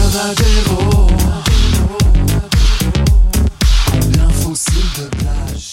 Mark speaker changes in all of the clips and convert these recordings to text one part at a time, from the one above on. Speaker 1: Madero. L'info cible de plage.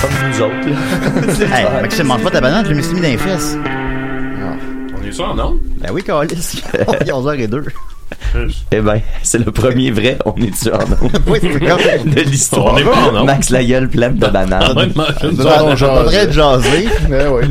Speaker 2: Comme nous autres.
Speaker 3: Hey, Maxime, mange pas ta banane, je me suis mis dans les fesses.
Speaker 4: Ah. On est sûr, non?
Speaker 3: Ben oui, Calis. Il est 11h02.
Speaker 2: Eh ben, c'est le premier vrai On est sur en onde
Speaker 3: Oui, c'est comme
Speaker 2: de l'histoire.
Speaker 4: On est pas en onde.
Speaker 2: Max la gueule pleine de bananes.
Speaker 3: on train de jaser.
Speaker 5: Eh
Speaker 3: Ben oui.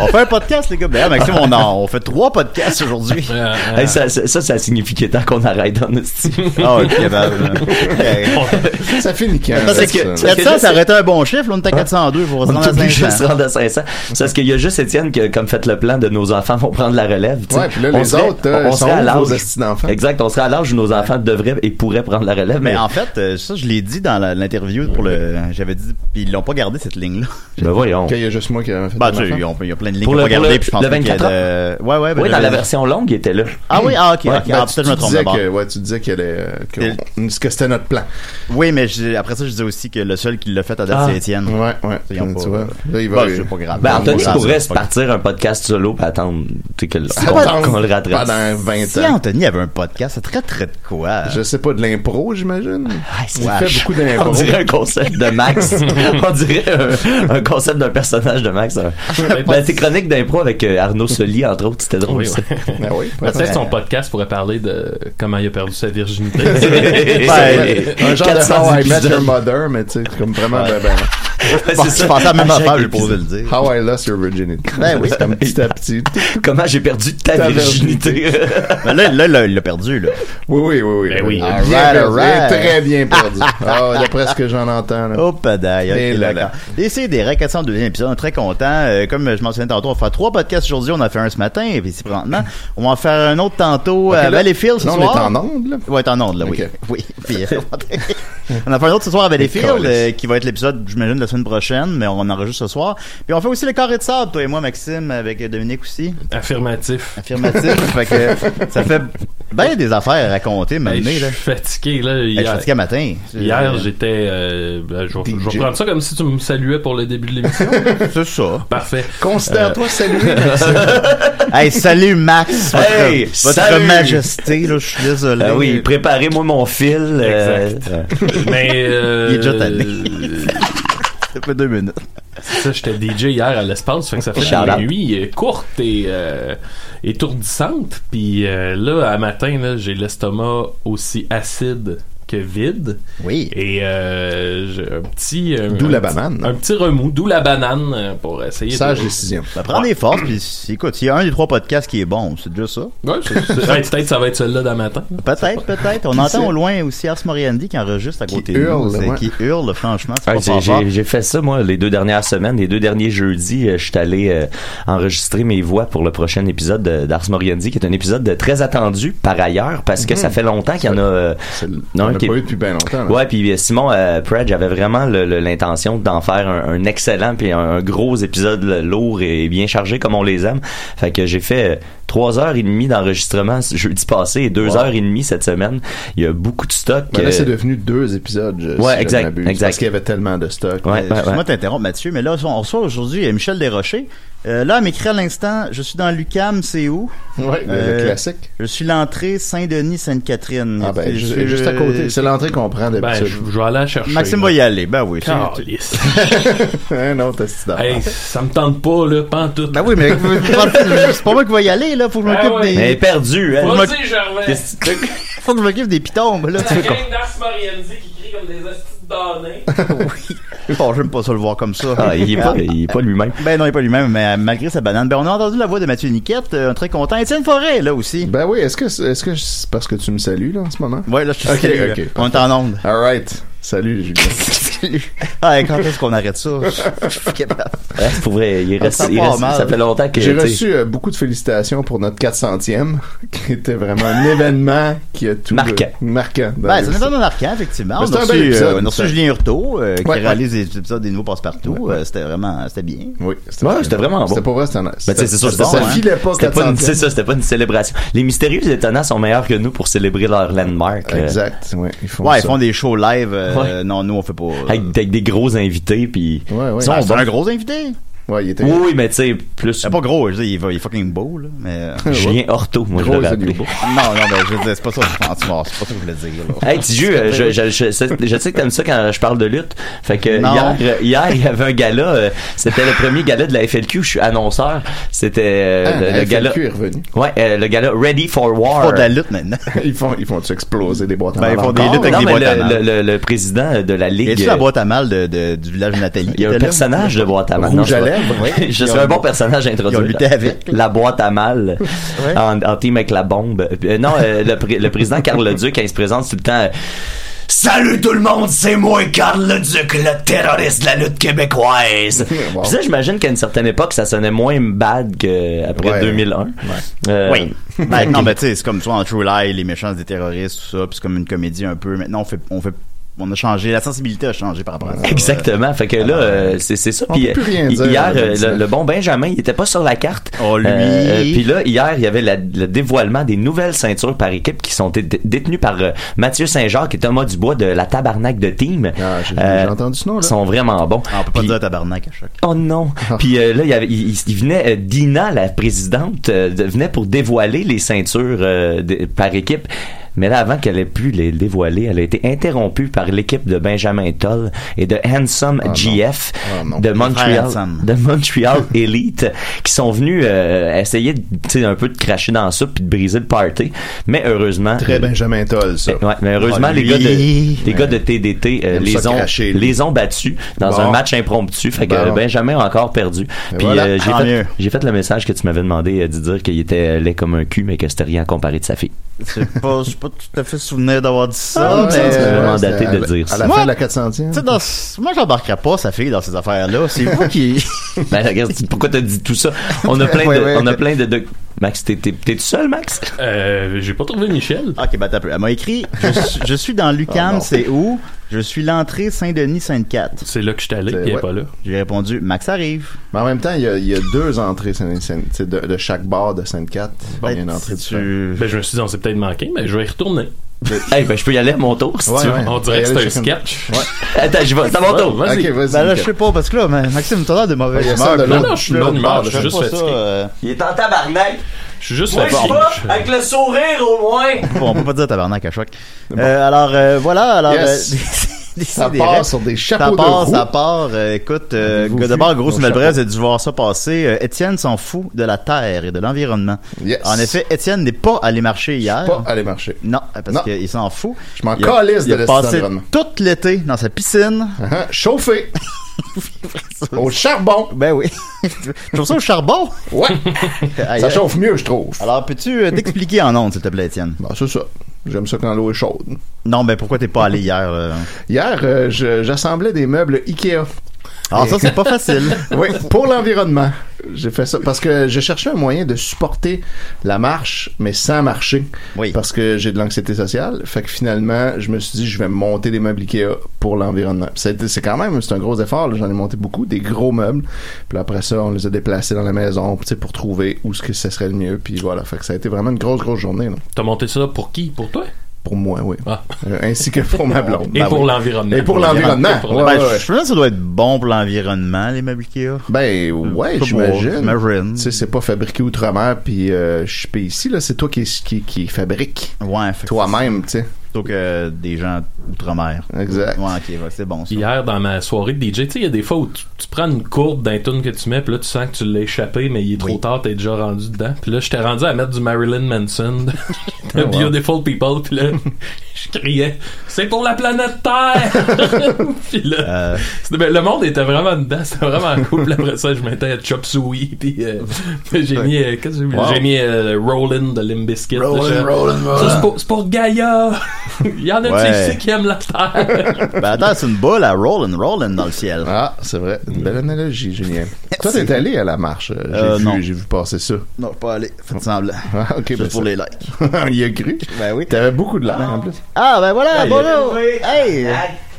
Speaker 3: On fait un podcast, les gars. Ben, Maxime, on, en- on fait trois podcasts aujourd'hui.
Speaker 2: Hey, ça, ça, ça, ça signifie qu'il est temps qu'on arrête, honesty.
Speaker 3: Ah, ok, ben, ben, ok.
Speaker 5: Ça finit quand?
Speaker 3: Parce
Speaker 2: Parce
Speaker 3: que
Speaker 2: que-
Speaker 3: 400, ça aurait été un bon chiffre. là, On était à 402 pour se
Speaker 2: On
Speaker 3: rendre à
Speaker 2: est obligé de
Speaker 3: 500.
Speaker 2: se rendre à 500. C'est parce qu'il y a juste Étienne qui a comme fait le plan de nos enfants vont prendre la relève. tu sais.
Speaker 5: Ouais, puis là,
Speaker 2: On
Speaker 5: les
Speaker 2: serait-
Speaker 5: autres, euh,
Speaker 2: on
Speaker 5: sont
Speaker 2: serait à
Speaker 5: où,
Speaker 2: l'âge-
Speaker 5: vos estis d'enfants?
Speaker 2: Exact, on serait à l'âge où nos enfants devraient et pourraient prendre la relève. Mais,
Speaker 3: Mais en fait, euh, ça, je l'ai dit dans la- l'interview pour le. J'avais dit, puis ils l'ont pas gardé cette ligne-là.
Speaker 2: Ben voyons.
Speaker 5: Qu'il y a juste moi qui avais fait
Speaker 3: Bah,
Speaker 5: un
Speaker 3: tu sais,
Speaker 5: enfant.
Speaker 3: ils ont- il y a plein de lignes
Speaker 2: Pour
Speaker 3: qu'on
Speaker 2: le-
Speaker 3: pas
Speaker 2: pour
Speaker 3: gardées,
Speaker 2: le-
Speaker 3: puis je pense
Speaker 2: le
Speaker 3: pas qu'il y a
Speaker 2: 24
Speaker 3: de- Ouais, ouais, ben,
Speaker 2: oui, dans
Speaker 3: j'avais-
Speaker 2: la version longue, il était là.
Speaker 3: Ah oui, ah, ok, ok.
Speaker 5: Ben,
Speaker 3: Ah,
Speaker 5: tu,
Speaker 3: peut-être je me
Speaker 5: tu
Speaker 3: trompe
Speaker 5: disais
Speaker 3: d'abord.
Speaker 5: que, ouais, tu disais qu'il allait, euh, que, que c'était notre plan.
Speaker 3: Oui, mais j'ai- après ça, je disais aussi que le seul qui l'a fait à date,
Speaker 2: Ah.
Speaker 3: c'est Étienne.
Speaker 5: Ouais, ouais.
Speaker 3: Ils ont
Speaker 5: tu
Speaker 3: pas-
Speaker 5: vois. Là, il va.
Speaker 3: Bah, c'est pas grave.
Speaker 2: Ben,
Speaker 3: Bon,
Speaker 2: Anthony
Speaker 3: bon,
Speaker 2: pourrait
Speaker 3: c'est
Speaker 2: se
Speaker 3: pas
Speaker 2: partir un podcast solo puis attendre tu sais, que le-
Speaker 5: Ça va
Speaker 2: qu'on qu'on le rattrape.
Speaker 5: Pendant 20
Speaker 3: Si
Speaker 5: ans.
Speaker 3: Anthony avait un podcast, ça très très de quoi?
Speaker 5: Je sais pas, de l'impro, j'imagine.
Speaker 2: Ah, c'est
Speaker 5: Il
Speaker 2: vache.
Speaker 5: fait beaucoup
Speaker 2: On
Speaker 5: d'impro.
Speaker 2: dirait un concept de Max. On dirait un, un concept d'un personnage de Max. hein.
Speaker 3: Ah,
Speaker 2: Ben, c'est chronique d'impro avec euh, Arnaud Soli, entre autres. C'était drôle,
Speaker 4: Oui,
Speaker 2: ça.
Speaker 5: Ah oui.
Speaker 3: Ben,
Speaker 4: Peut-être son podcast pourrait parler de comment il a perdu sa virginité.
Speaker 2: Ben,
Speaker 5: un genre de
Speaker 2: 410
Speaker 5: How I Met Your
Speaker 2: épisodes.
Speaker 5: Mother, mais tu sais, comme vraiment, ben, ben,
Speaker 2: Ouais,
Speaker 3: Bon,
Speaker 2: c'est
Speaker 3: je
Speaker 2: ça.
Speaker 3: pensais à la même
Speaker 2: À chaque
Speaker 3: affaire, je
Speaker 2: épisode.
Speaker 3: posais le dire.
Speaker 5: How I Lost Your Virginity.
Speaker 3: Ben oui.
Speaker 5: c'est comme petit à petit.
Speaker 2: Comment j'ai perdu ta
Speaker 5: Ta
Speaker 2: virginité.
Speaker 3: Mais Ben là, là, là, il l'a perdu, là.
Speaker 5: Oui, oui, oui, oui.
Speaker 4: Ben oui.
Speaker 5: Bien
Speaker 3: All right,
Speaker 5: perdu.
Speaker 3: all right.
Speaker 5: Il est Très bien perdu. Ah, d'après ce que j'en entends, là.
Speaker 3: Oh, padaille.
Speaker 5: Et
Speaker 3: ok,
Speaker 5: là,
Speaker 3: d'accord. Et c'est des règles 402 e épisode. On est très content. Euh, comme je mentionnais tantôt, on va faire trois podcasts aujourd'hui. On en a fait un ce matin, et puis c'est présentement. On va en faire un autre tantôt
Speaker 5: Ok,
Speaker 3: à
Speaker 5: là,
Speaker 3: Valleyfield ce
Speaker 5: là,
Speaker 3: soir.
Speaker 5: on est en onde, là.
Speaker 3: Ouais, t'es en onde, là, oui.
Speaker 5: Ok.
Speaker 3: Oui. Puis, euh, on a fait un autre ce soir à Valleyfield,
Speaker 5: École.
Speaker 3: euh, qui va être l'épisode, j'imagine, de la semaine prochaine, mais on en enregistre ce soir. Puis on fait aussi le carré de sable, toi et moi, Maxime, avec euh, Dominique aussi.
Speaker 4: Affirmatif.
Speaker 3: Affirmatif. fait que ça fait bien des affaires à raconter,
Speaker 4: Hey,
Speaker 3: maintenant,
Speaker 4: Ben, je
Speaker 3: là.
Speaker 4: suis fatigué, là.
Speaker 3: Hey, ben je suis
Speaker 4: Hier,
Speaker 3: fatigué à matin.
Speaker 4: hier, j'étais... euh, ben, je vais je vais
Speaker 5: DJ.
Speaker 4: prendre ça comme si tu me saluais pour le début de l'émission.
Speaker 3: C'est ça. Euh,
Speaker 4: Parfait.
Speaker 5: Considère-toi salué.
Speaker 3: Hey, salut Max, votre,
Speaker 2: Hey,
Speaker 3: votre
Speaker 2: salut.
Speaker 3: majesté, là, je suis désolé.
Speaker 2: Ah oui, préparez-moi mon fil. euh,
Speaker 4: Exact. Mais... euh,
Speaker 3: Il est déjà tanné.
Speaker 4: euh,
Speaker 3: Ça fait deux minutes.
Speaker 4: Ça, j'étais DJ hier à l'espace, fait que ça fait
Speaker 2: Shout out.
Speaker 4: une nuit euh, courte et euh, étourdissante. Puis euh, là, à matin, là, j'ai l'estomac aussi acide que vide.
Speaker 3: Oui.
Speaker 4: Et euh, j'ai un petit... euh,
Speaker 5: D'où
Speaker 4: un
Speaker 5: la
Speaker 4: petit-
Speaker 5: banane, non?
Speaker 4: Un petit remous, d'où la banane euh, pour essayer
Speaker 5: Sage
Speaker 4: de...
Speaker 5: décision.
Speaker 3: Ça prend Ben, des forces, puis écoute, s'il y a un des trois podcasts qui est bon, c'est déjà ça.
Speaker 4: Ouais, c'est- c'est- hey, peut-être ça va être celle-là d'un matin.
Speaker 3: Peut-être, peut-être. On
Speaker 5: Qui
Speaker 3: entend
Speaker 5: sait?
Speaker 3: au loin aussi Ars Moriandi qui enregistre à côté
Speaker 5: hurle,
Speaker 3: de nous. c'est-
Speaker 5: ouais.
Speaker 3: Qui hurle, franchement, c'est
Speaker 2: Ouais,
Speaker 3: pas
Speaker 2: j'ai-
Speaker 3: fort.
Speaker 2: j'ai j'ai fait ça, moi, les deux dernières semaines, les deux derniers jeudis, euh, je suis allé euh, enregistrer mes voix pour le prochain épisode de- d'Ars Moriendi, qui est un épisode de- très attendu par ailleurs, parce
Speaker 5: Mhm.
Speaker 2: que ça fait longtemps qu'il y en a... euh,
Speaker 5: Non,
Speaker 2: non,
Speaker 5: on l'a
Speaker 2: qui-
Speaker 5: pas eu depuis bien longtemps. là.
Speaker 2: Ouais, puis euh, Simon euh, Pradge avait vraiment le- le- l'intention d'en faire un, un excellent puis un, un gros épisode là, lourd et bien chargé comme on les aime. Fait que j'ai fait euh, trois heures et demie d'enregistrement ce jeudi passé et deux
Speaker 5: Wow.
Speaker 2: heures et demie cette semaine. Il y a beaucoup de stock.
Speaker 5: Mais
Speaker 2: euh,
Speaker 5: là, c'est devenu deux épisodes. je-
Speaker 2: Ouais,
Speaker 5: si je
Speaker 2: exact,
Speaker 5: m'abuse,
Speaker 2: exact.
Speaker 5: Parce qu'il y avait tellement de stock.
Speaker 2: Ouais,
Speaker 5: Mais-
Speaker 2: ouais, ouais.
Speaker 3: Euh, Excuse-moi de t'interrompre, Mathieu, mais là, on reçoit aujourd'hui euh, Michel Desrochers. Euh, là, elle m'écrit à l'instant, je suis dans l'UCAM, c'est où?
Speaker 5: Ouais, le-
Speaker 3: Euh,
Speaker 5: le classique.
Speaker 3: Je suis l'entrée Saint-Denis-Sainte-Catherine.
Speaker 5: Ah ben,
Speaker 3: Je
Speaker 5: juste,
Speaker 3: suis,
Speaker 5: juste à
Speaker 3: euh,
Speaker 5: côté. C'est l'entrée qu'on prend
Speaker 4: Ben, je,
Speaker 5: Ah, d'habitude.
Speaker 4: je vais aller la chercher.
Speaker 3: Maxime
Speaker 4: là.
Speaker 3: va y aller, ben oui. c'est-
Speaker 4: Calisse.
Speaker 5: Hein, non, t'as c'est d'affaire.
Speaker 4: hey, ça me tente pas, là, pantoute.
Speaker 3: Ben oui, mais vous- vous pensez- c'est pas moi qui vais y aller, là. Faut que je
Speaker 4: Ah
Speaker 3: m'occupe
Speaker 4: ouais.
Speaker 3: des.
Speaker 2: mais perdu, hein?
Speaker 4: Vas-y, Gervais.
Speaker 2: Qu'est-ce que tu-
Speaker 3: Faut que je m'occupe des pitons, là. Tu
Speaker 4: La
Speaker 3: sais, quoi.
Speaker 4: gang d'Ars Moriendi qui crie comme des hosties de damnés.
Speaker 3: Bon, j'aime pas ça le voir comme ça.
Speaker 2: Ah, il est pas, il est pas lui-même.
Speaker 3: Ben non, il est pas lui-même, mais euh, malgré sa banane. Ben on a entendu la voix de Mathieu Niquette, euh, très content. Étienne Forêt, là aussi.
Speaker 5: Ben oui, est-ce que est-ce que c'est parce que tu me salues là en ce moment?
Speaker 3: Ouais, là, je suis
Speaker 5: Ok,
Speaker 3: salut, là.
Speaker 5: ok,
Speaker 3: On est en onde.
Speaker 5: Alright. Salut Julien.
Speaker 3: Salut. Ah, et quand est-ce qu'on arrête ça? Je suis capable.
Speaker 5: Ben,
Speaker 2: Ouais, pour vrai, il reste,
Speaker 3: Ça
Speaker 2: il
Speaker 3: part
Speaker 2: reste-
Speaker 3: mal.
Speaker 2: ça fait longtemps que
Speaker 5: J'ai
Speaker 2: tu sais,
Speaker 5: reçu euh, beaucoup de félicitations pour notre 400e, qui était vraiment un événement qui a tout
Speaker 2: Marquant.
Speaker 5: marquant. dans
Speaker 3: Ben,
Speaker 5: le-
Speaker 3: c'est un peu marquant, effectivement.
Speaker 5: Mais
Speaker 3: On
Speaker 5: Ben, c'est
Speaker 3: a
Speaker 5: un
Speaker 3: reçu,
Speaker 5: bel épisode,
Speaker 3: euh, on a reçu
Speaker 5: ça.
Speaker 3: Julien Hurtaud, euh, qui
Speaker 5: Ouais, ouais.
Speaker 3: réalise des épisodes des nouveaux passe-partout.
Speaker 5: Ouais, ouais.
Speaker 3: Euh, c'était vraiment, c'était bien.
Speaker 5: Oui,
Speaker 2: Ouais, c'était vraiment
Speaker 5: C'était
Speaker 2: bon.
Speaker 5: pour vrai, c'était nice.
Speaker 2: Ben, tu sais, c'est sûr,
Speaker 5: ça,
Speaker 2: c'était
Speaker 5: ça
Speaker 2: bon,
Speaker 5: filait pas
Speaker 2: C'était pas une-
Speaker 5: 400e.
Speaker 2: C'est ça, c'était pas une célébration. Les mystérieux et étonnants sont meilleurs que nous pour célébrer leur landmark. euh,
Speaker 5: Exact. Ouais, ils font
Speaker 3: Ouais, ils
Speaker 5: ça.
Speaker 3: font des shows live. euh,
Speaker 2: Ouais.
Speaker 3: Non, nous, on fait pas. euh,
Speaker 2: avec, avec des gros invités, puis
Speaker 5: Ouais, ouais.
Speaker 2: Ils sont
Speaker 3: ah, c'est
Speaker 2: bons.
Speaker 3: un gros invité.
Speaker 5: Ouais, il était
Speaker 2: Oui, oui, mais tu sais, plus
Speaker 3: C'est pas gros, je veux dire, il va- il est fucking beau, là. Mais. euh,
Speaker 2: Julien Horto, moi je
Speaker 5: Gros
Speaker 2: l'avais appelé.
Speaker 5: Olivier.
Speaker 3: non, non, ben, je veux dire, c'est pas ça que je pense, c'est pas ça que je voulais dire, là.
Speaker 2: Hey, Tidieu, euh, je, je, je, sais- je sais que t'aimes ça quand je parle de lutte. Fait que
Speaker 3: Non.
Speaker 2: hier, euh, hier, il y avait un gala. euh, C'était le premier gala de la FLQ. Je suis annonceur. C'était euh,
Speaker 5: Ah,
Speaker 2: le, le
Speaker 5: la
Speaker 2: gala.
Speaker 5: FLQ est revenu.
Speaker 2: Ouais, euh, le gala Ready for War.
Speaker 3: Pas de la lutte maintenant.
Speaker 5: Ils font, ils font exploser des boîtes en
Speaker 3: Ben, ils
Speaker 5: avant
Speaker 3: font des
Speaker 5: encore?
Speaker 3: luttes avec
Speaker 2: non,
Speaker 3: des
Speaker 2: mais
Speaker 3: boîtes à
Speaker 2: le,
Speaker 3: mal.
Speaker 2: le, le- le président de la
Speaker 3: Et
Speaker 2: ligue.
Speaker 3: tu la boîte à mal de, de- du village de Nathalie?
Speaker 2: Il y a un
Speaker 3: était là?
Speaker 2: personnage de boîte à mal.
Speaker 5: Rouge
Speaker 2: Non, je
Speaker 5: à
Speaker 2: sais pas.
Speaker 5: lèvres, oui.
Speaker 2: je
Speaker 5: Ils
Speaker 2: suis
Speaker 5: ont-
Speaker 2: un bon personnage à introduire.
Speaker 3: ils ont lutté
Speaker 2: La-
Speaker 3: avec.
Speaker 2: La boîte à mal. en, en team avec la bombe. Euh, non, euh, le, pré- le président Carl Leduc, quand il se présente tout le temps. euh, Salut tout le monde, c'est moi Carl Leduc, le terroriste de la lutte québécoise.
Speaker 5: Wow.
Speaker 2: Puis ça, j'imagine qu'à une certaine époque, ça sonnait moins bad qu'après
Speaker 5: Ouais.
Speaker 2: 2001. Euh,
Speaker 3: Oui. Ben, non, mais tu sais, c'est comme toi en True Lie, les méchants, c'est des terroristes, tout ça, puis c'est comme une comédie un peu. Maintenant, on fait, on fait, on a changé, la sensibilité a changé par rapport à ça.
Speaker 2: Exactement. Fait que là, euh, c'est c'est ça.
Speaker 5: Ah, On
Speaker 2: Puis
Speaker 5: peut plus
Speaker 2: euh,
Speaker 5: rien dire,
Speaker 2: hier,
Speaker 5: le
Speaker 2: euh, le,
Speaker 5: 29.
Speaker 2: le bon Benjamin, il était pas sur la carte. Euh,
Speaker 3: Oh, lui.
Speaker 2: puis là, hier, il y avait la- le dévoilement des nouvelles ceintures par équipe qui sont dé- dé- détenues par euh, Mathieu Saint-Jacques et Thomas Dubois de la Tabarnak de Team. Euh,
Speaker 5: Ah, j'ai- j'ai entendu ce nom, là.
Speaker 2: Sont vraiment bons.
Speaker 3: Ah, on peut pas
Speaker 2: Puis-
Speaker 3: dire tabarnak à chaque.
Speaker 2: Oh non.
Speaker 5: Ah.
Speaker 2: Puis euh, là, il, y avait- il- il- il venait euh, Dina, la présidente, euh, de- venait pour dévoiler les ceintures euh, de- par équipe. Mais là, avant qu'elle ait pu les dévoiler, elle a été interrompue par l'équipe de Benjamin Toll et de Handsome GF
Speaker 5: Oh Ah non.
Speaker 2: de Montreal,
Speaker 3: Handsome.
Speaker 2: de Montreal Elite, qui sont venus euh, essayer de, tu sais, un peu de cracher dans ça puis de briser le party. Mais heureusement,
Speaker 5: Très Benjamin Toll, ça.
Speaker 2: Ouais, mais heureusement,
Speaker 3: Ah,
Speaker 2: les,
Speaker 3: lui.
Speaker 2: gars de, les gars de TDT euh,
Speaker 5: Aime
Speaker 2: les,
Speaker 5: ça
Speaker 2: ont,
Speaker 5: cracher, lui.
Speaker 2: les ont battus dans
Speaker 5: Bon.
Speaker 2: un match impromptu. Fait que
Speaker 5: Bon. Ben
Speaker 2: Benjamin a encore perdu. Puis
Speaker 5: voilà,
Speaker 2: euh, j'ai
Speaker 3: tant
Speaker 2: fait-
Speaker 3: mieux.
Speaker 2: j'ai fait, le message que tu m'avais demandé euh, de dire qu'il était laid comme un cul, mais que c'était rien comparé de sa fille.
Speaker 3: C'est pas, je suis pas tout à fait souvenir d'avoir dit
Speaker 5: Ah,
Speaker 3: ça,
Speaker 5: ouais,
Speaker 3: mais.
Speaker 5: c'est
Speaker 2: euh,
Speaker 5: vrai,
Speaker 2: mandaté
Speaker 5: c'était à
Speaker 2: de
Speaker 5: la-
Speaker 2: dire ça.
Speaker 5: À la
Speaker 3: Moi-
Speaker 5: fin de la
Speaker 3: Tu
Speaker 5: 400e.
Speaker 3: sais, dans ce- moi, j'embarquerai pas sa fille dans ces affaires-là. C'est vous qui.
Speaker 2: Ben, regarde, pourquoi t'as dit tout ça? On a plein
Speaker 5: Ouais,
Speaker 2: de,
Speaker 5: ouais.
Speaker 2: on a plein de, de- Max, t'es, t'es, t'es tout seul, Max?
Speaker 4: Euh, j'ai pas trouvé Michel.
Speaker 3: Ok, ben, t'as peu. Elle m'a écrit, je, suis- je suis dans
Speaker 5: Ah,
Speaker 3: l'UCAM,
Speaker 5: non.
Speaker 3: c'est où? Je suis l'entrée Saint-Denis-Sainte-Catherine.
Speaker 4: C'est là que je suis allé,
Speaker 5: C'est-
Speaker 4: puis il est
Speaker 5: ouais.
Speaker 4: pas là.
Speaker 3: J'ai répondu, Max arrive.
Speaker 5: Mais en même temps, il y a, il y a deux entrées Saint- Saint- tu sais, de, de chaque bar de Sainte-Cat. il y a une entrée
Speaker 3: Si
Speaker 5: différente.
Speaker 3: tu-
Speaker 4: Ben, je me suis dit, on s'est peut-être manqué, mais je vais y retourner.
Speaker 2: hey, ben, je peux y aller à mon tour, si
Speaker 5: Ouais,
Speaker 2: tu veux.
Speaker 5: ouais.
Speaker 4: On dirait que
Speaker 5: Allez,
Speaker 4: c'est un
Speaker 5: chacun-
Speaker 4: sketch.
Speaker 2: Attends, j'y vais. C'est à mon
Speaker 4: Ouais,
Speaker 2: tour.
Speaker 4: vas-y.
Speaker 5: Ok, vas-y.
Speaker 3: Ben là, je
Speaker 5: Kat.
Speaker 3: sais pas, parce que là, ma- Maxime, t'as l'air
Speaker 5: Ouais, il
Speaker 3: de
Speaker 5: y
Speaker 3: mauvaise
Speaker 5: a
Speaker 3: humeur.
Speaker 5: celle de
Speaker 3: là.
Speaker 4: Non, non, je suis de bonne humeur, je suis juste
Speaker 3: fais pas
Speaker 4: fatigué.
Speaker 3: ça, euh,
Speaker 2: Il est en tabarnak.
Speaker 4: Je suis juste
Speaker 2: Moi,
Speaker 4: fatigué.
Speaker 2: j'y vais avec le sourire, au moins.
Speaker 3: Bon, on peut pas dire tabarnak à choc. Euh, alors, euh, voilà, alors,
Speaker 5: Yes.
Speaker 3: euh,
Speaker 5: Ça
Speaker 3: Décidément.
Speaker 5: part sur des
Speaker 3: Ça
Speaker 5: chapeaux de
Speaker 3: part,
Speaker 5: roue.
Speaker 3: ça part. Euh, écoute, euh,
Speaker 5: Avez-vous
Speaker 3: d'abord,
Speaker 5: vu
Speaker 3: grosse
Speaker 5: mon
Speaker 3: nouvelle
Speaker 5: chapeau?
Speaker 3: brève, vous avez dû voir ça passer. Euh, Étienne s'en fout de la terre et de l'environnement.
Speaker 5: Yes.
Speaker 3: En effet, Étienne n'est pas allé marcher hier.
Speaker 5: Pas aller marcher.
Speaker 3: Non, parce
Speaker 5: Non.
Speaker 3: qu'il s'en fout.
Speaker 5: Je m'en
Speaker 3: Il a,
Speaker 5: calisse
Speaker 3: il
Speaker 5: de
Speaker 3: a
Speaker 5: laisser
Speaker 3: passé
Speaker 5: l'environnement.
Speaker 3: tout l'été dans sa piscine.
Speaker 5: Hein, Chauffé. Au charbon.
Speaker 3: Ben oui. je trouve ça au charbon.
Speaker 5: Ouais.
Speaker 3: Aïe,
Speaker 5: ça
Speaker 3: aïe.
Speaker 5: chauffe mieux, je trouve.
Speaker 3: Alors, peux-tu euh, t'expliquer en ondes, s'il te plaît, Étienne?
Speaker 5: Bon, c'est ça. J'aime ça quand l'eau est chaude.
Speaker 3: Non, ben pourquoi t'es pas allé hier? là?
Speaker 5: Hier, euh, je- j'assemblais des meubles Ikea.
Speaker 3: Alors ça, c'est pas facile.
Speaker 5: Oui, pour l'environnement. J'ai fait ça parce que je cherchais un moyen de supporter la marche, mais sans marcher.
Speaker 3: Oui.
Speaker 5: Parce que j'ai de l'anxiété sociale. Fait que finalement, je me suis dit, je vais monter des meubles Ikea pour l'environnement. Puis C'est c'est quand même, c'est un gros effort. là. J'en ai monté beaucoup, des gros meubles. Puis là, après ça, on les a déplacés dans la maison, tu sais, pour trouver où ce que ce serait le mieux. Puis voilà. Fait que ça a été vraiment une grosse, grosse journée, là.
Speaker 4: T'as monté ça pour qui Pour toi
Speaker 5: Pour moi, oui.
Speaker 4: Ah.
Speaker 5: Euh, ainsi que pour ma blonde.
Speaker 4: Et
Speaker 5: Ben
Speaker 4: pour
Speaker 5: oui.
Speaker 4: l'environnement.
Speaker 5: Et pour l'environnement.
Speaker 4: Et pour
Speaker 5: Ouais,
Speaker 4: la-
Speaker 5: ouais,
Speaker 3: Ben,
Speaker 5: ouais.
Speaker 3: je pense que ça doit être bon pour l'environnement, les meubles Ikea. Euh,
Speaker 5: Ben ouais,
Speaker 3: Pas
Speaker 5: j'imagine.
Speaker 3: moi, j'imagine.
Speaker 5: Tu sais, c'est pas fabriqué outre-mer, puis euh, je suis pas ici là, c'est toi qui qui, qui fabrique
Speaker 3: Ouais, fait que
Speaker 5: toi-même, tu sais.
Speaker 3: c'est plutôt que des gens outre-mer.
Speaker 5: Exact.
Speaker 3: Ouais, ok, ouais, c'est bon ça.
Speaker 4: Hier, dans ma soirée de DJ, tu sais, il y a des fois où tu, tu prends une courbe d'un tune que tu mets, puis là, tu sens que tu l'as échappé, mais il est trop tard, t'es déjà rendu dedans. Puis là, j'étais rendu à mettre du Marilyn Manson, de
Speaker 5: Ah,
Speaker 4: de Beautiful People, puis là, je criais, c'est pour la planète Terre! puis là,
Speaker 3: Euh,
Speaker 4: c'était- ben, le monde était vraiment dedans, c'était vraiment cool. Puis après ça, je mettais Chop Suey, puis euh, j'ai mis, euh, qu'est-ce que j'ai mis?
Speaker 5: Wow.
Speaker 4: J'ai mis euh, Rollin' de Limp Bizkit. là, je-
Speaker 5: rollin',
Speaker 4: Ça, c'est pour, c'est pour Gaïa! il y en a
Speaker 3: Ouais.
Speaker 4: tu sais, qui aiment la Terre!
Speaker 3: ben attends, c'est une boule à rollin' rollin' dans le ciel.
Speaker 5: Ah, c'est vrai. Une belle analogie, Julien. Toi, t'es allé à la marche. euh, J'ai
Speaker 3: Euh,
Speaker 5: vu,
Speaker 3: non.
Speaker 5: j'ai vu passer ça.
Speaker 3: Non, je peux pas aller. Faites semblant.
Speaker 5: Ah, ok.
Speaker 3: Juste
Speaker 5: ben
Speaker 3: pour
Speaker 5: ça-
Speaker 3: les likes.
Speaker 5: Il y a cru.
Speaker 3: Ben oui.
Speaker 5: T'avais beaucoup de l'air en plus.
Speaker 3: Ah, ben voilà,
Speaker 5: Aïe.
Speaker 3: bonjour! Hey! euh,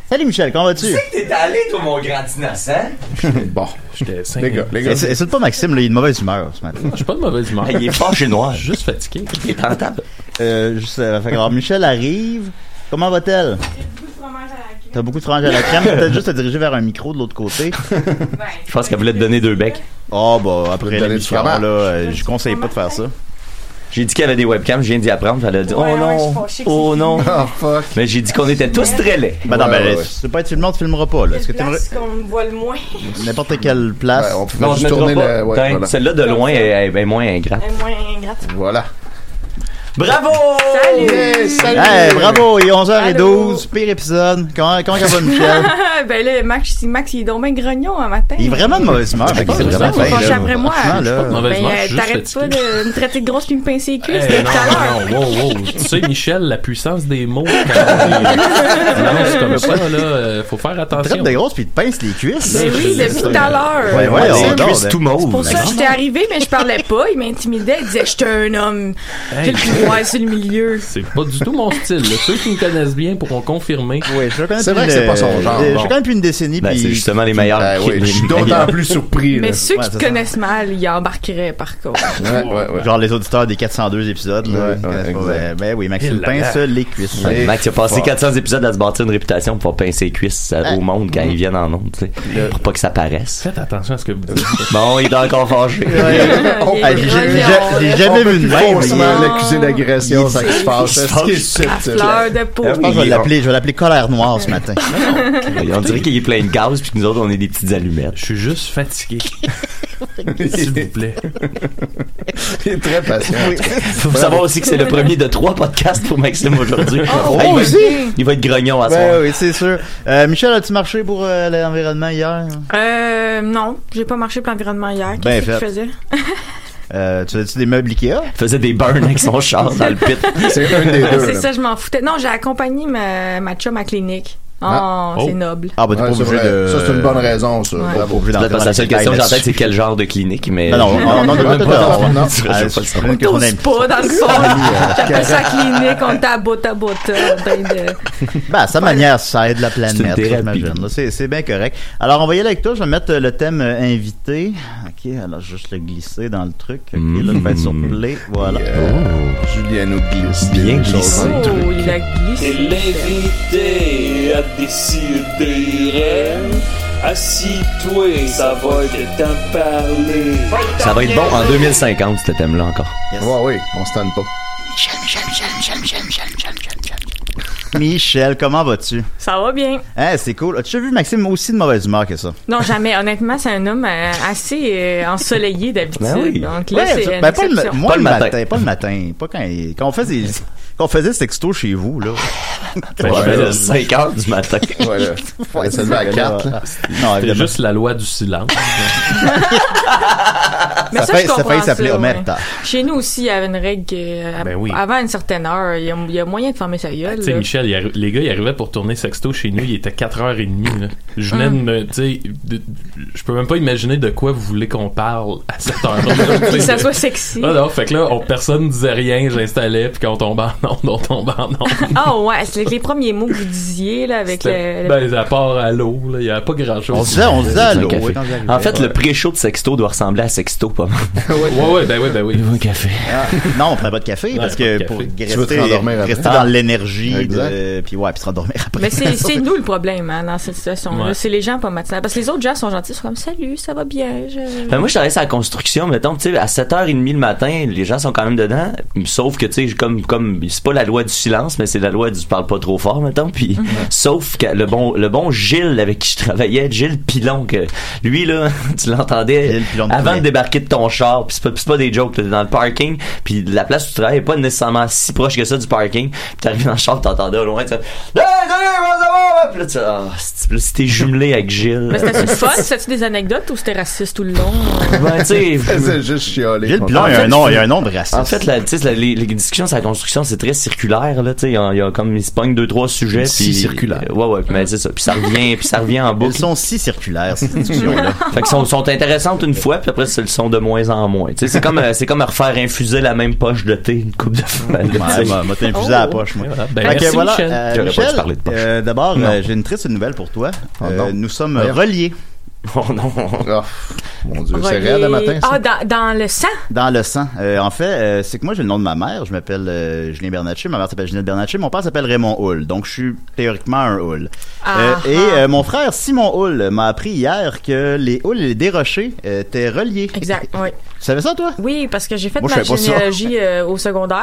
Speaker 3: Salut Michel, comment vas-tu?
Speaker 6: T'es allé, toi, mon grand innocent?
Speaker 5: Bon,
Speaker 4: J'étais cinq-
Speaker 5: les gars, les gars.
Speaker 3: Essaye pas Maxime, là, il est de mauvaise humeur ce matin.
Speaker 4: Je suis pas de mauvaise humeur.
Speaker 2: Il est fort chez noir.
Speaker 4: Je suis juste fatigué.
Speaker 3: Euh, juste, euh, fait que, alors, Michel arrive. Comment va-t-elle? T'as beaucoup de fromage à la crème. Peut-être juste te diriger vers un micro de l'autre côté.
Speaker 2: Je pense qu'elle voulait te donner deux becs.
Speaker 3: Oh, bah,
Speaker 5: Donner
Speaker 3: après
Speaker 5: du
Speaker 3: l'émission, là,
Speaker 5: fromage.
Speaker 3: euh, je conseille pas de faire ça.
Speaker 2: J'ai dit qu'elle avait des webcams, je viens d'y apprendre. Elle a dit Oh non, oh non.
Speaker 5: Oh fuck.
Speaker 2: Mais j'ai dit qu'on était tous très laids.
Speaker 3: Ben non,
Speaker 5: Ouais,
Speaker 3: ben,
Speaker 5: ouais, ouais.
Speaker 3: si tu veux pas être filmé, on te filmera pas, là. Est-ce que t'aimerais.
Speaker 7: qu'on voit le moins,
Speaker 3: N'importe quelle place.
Speaker 5: Ouais, on peut
Speaker 2: Non, je
Speaker 5: juste
Speaker 2: mettra
Speaker 5: tourner
Speaker 2: pas.
Speaker 5: le. ouais,
Speaker 2: Tiens,
Speaker 5: voilà.
Speaker 2: Celle-là de loin est, est- est moins ingrate.
Speaker 7: le moins gratuit.
Speaker 5: Voilà.
Speaker 2: Bravo!
Speaker 5: Hey, salut!
Speaker 3: Hey, bravo, il est 11h12,
Speaker 7: Allô?
Speaker 3: pire épisode. Comment, comment ça va, Michel?
Speaker 7: Ah, ben là, Max, Max, il est donc bien grognon un matin.
Speaker 3: Il est vraiment de mauvaise humeur. fait que c'est
Speaker 4: Il est
Speaker 3: vraiment
Speaker 4: vraiment
Speaker 3: fin,
Speaker 7: fâché
Speaker 3: là.
Speaker 7: après moi.
Speaker 3: Franchement,
Speaker 7: Je
Speaker 3: là,
Speaker 4: de mauvaise
Speaker 7: Ben,
Speaker 4: humeur,
Speaker 7: euh,
Speaker 4: je suis
Speaker 7: t'arrêtes
Speaker 4: juste
Speaker 7: pas
Speaker 4: fatigué.
Speaker 7: de me traiter de grosse puis me pincer les cuisses
Speaker 4: Hey,
Speaker 7: depuis tout à l'heure.
Speaker 4: non, non, wow, wow. Tu sais, Michel, la puissance des mots. Quand on c'est comme ça, là, euh, faut faire
Speaker 3: il traite
Speaker 4: attention.
Speaker 3: de grosse puis il te pince les cuisses.
Speaker 7: Ben oui,
Speaker 3: C'est-
Speaker 7: depuis tout à l'heure.
Speaker 3: Ouais, ouais,
Speaker 2: C'est
Speaker 3: on dort,
Speaker 2: Chris
Speaker 3: ben.
Speaker 2: tout
Speaker 7: C'est pour
Speaker 2: mauve.
Speaker 7: ça que j'étais arrivée, mais je parlais pas. Il m'intimidait. Il disait J'étais un homme. J'ai
Speaker 4: Hey,
Speaker 7: le pouvoir sur le milieu.
Speaker 4: c'est pas du tout mon style. là. Ceux qui me connaissent bien pourront confirmer.
Speaker 3: Ouais, je suis quand même
Speaker 5: C'est vrai
Speaker 3: plus
Speaker 5: que c'est
Speaker 3: de-
Speaker 5: pas son genre,
Speaker 3: de- Je
Speaker 5: bon.
Speaker 3: suis quand même plus une décennie. Ah,
Speaker 2: Ben,
Speaker 3: puis-
Speaker 2: c'est justement les meilleurs.
Speaker 5: Ben
Speaker 2: qui-
Speaker 5: oui,
Speaker 2: les
Speaker 5: je suis d'autant
Speaker 2: meilleurs.
Speaker 5: plus surpris. là.
Speaker 7: Mais ceux
Speaker 3: ouais,
Speaker 7: qui
Speaker 3: c'est
Speaker 7: te connaissent mal, ils embarqueraient par contre.
Speaker 5: Ouais, ouais, ouais.
Speaker 3: Genre les auditeurs des 402 épisodes. là,
Speaker 5: Ouais,
Speaker 3: ils connaissent
Speaker 5: ouais,
Speaker 3: pas.
Speaker 5: exact.
Speaker 3: ben, ben oui, Maxime
Speaker 4: Il
Speaker 3: pince
Speaker 4: l'a.
Speaker 3: les cuisses.
Speaker 5: Ouais.
Speaker 2: Max, il a passé
Speaker 5: Fort.
Speaker 2: 400 épisodes à se bâtir une réputation pour pas pincer les cuisses euh,
Speaker 3: Hey.
Speaker 2: au monde
Speaker 5: Mm.
Speaker 2: quand ils viennent en ondes, tu sais. Pour pas que ça paraisse.
Speaker 4: Faites attention à ce que vous dites.
Speaker 2: Bon, il est encore fâché.
Speaker 7: Il
Speaker 3: Ah,
Speaker 7: est
Speaker 3: j'ai- j'ai-
Speaker 7: grognon.
Speaker 3: J'ai jamais
Speaker 5: On peut
Speaker 3: vu une
Speaker 5: plus
Speaker 3: même.
Speaker 5: faussement
Speaker 7: mais-
Speaker 5: l'accusé d'agression, ça qui se passe. C'est ce qui est
Speaker 7: À
Speaker 5: susceptible.
Speaker 7: fleur de peau.
Speaker 5: Ben
Speaker 3: Je pense que je vais l'appeler, je vais l'appeler colère noire ce matin.
Speaker 2: On dirait qu'il est plein de gaz, puis que nous autres, on est des petites allumettes.
Speaker 4: Je suis juste fatigué. S'il vous plaît.
Speaker 5: Il est très patient.
Speaker 2: Faut savoir aussi que c'est le premier de trois podcasts pour Maxime aujourd'hui.
Speaker 3: Oh,
Speaker 2: Hey, il, va, il va être grognon à ce
Speaker 3: Ah, Ben
Speaker 2: moment.
Speaker 3: oui, c'est sûr. Euh, Michel, as-tu marché pour euh, l'environnement hier?
Speaker 7: Euh, non, j'ai pas marché pour l'environnement hier.
Speaker 3: Ben
Speaker 7: Qu'est-ce que je
Speaker 3: fait.
Speaker 7: faisais?
Speaker 3: Euh, tu as-tu des meubles Ikea?
Speaker 2: Il faisait des burns avec son char dans le pit.
Speaker 5: C'est un des deux.
Speaker 7: C'est
Speaker 5: là.
Speaker 7: ça, je m'en foutais. Non, j'ai accompagné ma, ma chum à clinique. Oh,
Speaker 5: Ah.
Speaker 7: c'est
Speaker 4: Oh.
Speaker 7: noble.
Speaker 3: Ah, bah, t'es
Speaker 5: Ouais,
Speaker 3: pas
Speaker 5: c'est
Speaker 3: obligé
Speaker 5: vrai.
Speaker 3: de.
Speaker 5: Ça, c'est une bonne raison, ça.
Speaker 7: Ouais.
Speaker 3: Pas
Speaker 5: Bravo.
Speaker 3: obligé d'entrer
Speaker 2: Parce que la
Speaker 3: dans
Speaker 2: seule
Speaker 3: les
Speaker 2: question que j'ai en
Speaker 3: détails
Speaker 2: tête, c'est quel genre de clinique, mais.
Speaker 3: là-dessus. Non, non, on- on on-
Speaker 5: Non,
Speaker 3: on-
Speaker 5: non,
Speaker 3: on- on- Ah,
Speaker 2: je veux pas le
Speaker 3: c'est
Speaker 2: savoir.
Speaker 3: une question
Speaker 7: T'oses
Speaker 3: d'amis.
Speaker 7: pas dans le fond. J'appelle ça clinique, on tabote, tabote.
Speaker 3: Bah, à sa manière, ça aide la
Speaker 2: C'est une
Speaker 3: planète,
Speaker 2: thérapie.
Speaker 3: j'imagine. là. C'est c'est bien correct. Alors, on va y aller avec toi. Je vais mettre euh, le thème euh, invité. OK, alors, juste le glisser dans le truc. OK, là, je vais être sur play. Voilà.
Speaker 5: Julien nous glisse.
Speaker 2: Bien
Speaker 5: des choses.
Speaker 2: glissé.
Speaker 7: Oh, il a glissé.
Speaker 8: L'invité à décider. Assis-toi, ça va être temps de parler.
Speaker 2: Ça va être bon en 2050, ce thème-là encore.
Speaker 3: Yes.
Speaker 5: Ouais, oui, on se tanne pas.
Speaker 3: Michel, comment vas-tu?
Speaker 7: Ça va bien.
Speaker 3: Eh, c'est cool. As-tu vu Maxime aussi de mauvaise humeur que ça?
Speaker 7: Non, jamais. Honnêtement, c'est un homme euh, assez euh, ensoleillé d'habitude.
Speaker 3: Ben oui.
Speaker 7: Donc là,
Speaker 3: Ouais,
Speaker 7: c'est
Speaker 3: ça-
Speaker 7: une
Speaker 3: ben, pas, le, ma-
Speaker 7: exception.
Speaker 3: moi, le matin. Pas le matin. Pas quand, il- quand on fait des- quand on faisait ce texto chez vous, là.
Speaker 2: Ben, je faisais 5 heures du matin.
Speaker 5: Voilà.
Speaker 3: Ouais,
Speaker 5: se lever à
Speaker 3: là,
Speaker 5: quatre,
Speaker 3: là.
Speaker 5: là.
Speaker 3: Non,
Speaker 4: C'est
Speaker 3: évidemment.
Speaker 4: juste la loi du silence.
Speaker 7: Mais
Speaker 3: ça
Speaker 7: ça,
Speaker 3: fait-
Speaker 7: je
Speaker 3: ça
Speaker 7: comprends
Speaker 3: fait s'appeler
Speaker 7: ouais.
Speaker 3: Omerta.
Speaker 7: Chez nous aussi, il y avait une règle que, euh,
Speaker 4: Ben oui.
Speaker 7: avant une certaine heure, il y a, il y a moyen de fermer sa gueule.
Speaker 4: Ah, Tu sais,
Speaker 7: là.
Speaker 4: Michel, il arri- les gars, ils arrivaient pour tourner Sexto chez nous, il était 4h30. là. Je venais de
Speaker 7: Ah.
Speaker 4: me. Tu sais, de- je peux même pas imaginer de quoi vous voulez qu'on parle à cette heure-là.
Speaker 7: Que ça soit sexy.
Speaker 4: Ah non, fait que là, on, personne disait rien, j'installais, puis quand on tombait en onde, on tombait en onde.
Speaker 7: Ah ouais, c'est les premiers mots que vous disiez là avec le, le-
Speaker 4: Ben, à part à l'eau, là, il y avait pas grand-chose.
Speaker 3: On se disait- on se disait à l'eau, oui, quand j'arrivais.
Speaker 2: En fait,
Speaker 3: Ouais.
Speaker 2: le pré-show de Sexto doit ressembler à Sexto, pas mal.
Speaker 4: Ouais, ouais, ben oui, ben oui.
Speaker 2: Un café.
Speaker 3: Ah, non, on prend pas de café parce
Speaker 4: pas de
Speaker 3: que
Speaker 4: café.
Speaker 3: pour
Speaker 4: Tu
Speaker 5: veux te
Speaker 3: rester,
Speaker 5: rendormir après.
Speaker 3: rester
Speaker 2: Ah.
Speaker 3: dans l'énergie,
Speaker 5: Exact.
Speaker 3: de- puis ouais, puis se rendormir après.
Speaker 7: Mais c'est c'est nous le problème hein, dans cette situation. là
Speaker 4: Ouais.
Speaker 7: C'est les gens pas matinables. Parce que les autres gens sont gentils, ils sont comme salut, ça va bien. je-
Speaker 2: Ben, moi, je travaille à la construction, mettons, tu sais, à 7h30 le matin, les gens sont quand même dedans, sauf que, tu sais, comme, comme, c'est pas la loi du silence, mais c'est la loi du parle pas trop fort, mettons, puis, sauf que le bon, le bon Gilles avec qui je travaillais, Gilles Pilon, que, lui, là, tu l'entendais
Speaker 3: Gilles Pilon de
Speaker 2: avant
Speaker 3: Poulet.
Speaker 2: de débarquer de ton char, puis c'est pas, c'est pas des jokes, t'es dans le parking, puis la place où tu travailles est pas nécessairement si proche que ça du parking, puis t'arrives dans le char, puis t'entendais au loin, tu fais, Hey, salut, comment ça va? Puis là, tu, ah, c'est- puis là, c'était jumelé avec Gilles.
Speaker 7: Mais c'était fun, c'était des anecdotes ou c'était raciste tout le long?
Speaker 2: Ben, tu sais,
Speaker 5: Euh, C'est juste chialer.
Speaker 3: Gilles Pilon, il y a un nom, il y a un nom de raciste.
Speaker 2: En fait, la, tu sais, la- les, les discussions sur la construction, c'est très circulaire. Là, tu sais, il, y a, il y a comme ils se pognent deux trois sujets,
Speaker 5: Si
Speaker 2: puis
Speaker 5: circulaire.
Speaker 2: Ouais, ouais, mais c'est ça. Puis ça revient, puis ça revient en
Speaker 3: elles
Speaker 2: boucle.
Speaker 3: sont si circulaires ces discussions-là.
Speaker 2: Fait que sont, sont intéressantes une fois, puis après elles le sont de moins en moins. Tu sais, c'est comme euh, c'est comme refaire infuser la même poche de thé une coupe de fois. là, tu sais.
Speaker 3: Ouais, m'a m'a infusé à la poche, moi.
Speaker 4: Voilà. Ben,
Speaker 3: Fait que
Speaker 4: merci,
Speaker 3: voilà,
Speaker 4: Michel.
Speaker 3: euh,
Speaker 2: Oh. J'aurais pas dû
Speaker 3: Michel,
Speaker 2: parler de poche. Ah,
Speaker 3: euh, d'abord,
Speaker 5: Non.
Speaker 3: euh, j'ai une triste nouvelle pour toi.
Speaker 5: Oh,
Speaker 3: Euh,
Speaker 5: non.
Speaker 3: nous sommes
Speaker 5: Voyons.
Speaker 3: reliés
Speaker 2: Oh non.
Speaker 5: Ah, mon dieu, c'est
Speaker 7: Relié-
Speaker 5: raide le matin. ça.
Speaker 7: Ah, dans, dans le sang?
Speaker 3: dans le sang. Euh, en fait, euh, c'est que moi, j'ai le nom de ma mère. Je m'appelle euh, Julien Bernatchez. Ma mère s'appelle Ginette Bernatchez. Mon père s'appelle Raymond Hull. Donc, je suis théoriquement un Hull. Euh,
Speaker 7: Ah,
Speaker 3: et
Speaker 7: ah.
Speaker 3: euh, mon frère Simon Hull m'a appris hier que les Hull et les Desrochers euh, étaient reliés.
Speaker 7: Exact, oui.
Speaker 3: Tu savais ça, toi?
Speaker 7: Oui, parce que j'ai fait
Speaker 5: Moi, je
Speaker 7: ma
Speaker 5: savais pas ça.
Speaker 7: généalogie euh, au secondaire.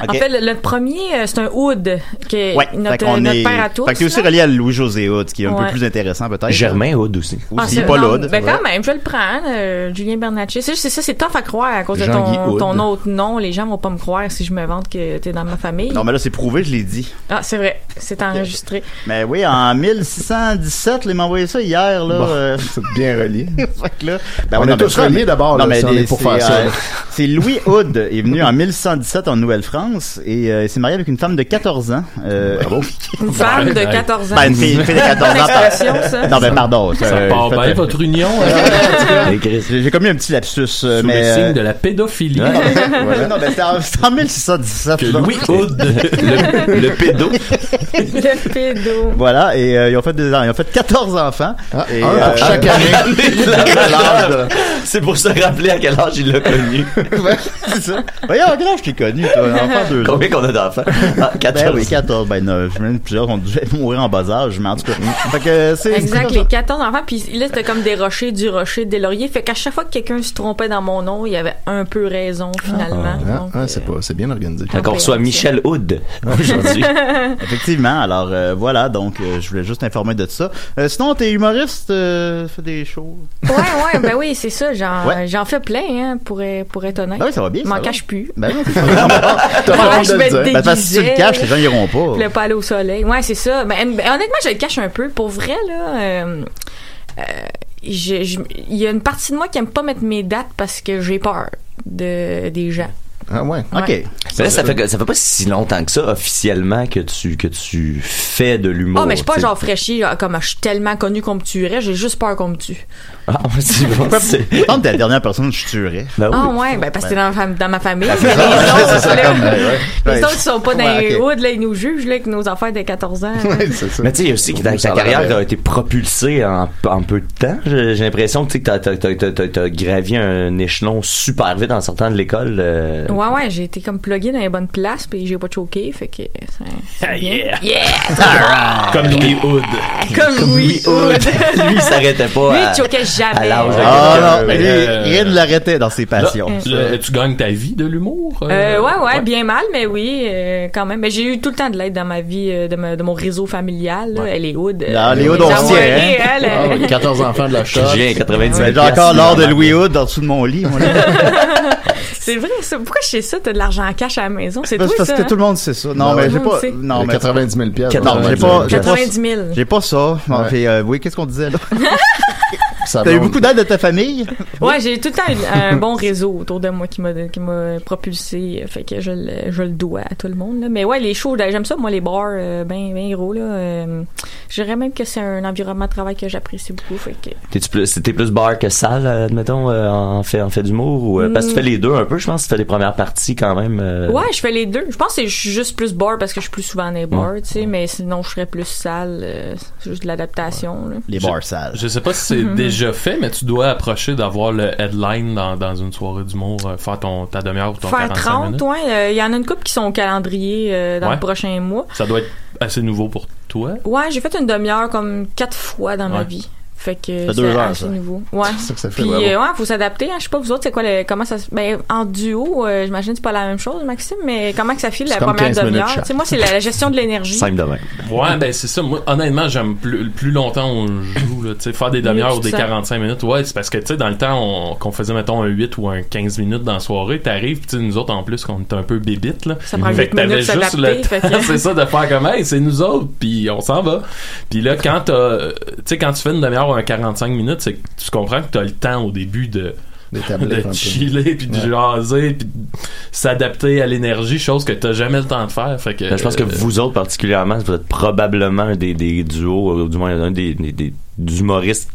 Speaker 7: En
Speaker 3: Ok.
Speaker 7: fait, le, le premier, euh, c'est un Oud, qui est
Speaker 3: Ouais.
Speaker 7: notre,
Speaker 3: Fait qu'on
Speaker 7: notre
Speaker 3: est-
Speaker 7: père à tous.
Speaker 3: Fait que t'es aussi
Speaker 7: là.
Speaker 3: relié à Louis-José Hood, ce qui est un
Speaker 7: Ouais.
Speaker 3: peu plus intéressant, peut-être.
Speaker 2: Germain Hood aussi.
Speaker 7: Ah,
Speaker 3: Aussi,
Speaker 7: c'est-
Speaker 3: pas
Speaker 7: non,
Speaker 3: Laude.
Speaker 7: Ben
Speaker 3: Ouais.
Speaker 7: quand même, je le prends, hein, euh, Julien Bernatchez. C'est juste- c'est ça, c'est tough à croire à cause de
Speaker 5: Jean-Guy
Speaker 7: ton,
Speaker 5: Hood.
Speaker 7: ton autre nom. Les gens vont pas me croire si je me vante que t'es dans ma famille.
Speaker 3: Non, mais là, c'est prouvé, je l'ai dit.
Speaker 7: Ah, c'est vrai, c'est enregistré.
Speaker 3: Mais oui, en 1617, il m'a envoyé ça hier, là.
Speaker 5: Bon.
Speaker 3: euh,
Speaker 5: C'est bien relié.
Speaker 3: fait que là- ben
Speaker 5: On
Speaker 3: ouais,
Speaker 5: est
Speaker 3: non, mais
Speaker 5: tous
Speaker 3: ça,
Speaker 5: reliés
Speaker 3: mais-
Speaker 5: d'abord, là,
Speaker 3: non, mais
Speaker 5: si on
Speaker 3: des-
Speaker 5: est pour
Speaker 3: c'est,
Speaker 5: faire ça,
Speaker 3: euh,
Speaker 5: là.
Speaker 3: C'est Louis Hood, est venu en 1117 en Nouvelle-France et euh, il s'est marié avec une femme de 14 ans. Euh,
Speaker 5: Ah
Speaker 7: Une femme de
Speaker 4: ouais.
Speaker 7: 14 ans.
Speaker 3: ben, une fille, une fille de 14 ans. par-
Speaker 7: expression, ça.
Speaker 3: Non, ben pardon.
Speaker 4: Ça
Speaker 3: euh,
Speaker 4: part
Speaker 3: je fais-
Speaker 4: bien, votre union, hein,
Speaker 3: J'ai j'ai commis un petit lapsus, euh,
Speaker 4: sous
Speaker 3: mais...
Speaker 4: le signe
Speaker 3: euh,
Speaker 4: de la pédophilie.
Speaker 3: non, non, non, ben, c'est en, c'est en 1617.
Speaker 4: Que
Speaker 3: là.
Speaker 4: Louis Hood, le, le pédo,
Speaker 7: Le pédo.
Speaker 3: Voilà, et euh, ils, ont fait des, ils ont fait 14 enfants.
Speaker 5: Ah,
Speaker 3: et,
Speaker 5: un pour
Speaker 3: euh,
Speaker 5: chaque année.
Speaker 2: c'est pour se rappeler à quel âge il l'a connu.
Speaker 3: c'est ça. Voyons, à quel âge t'es connu, toi? Enfant deux ans.
Speaker 2: Combien qu'on a d'enfants? Ah, 14.
Speaker 3: Ben oui, 14, ben 9. Même plusieurs ont dû mourir en bas âge, mais en tout cas.
Speaker 5: Mm.
Speaker 3: fait que euh, c'est.
Speaker 7: Exact, les 14 enfants. Puis là, c'était comme des rochers, du rocher, des lauriers. Fait qu'à chaque fois que quelqu'un se trompait dans mon nom, il y avait un peu raison, finalement.
Speaker 5: Ah,
Speaker 7: Donc,
Speaker 5: ah,
Speaker 7: euh,
Speaker 5: c'est pas, c'est bien organisé.
Speaker 2: Fait qu'on reçoit Michel Hood aujourd'hui.
Speaker 3: Effectivement, alors euh, voilà, donc euh, je voulais juste informer de ça. Euh, sinon, t'es humoriste, euh, fais des shows.
Speaker 7: Ouais, ouais, ben oui, c'est ça. J'en,
Speaker 3: Ouais.
Speaker 7: j'en fais plein, hein, pour, être- pour être honnête.
Speaker 3: Ah oui, ça va bien.
Speaker 7: Je
Speaker 3: ça
Speaker 7: m'en
Speaker 3: va.
Speaker 7: cache plus.
Speaker 3: Ben non, c'est pas vraiment pas.
Speaker 5: T'as pas
Speaker 7: Ouais,
Speaker 5: honte
Speaker 7: je
Speaker 5: de
Speaker 7: vais
Speaker 5: le
Speaker 7: te
Speaker 5: dire.
Speaker 3: Ben, parce que si tu le caches, les gens iront pas.
Speaker 7: Le pas aller au soleil. Ouais, c'est ça. Ben, ben, honnêtement, je le cache un peu. Pour vrai, là, euh, euh, je- je- il y a une partie de moi qui aime pas mettre mes dates parce que j'ai peur de, des gens.
Speaker 5: Ah ouais.
Speaker 3: Ok.
Speaker 7: Ouais.
Speaker 2: Mais là, ça fait, que- ça fait pas si longtemps que ça, officiellement, que tu, que tu fais de l'humour.
Speaker 7: oh, mais je suis pas
Speaker 2: t'sais.
Speaker 7: genre fraîchi, genre, comme je suis tellement connu qu'on me tuerait, j'ai juste peur qu'on me tue.
Speaker 2: Ah, ouais, c'est bon. c'est-
Speaker 3: Je pense que t'es la dernière personne que je tuerais.
Speaker 2: Ben oui.
Speaker 7: Ah ouais, ben parce que c'est dans, ma fam- dans ma famille.
Speaker 3: c'est
Speaker 7: mais
Speaker 3: ça.
Speaker 7: les
Speaker 3: C'est
Speaker 7: autres,
Speaker 3: ça,
Speaker 7: là,
Speaker 3: comme, euh, ouais.
Speaker 7: les
Speaker 3: Ouais,
Speaker 7: autres
Speaker 3: je-
Speaker 7: sont pas dans
Speaker 3: Ouais,
Speaker 7: les
Speaker 3: ok.
Speaker 7: hoods, là, ils nous jugent, là, avec nos affaires de 14 ans.
Speaker 5: Ouais, c'est ça.
Speaker 2: Mais tu sais, il y a aussi que ta, ta
Speaker 5: Ça a l'air
Speaker 2: carrière
Speaker 5: vrai.
Speaker 2: a été propulsée en, en peu de temps. J'ai j'ai l'impression que tu sais, que t'as, t'as, t'as, t'as- t'as gravi un échelon super vite en sortant de l'école. euh,
Speaker 7: Ouais, ouais, j'ai été comme plugué dans les bonnes places, puis j'ai pas choqué, fait que. ça- ça
Speaker 4: Ah,
Speaker 7: vient.
Speaker 4: yeah.
Speaker 7: Yeah!
Speaker 3: Ah.
Speaker 4: Comme Louis Hood.
Speaker 7: Comme Louis Hood.
Speaker 2: Lui, il s'arrêtait pas.
Speaker 7: Lui,
Speaker 2: à-
Speaker 7: il choquait
Speaker 2: à
Speaker 7: jamais.
Speaker 2: l'âge de
Speaker 3: Ah non,
Speaker 2: quelqu'un,
Speaker 3: mais
Speaker 2: mais-
Speaker 5: euh,
Speaker 3: lui, rien ne l'arrêtait dans
Speaker 4: Là,
Speaker 3: ses passions.
Speaker 4: le- tu gagnes ta vie de l'humour? euh?
Speaker 7: Euh, ouais, ouais, bien mal, mais oui, euh, quand même. Mais j'ai eu tout le temps de l'aide dans ma vie, euh, de, ma- de mon réseau familial, là, les Hood. euh,
Speaker 3: Non, les Hood,
Speaker 7: les
Speaker 3: on se
Speaker 7: envoyés,
Speaker 3: tient, hein.
Speaker 7: elle,
Speaker 5: Ah
Speaker 7: euh,
Speaker 5: oui, 14 enfants de la shot.
Speaker 2: J'ai 90
Speaker 3: J'ai encore l'or de Louis Hood en dessous de mon lit. on l'a-
Speaker 7: C'est vrai, ça. Pourquoi je sais ça, t'as de l'argent en cash à la maison? C'est
Speaker 3: Parce,
Speaker 7: toi,
Speaker 3: parce
Speaker 7: ça.
Speaker 3: que tout le monde sait ça. Non,
Speaker 5: Non,
Speaker 3: mais
Speaker 5: tout
Speaker 3: j'ai
Speaker 7: le monde
Speaker 3: pas.
Speaker 7: sait.
Speaker 3: Non, mais.
Speaker 5: 90 000 piastres.
Speaker 3: Non, j'ai
Speaker 7: hein?
Speaker 3: pas. j'ai pas-
Speaker 7: 90 000.
Speaker 3: J'ai pas ça. Non,
Speaker 5: Ouais.
Speaker 3: puis, euh, oui, qu'est-ce qu'on disait là?
Speaker 5: Ça
Speaker 3: T'as eu
Speaker 5: monte.
Speaker 3: beaucoup d'aide de ta famille?
Speaker 7: Ouais, j'ai tout le temps eu un bon réseau autour de moi qui m'a qui m'a propulsé, fait que je le je le dois à tout le monde là. Mais ouais, les shows, là, j'aime ça moi les bars euh, ben ben gros là. euh, je dirais même que c'est un environnement de travail que j'apprécie beaucoup, fait que
Speaker 2: T'es-tu plus, c'était plus bar que salle, euh, admettons, euh, en fait, en fait d'humour? Ou, euh, Parce que tu fais les deux un peu, je pense. Tu fais les premières parties quand même. euh,
Speaker 7: Mm. Ouais, je fais les deux. Je pense que je suis juste plus bar parce que je suis plus souvent dans les bars, tu sais, mais sinon je serais plus sale, euh, c'est juste de l'adaptation là.
Speaker 3: Les bars sales.
Speaker 4: Je sais pas si c'est déjà fait, mais tu dois approcher d'avoir le headline dans, dans une soirée d'humour, euh, faire ton, ta demi-heure ou ton
Speaker 7: Faire
Speaker 4: 45
Speaker 7: 30,
Speaker 4: minutes.
Speaker 7: ouais, euh, il y en a une couple qui sont au calendrier euh, dans
Speaker 4: Ouais.
Speaker 7: le prochain mois.
Speaker 4: Ça doit être assez nouveau pour toi.
Speaker 7: Ouais, j'ai fait une demi-heure comme quatre fois dans ma
Speaker 4: Ouais.
Speaker 7: vie. Fait que
Speaker 3: fait
Speaker 7: c'est
Speaker 3: deux heures,
Speaker 7: assez
Speaker 3: ça.
Speaker 7: nouveau. Ouais.
Speaker 5: C'est ça que ça fait.
Speaker 7: Puis
Speaker 5: bravo.
Speaker 7: euh, ouais, faut s'adapter. hein. Je sais pas vous autres, c'est quoi le comment ça se ben en duo, euh, j'imagine c'est pas la même chose Maxime, mais comment que ça file la
Speaker 5: C'est comme
Speaker 7: première
Speaker 5: 15 minutes
Speaker 7: demi-heure
Speaker 5: chaque.
Speaker 7: Tu sais, moi c'est la, la gestion de l'énergie.
Speaker 2: Simple de même.
Speaker 4: Ouais, ben c'est ça. Moi, honnêtement, j'aime plus, plus longtemps on joue, là, tu sais, faire des demi-heures ou des
Speaker 7: tu te sens.
Speaker 4: 45 minutes. Ouais, c'est parce que, tu sais, dans le temps, on- qu'on faisait, mettons, un 8 ou un 15 minutes dans la soirée, t'arrives, pis tu sais, nous autres, en plus, qu'on est un peu bébites, là.
Speaker 7: Ça prend
Speaker 4: Fait
Speaker 7: huit
Speaker 4: que t'avais
Speaker 7: minutes de
Speaker 4: juste le
Speaker 7: s'adapter, fait
Speaker 4: temps,
Speaker 7: que-
Speaker 4: c'est ça, de faire comme, hey, c'est nous autres, puis on s'en va. Puis là, quand t'as, euh, tu sais, quand tu fais une demi-heure ou un 45 minutes, c'est que tu comprends que t'as le temps au début de,
Speaker 5: Des tablettes
Speaker 4: de
Speaker 5: un peu.
Speaker 4: chiller, puis de
Speaker 5: Ouais.
Speaker 4: jaser, puis de s'adapter à l'énergie, chose que t'as jamais le temps de faire. Fait que,
Speaker 2: Ben, je pense que
Speaker 4: euh,
Speaker 2: vous autres, particulièrement, vous êtes probablement un des, des duos, euh, ou du moins un des, des, des- des humoristes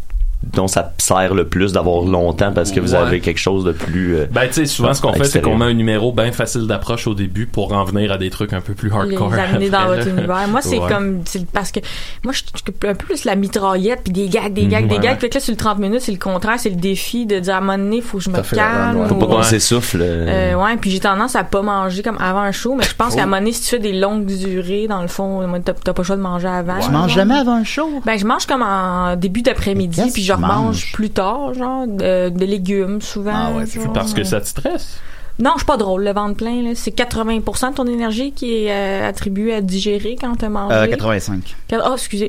Speaker 2: dont ça sert le plus d'avoir longtemps parce que vous
Speaker 4: Ouais.
Speaker 2: avez quelque chose de plus. euh,
Speaker 4: Ben, tu sais, souvent, ce qu'on fait, c'est
Speaker 2: Extérieur.
Speaker 4: qu'on met un numéro bien facile d'approche au début pour en venir à des trucs un peu plus
Speaker 7: les
Speaker 4: hardcore.
Speaker 7: amener dans
Speaker 4: après,
Speaker 7: votre
Speaker 4: là.
Speaker 7: univers. Moi, c'est
Speaker 4: Ouais.
Speaker 7: comme c'est parce que moi je suis un peu plus la mitraillette puis des gags, des gags,
Speaker 4: Mhm,
Speaker 7: des
Speaker 4: ouais,
Speaker 7: gags.
Speaker 4: ouais.
Speaker 7: Fait que là sur le 30 minutes, c'est le contraire, c'est le défi de dire à un moment donné, faut que je me
Speaker 5: T'as fait la
Speaker 7: calme.
Speaker 5: run, ouais.
Speaker 2: Faut pas
Speaker 7: ou-
Speaker 2: qu'on
Speaker 4: Ouais.
Speaker 2: s'essouffle. euh,
Speaker 7: Euh, ouais, puis j'ai tendance à pas manger comme avant un show, mais je pense qu'à un moment donné, si tu fais des longues durées, dans le fond, t'as t'as pas le choix de manger avant.
Speaker 3: Tu manges
Speaker 7: Genre.
Speaker 3: jamais avant un show?
Speaker 7: Ben, je mange comme en début
Speaker 3: Mais
Speaker 7: d'après-midi,
Speaker 3: qu'est-ce
Speaker 7: puis je
Speaker 3: que tu
Speaker 7: remange
Speaker 3: manges?
Speaker 7: plus tard, genre, de, de légumes, souvent.
Speaker 3: Ah ouais, c'est
Speaker 7: genre.
Speaker 4: Parce que ça te stresse.
Speaker 7: Non, je suis pas drôle, le ventre plein, là. C'est 80% de ton énergie qui est euh, attribuée à digérer quand t'as mangé.
Speaker 3: Euh, 85.
Speaker 7: Quatre- Oh, excusez.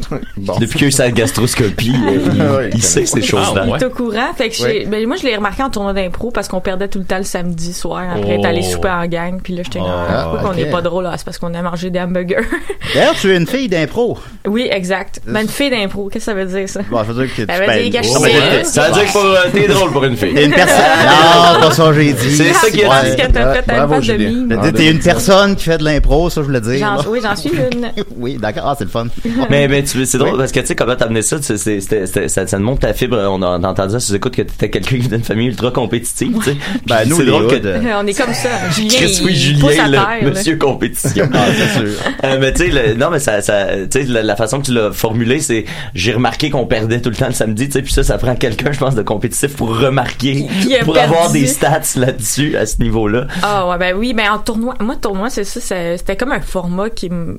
Speaker 5: Bon.
Speaker 2: Depuis qu'il y a eu sa gastroscopie, euh, il,
Speaker 5: Ouais.
Speaker 2: il sait ces choses-là.
Speaker 4: Ah, ouais.
Speaker 7: T'es au courant. Fait que j'ai- ben, moi, je l'ai remarqué en tournoi d'impro parce qu'on perdait tout le temps le samedi soir après
Speaker 4: Oh.
Speaker 7: être allé souper en gang, puis là, j'étais là,
Speaker 3: Ah,
Speaker 7: pourquoi qu'on
Speaker 5: ok.
Speaker 7: est pas drôle, là? C'est parce qu'on a mangé des hamburgers.
Speaker 3: D'ailleurs, tu es une fille d'impro.
Speaker 7: Oui, exact. Ben, une fille d'impro, qu'est-ce que ça veut dire, ça?
Speaker 3: Bon, je veux dire que tu
Speaker 7: Ben, vas-y,
Speaker 3: peines.
Speaker 7: gâche
Speaker 3: Oh,
Speaker 7: ça.
Speaker 3: mais t'es-
Speaker 2: Ça veut dire que pour, euh, t'es drôle pour une
Speaker 3: T'es
Speaker 2: fille.
Speaker 3: une personne. Non, pas ça, j'ai dit.
Speaker 2: C'est ça qui
Speaker 7: Je
Speaker 2: est- Ah, ben,
Speaker 7: pense
Speaker 2: Ouais.
Speaker 7: que t'as fait
Speaker 5: Ouais,
Speaker 7: une
Speaker 5: bravo,
Speaker 7: face de
Speaker 5: Julien.
Speaker 7: mime.
Speaker 5: Non,
Speaker 3: T'es- T'es une personne qui fait de l'impro, ça, je voulais dire.
Speaker 7: J'en-
Speaker 3: là.
Speaker 7: Oui, j'en suis une.
Speaker 3: Oui, d'accord. Ah, c'est le fun.
Speaker 2: Mais, mais tu, c'est drôle parce que tu sais comment t'amenais ça, tu- c'est, c'était- c'était- ça, ça te montre ta fibre. On a on a entendu ça, tu écoutes que t'étais quelqu'un qui venait d'une famille ultra compétitive. tu sais.
Speaker 3: Ben,
Speaker 2: Puis
Speaker 3: nous,
Speaker 2: c'est
Speaker 3: les
Speaker 2: drôle que
Speaker 3: Hood, euh,
Speaker 7: On est comme ça. Julien,
Speaker 2: Chris,
Speaker 7: il
Speaker 2: oui,
Speaker 7: pousse à
Speaker 2: Julien, le
Speaker 7: terre. là.
Speaker 2: monsieur compétition.
Speaker 3: Ah, c'est sûr.
Speaker 2: Euh, mais tu sais, le- non, mais ça, ça tu sais, la, la façon que tu l'as formulé, c'est j'ai remarqué qu'on perdait tout le temps le samedi, tu sais, puis ça, ça prend quelqu'un, je pense, de compétitif pour remarquer,
Speaker 7: Qui- qui a
Speaker 2: pour
Speaker 7: perdu.
Speaker 2: avoir des stats là-dessus à ce niveau-là.
Speaker 7: Ah ouais, ben oui, ben en tournoi, moi tournoi c'est ça, ça- c'était comme un format qui me-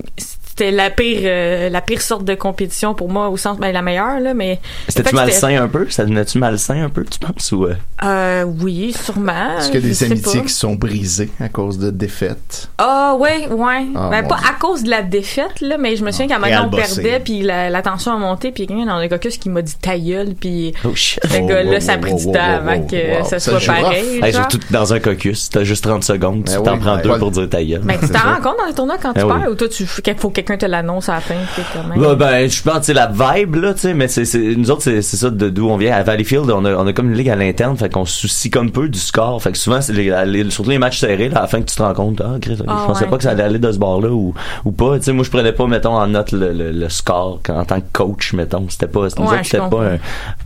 Speaker 7: c'était la pire euh, la pire sorte de compétition pour moi au sens ben la meilleure là, mais en
Speaker 2: C'était-tu
Speaker 7: fait,
Speaker 2: malsain un peu? Ça devenait-tu malsain un peu, tu penses? Ou, euh,
Speaker 7: euh, oui, sûrement.
Speaker 5: Est-ce qu'il
Speaker 7: Ah,
Speaker 5: y a
Speaker 7: je
Speaker 5: des
Speaker 7: sais
Speaker 5: amitiés
Speaker 7: pas.
Speaker 5: qui sont brisées à cause de défaites?
Speaker 7: Ah ouais, ouais.
Speaker 5: Ah,
Speaker 7: ben
Speaker 5: mon
Speaker 7: pas
Speaker 5: Dieu.
Speaker 7: à cause de la défaite là, mais je me souviens qu'à un moment
Speaker 3: Réal
Speaker 7: donné, on
Speaker 3: bossé.
Speaker 7: perdait puis la, la tension a monté puis il y a quelqu'un dans le caucus qui m'a dit ta gueule puis
Speaker 2: oh shit.
Speaker 7: ce
Speaker 5: Oh,
Speaker 7: gars-là
Speaker 5: wow,
Speaker 7: ça a pris
Speaker 5: wow,
Speaker 7: du
Speaker 5: wow,
Speaker 7: temps
Speaker 5: wow,
Speaker 7: avant
Speaker 5: wow,
Speaker 7: que
Speaker 5: wow.
Speaker 7: ça
Speaker 5: Ça
Speaker 7: soit
Speaker 5: joue rough.
Speaker 7: pareil.
Speaker 2: Hey,
Speaker 7: genre.
Speaker 2: surtout dans un caucus, t'as juste 30 secondes, tu
Speaker 5: Ben
Speaker 2: t'en
Speaker 5: oui,
Speaker 2: prends
Speaker 5: ben
Speaker 2: deux
Speaker 5: oui.
Speaker 2: pour dire ta gueule.
Speaker 7: Mais tu t'en rends compte dans les tournois quand tu
Speaker 2: Eh oui.
Speaker 7: perds ou toi tu qu'il faut que quelqu'un te l'annonce à la fin puis t'es comme,
Speaker 2: Bah, ben, je pense que c'est la vibe, là, tu sais, mais c'est, c'est, nous autres, c'est, c'est ça de, d'où on vient. À Valleyfield, on a, on a comme une ligue à l'interne, fait qu'on se soucie comme peu du score. Fait que souvent, c'est les, les- surtout les matchs serrés, là, afin que tu te rends compte, ah, Chris,
Speaker 7: Ah,
Speaker 2: je pensais
Speaker 7: ouais.
Speaker 2: pas que ça allait aller de ce bord-là ou, ou pas. Tu sais, moi, je prenais pas, mettons, en note le, le, le score quand- en tant que coach, mettons. C'était pas, c'était, nous
Speaker 7: Ouais,
Speaker 2: autres,
Speaker 7: je
Speaker 2: c'était
Speaker 7: comprends.
Speaker 2: pas un-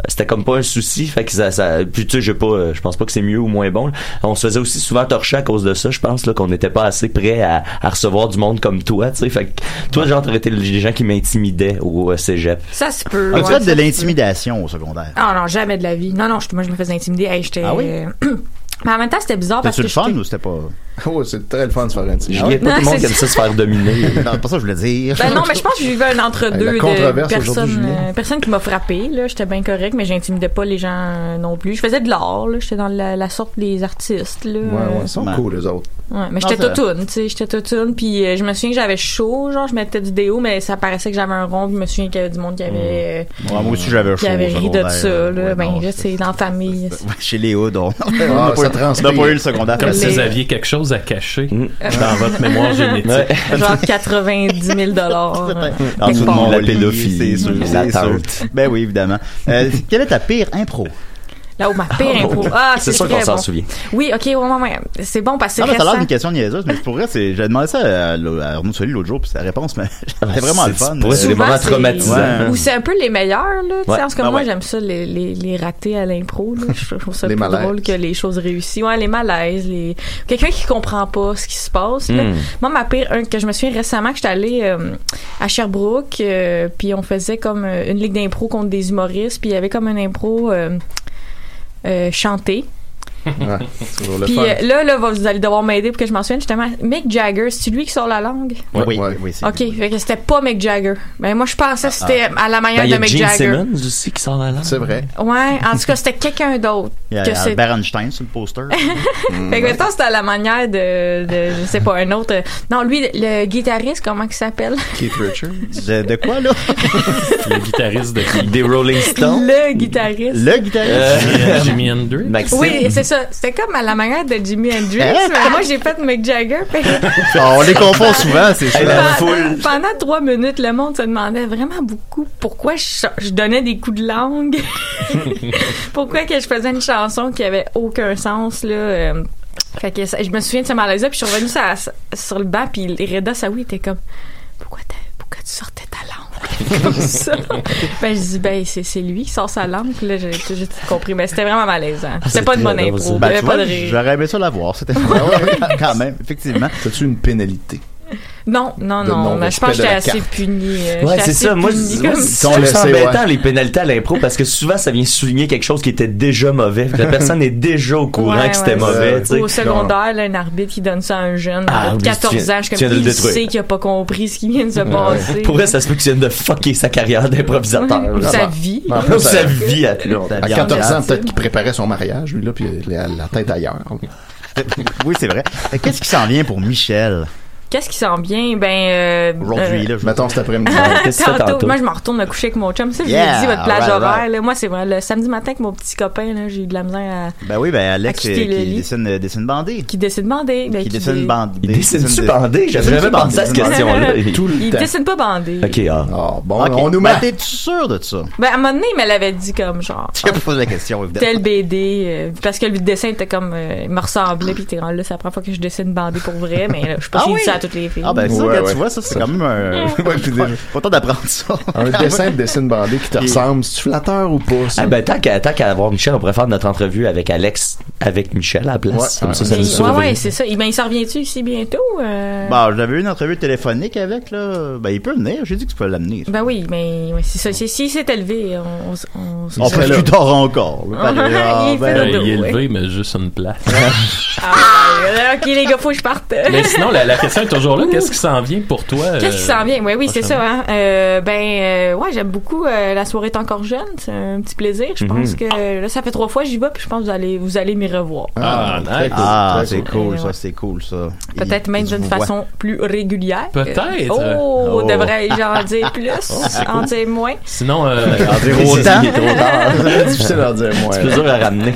Speaker 2: c'était comme pas un souci. Fait que ça, ça puis tu sais, j'ai pas, euh, je pense pas que c'est mieux ou moins bon. On se faisait aussi souvent torcher à cause de ça, je pense, là, qu'on n'était pas assez prêt à, à recevoir du monde comme toi, tu sais. Fait que toi, genre, t'aurais été les gens qui m'intimidaient au euh, cégep.
Speaker 7: ça se peut.
Speaker 5: Ah,
Speaker 3: On
Speaker 7: ouais,
Speaker 3: fait de
Speaker 7: ça se peut.
Speaker 3: l'intimidation au secondaire.
Speaker 7: Ah non, jamais de la vie. Non, non, je- moi je me faisais intimider. Hey, j'étais.
Speaker 3: Ah oui?
Speaker 7: euh, Mais en même temps, c'était bizarre parce que.
Speaker 3: C'était-tu le
Speaker 7: j'étais-
Speaker 3: fun ou c'était pas.
Speaker 5: Oh, c'est très le fun de se faire un
Speaker 7: Julien, Ah ouais? pas tout le monde qui aime ça se
Speaker 2: faire dominer.
Speaker 3: non, c'est pas ça que je voulais dire.
Speaker 7: Ben non, mais je pense que je vivais un entre-deux
Speaker 3: La
Speaker 7: de
Speaker 3: controverse aujourd'hui,
Speaker 7: personne,
Speaker 3: Julien.
Speaker 7: euh, personne qui m'a frappé. Là, j'étais bien correct, mais j'intimidais pas les gens euh, non plus. Je faisais de l'art. Là, j'étais dans la, la sorte des artistes. Là,
Speaker 5: Ouais, ouais,
Speaker 7: Euh,
Speaker 5: ils sont cool, les autres.
Speaker 7: Ouais, mais
Speaker 5: Non,
Speaker 7: j'étais
Speaker 5: ça-
Speaker 7: toutoune, tu sais, j'étais toutoune, puis euh, je me souviens que j'avais chaud, genre, je mettais du déo, mais ça paraissait que j'avais un rond, puis je me souviens qu'il y avait du monde qui avait, euh,
Speaker 3: Mm. Ouais, moi aussi, j'avais
Speaker 7: qui
Speaker 3: chaud au
Speaker 7: avait ri de
Speaker 3: secondaire,
Speaker 7: ça,
Speaker 3: euh,
Speaker 7: là, ben, là, c'est dans la famille. c'est-
Speaker 3: Chez les Hoods, on on
Speaker 5: Ah,
Speaker 3: n'a
Speaker 5: ça
Speaker 3: pas eu- on
Speaker 5: transpire.
Speaker 3: n'a pas eu le secondaire.
Speaker 4: Comme si
Speaker 3: facile.
Speaker 4: vous aviez quelque chose à cacher
Speaker 7: Euh,
Speaker 4: dans votre mémoire génétique.
Speaker 7: Genre 90 000 dollars. euh.
Speaker 3: En dessous de mon
Speaker 2: La
Speaker 3: lit,
Speaker 2: pédophilie,
Speaker 3: c'est sûr,
Speaker 2: la
Speaker 3: c'est sûr.
Speaker 2: tarte.
Speaker 3: Ben oui, évidemment. Euh, quelle est ta pire impro?
Speaker 7: Là où ma pire impro. Ah,
Speaker 3: C'est
Speaker 7: c'est
Speaker 3: sûr
Speaker 7: très
Speaker 3: qu'on s'en
Speaker 7: bon.
Speaker 3: souvient.
Speaker 7: Oui, ok, ouais, ouais, ouais. C'est bon parce que
Speaker 3: Non,
Speaker 7: c'est
Speaker 3: mais ça a l'air
Speaker 7: récent.
Speaker 3: d'une question niaiseuse, mais pour vrai, c'est, j'ai demandé ça à, à Arnaud Soli l'autre jour, puis sa réponse, mais c'était vraiment
Speaker 2: c'est-
Speaker 3: le fun.
Speaker 2: pour vrai, c'est des Souvent, moments c'est- traumatisants.
Speaker 3: Ouais.
Speaker 5: Mhm.
Speaker 7: Ou c'est un peu les meilleurs, là. tu
Speaker 3: Ouais.
Speaker 7: sais, En tout cas,
Speaker 3: Ben
Speaker 5: Ah
Speaker 7: moi,
Speaker 3: ouais.
Speaker 7: j'aime ça, les, les, les ratés à l'impro, là. Je trouve ça
Speaker 3: Les
Speaker 7: plus
Speaker 3: malaises.
Speaker 7: drôle que les choses réussies. Ouais, les malaises, les... Quelqu'un qui comprend pas ce qui se passe, là.
Speaker 9: Mm.
Speaker 5: Hmm.
Speaker 7: Moi, ma pire, un que je me souviens récemment, que j'étais allée euh, à Sherbrooke, euh, puis on faisait comme euh, une ligue d'impro contre des humoristes, puis il y avait comme une impro euh, euh, chantée.
Speaker 5: Ouais, c'est toujours le
Speaker 7: Puis
Speaker 5: fun.
Speaker 7: euh, là, là, vous allez devoir m'aider pour que je m'en souvienne. Justement, Mick Jagger, c'est lui qui sort la langue?
Speaker 3: Oui, oui, oui, c'est-
Speaker 7: OK, fait que c'était pas Mick Jagger. Ben moi je pensais que c'était
Speaker 2: Ah.
Speaker 7: à la manière
Speaker 2: Ben, il y a
Speaker 7: de Mick
Speaker 2: Gene
Speaker 7: Jagger.
Speaker 2: Simmons aussi qui sort la langue. C'est
Speaker 5: vrai.
Speaker 7: Ouais, en tout cas, c'était quelqu'un d'autre
Speaker 3: Il y a
Speaker 7: que c'est.
Speaker 3: Albert Einstein sur le poster.
Speaker 7: Fait que mettons, c'était à la manière de, de je sais pas un autre. euh, Non, lui le guitariste comment il s'appelle
Speaker 5: Keith Richards.
Speaker 3: De, de quoi, là?
Speaker 4: le guitariste de qui?
Speaker 2: Des Rolling Stones.
Speaker 7: Le guitariste.
Speaker 3: Le guitariste.
Speaker 4: Euh, Jimi Hendrix.
Speaker 2: Ben,
Speaker 7: Oui, c'est ça. C'était comme à la manière de Jimi Hendrix,
Speaker 3: Hein?
Speaker 7: mais moi j'ai fait Mick Jagger. fait que
Speaker 3: on les confond souvent, c'est ça.
Speaker 7: Pendant, pendant trois minutes, le monde se demandait vraiment beaucoup pourquoi je, je donnais des coups de langue. pourquoi que je faisais une chanson qui avait aucun sens là euh, fait que ça- je me souviens de ce malaise puis je suis revenue sur, la- sur le banc puis Reda Saoui était comme pourquoi t'as- pourquoi tu sortais ta langue comme ça ben je dis ben c'est c'est lui qui sort sa langue puis là j'ai j'ai tout compris mais c'était vraiment
Speaker 2: Ah,
Speaker 7: malaisant c'était pas de mon impro il
Speaker 3: Ben,
Speaker 7: y
Speaker 3: tu
Speaker 7: avait pas
Speaker 3: vois,
Speaker 7: de rire
Speaker 3: J'aurais aimé ça la voir, c'était quand même, effectivement.
Speaker 5: T'as-tu une pénalité?
Speaker 7: non non
Speaker 5: De
Speaker 7: non mais je pense que
Speaker 5: non-respect de la
Speaker 7: j'étais assez
Speaker 5: carte.
Speaker 7: punie euh,
Speaker 2: Ouais,
Speaker 7: j'étais
Speaker 2: c'est
Speaker 7: assez
Speaker 2: ça. Moi,
Speaker 7: punie
Speaker 2: je
Speaker 7: comme
Speaker 2: moi,
Speaker 7: ça.
Speaker 2: c'est- je trouve ça embêtant, les pénalités à l'impro, parce que souvent, ça vient souligner quelque chose qui était déjà mauvais. La personne est déjà au courant
Speaker 7: Ouais,
Speaker 2: que c'était
Speaker 7: ouais,
Speaker 2: mauvais.
Speaker 3: Euh,
Speaker 7: c'est-
Speaker 2: tu sais.
Speaker 7: Au secondaire, là, un arbitre qui donne ça à un jeune
Speaker 2: Ah,
Speaker 7: de
Speaker 2: oui,
Speaker 7: 14
Speaker 2: tu
Speaker 7: ans,
Speaker 2: viens-
Speaker 7: je suis
Speaker 2: tu viens
Speaker 7: comme,
Speaker 2: de le
Speaker 7: il
Speaker 2: détruire.
Speaker 7: sait qu'il a pas compris ce qui vient de se
Speaker 2: Ouais.
Speaker 7: passer.
Speaker 2: Pour vrai, ça se peut que tu viennes de fucker sa carrière d'improvisateur.
Speaker 7: Ou
Speaker 2: là.
Speaker 7: sa vie.
Speaker 2: Ou sa vie, à plus.
Speaker 5: À 14 ans, peut-être qu'il préparait son mariage, lui, là, puis il a la tête ailleurs.
Speaker 3: oui, c'est vrai. Euh, Qu'est-ce qui s'en vient pour Michel?
Speaker 7: Qu'est-ce qui sent bien? Ben, euh,
Speaker 3: Aujourd'hui,
Speaker 7: euh,
Speaker 3: là. Mettons
Speaker 5: cet après-midi.
Speaker 7: tantôt, moi je m'en retourne me coucher avec mon chum. Ça, je vous
Speaker 3: Yeah,
Speaker 7: ai dit, votre plage
Speaker 3: right,
Speaker 7: horaire.
Speaker 3: right.
Speaker 7: là. moi, c'est vrai, le samedi matin avec mon petit copain, là, j'ai eu de la misère à.
Speaker 3: Ben oui, ben Alex,
Speaker 7: À quitter
Speaker 3: euh,
Speaker 7: le
Speaker 3: qui
Speaker 7: lit.
Speaker 3: dessine, euh, dessine bandé.
Speaker 7: Qui décide bander. Ben,
Speaker 3: Qui dessine
Speaker 7: dé-
Speaker 3: bandé. Il
Speaker 2: dessine-tu bandé? J'avais jamais pensé à cette question-là. Tout le
Speaker 7: Il dessine pas bander.
Speaker 2: Ok, ah.
Speaker 5: bon,
Speaker 2: on
Speaker 5: Ben,
Speaker 2: nous
Speaker 3: met.
Speaker 2: ment.
Speaker 3: T'es-tu sûr de ça?
Speaker 7: Ben, à un moment donné, il me l'avait dit comme genre.
Speaker 3: J'ai pas posé la question,
Speaker 7: tel
Speaker 3: évidemment.
Speaker 7: BD euh, parce que le dessin était comme euh, il me ressemblait puis t'es là c'est la première fois que je dessine bandé pour vrai mais là, je suis pas
Speaker 3: Ah
Speaker 7: j'ai
Speaker 3: oui?
Speaker 7: dit ça à toutes les filles
Speaker 3: Ah, ben ça,
Speaker 5: Ouais,
Speaker 3: quand
Speaker 5: ouais.
Speaker 3: tu vois, ça, c'est quand même un. Content d'apprendre ça.
Speaker 5: Un dessin de dessin bandé qui te ressemble, c'est-tu flatteur ou pas? ça?
Speaker 2: Ah ben, tant qu'à tant qu'à avoir Michel, on pourrait faire notre entrevue avec Alex, avec Michel à la place.
Speaker 3: Ouais.
Speaker 2: Comme ça, ça
Speaker 3: Ouais.
Speaker 2: nous
Speaker 7: ouais
Speaker 2: sauve.
Speaker 7: ouais c'est ça Il- ben il s'en revient-tu ici bientôt euh?
Speaker 3: Bah, j'avais eu une entrevue téléphonique avec, là. Ben, il peut venir. J'ai dit que tu peux l'amener.
Speaker 7: ben oui mais ouais, c'est ça C'est- s'il s'est élevé on, on, on-
Speaker 3: On peut plus tard encore. Ah, là.
Speaker 7: Il fait
Speaker 4: Ben,
Speaker 7: dodo,
Speaker 4: il est
Speaker 7: ouais.
Speaker 4: élevé, mais juste une place.
Speaker 7: Ah, ok les gars faut que je parte
Speaker 3: Euh,
Speaker 4: mais sinon, la, la question est toujours là. Qu'est-ce qui s'en vient pour toi? euh,
Speaker 7: Qu'est-ce qui s'en vient? Oui, oui, c'est ça.
Speaker 4: prochainement?
Speaker 7: Hein? Euh, ben, euh, ouais, j'aime beaucoup. euh, la soirée est encore jeune. C'est un petit plaisir. Je pense
Speaker 3: Mhm.
Speaker 7: que là, ça fait trois fois que j'y vais, puis je pense que vous allez, vous allez m'y revoir.
Speaker 4: Ah,
Speaker 3: très
Speaker 4: nice.
Speaker 3: cool. Ah,
Speaker 4: Très
Speaker 3: c'est
Speaker 4: cool.
Speaker 3: cool,
Speaker 7: Et
Speaker 3: ça,
Speaker 7: ouais.
Speaker 3: c'est cool, ça.
Speaker 7: Peut-être même d'une
Speaker 3: vous voient.
Speaker 7: façon plus régulière.
Speaker 4: Peut-être.
Speaker 7: Oh,
Speaker 4: Oh.
Speaker 7: devrais-je en dire plus?
Speaker 4: Oh, c'est
Speaker 7: en
Speaker 4: cool.
Speaker 7: dire moins?
Speaker 4: Sinon, euh,
Speaker 3: Ah,
Speaker 2: En dire autant.
Speaker 4: Il est trop tard.
Speaker 2: C'est difficile d'en dire moins, C'est plus là. dur à ramener.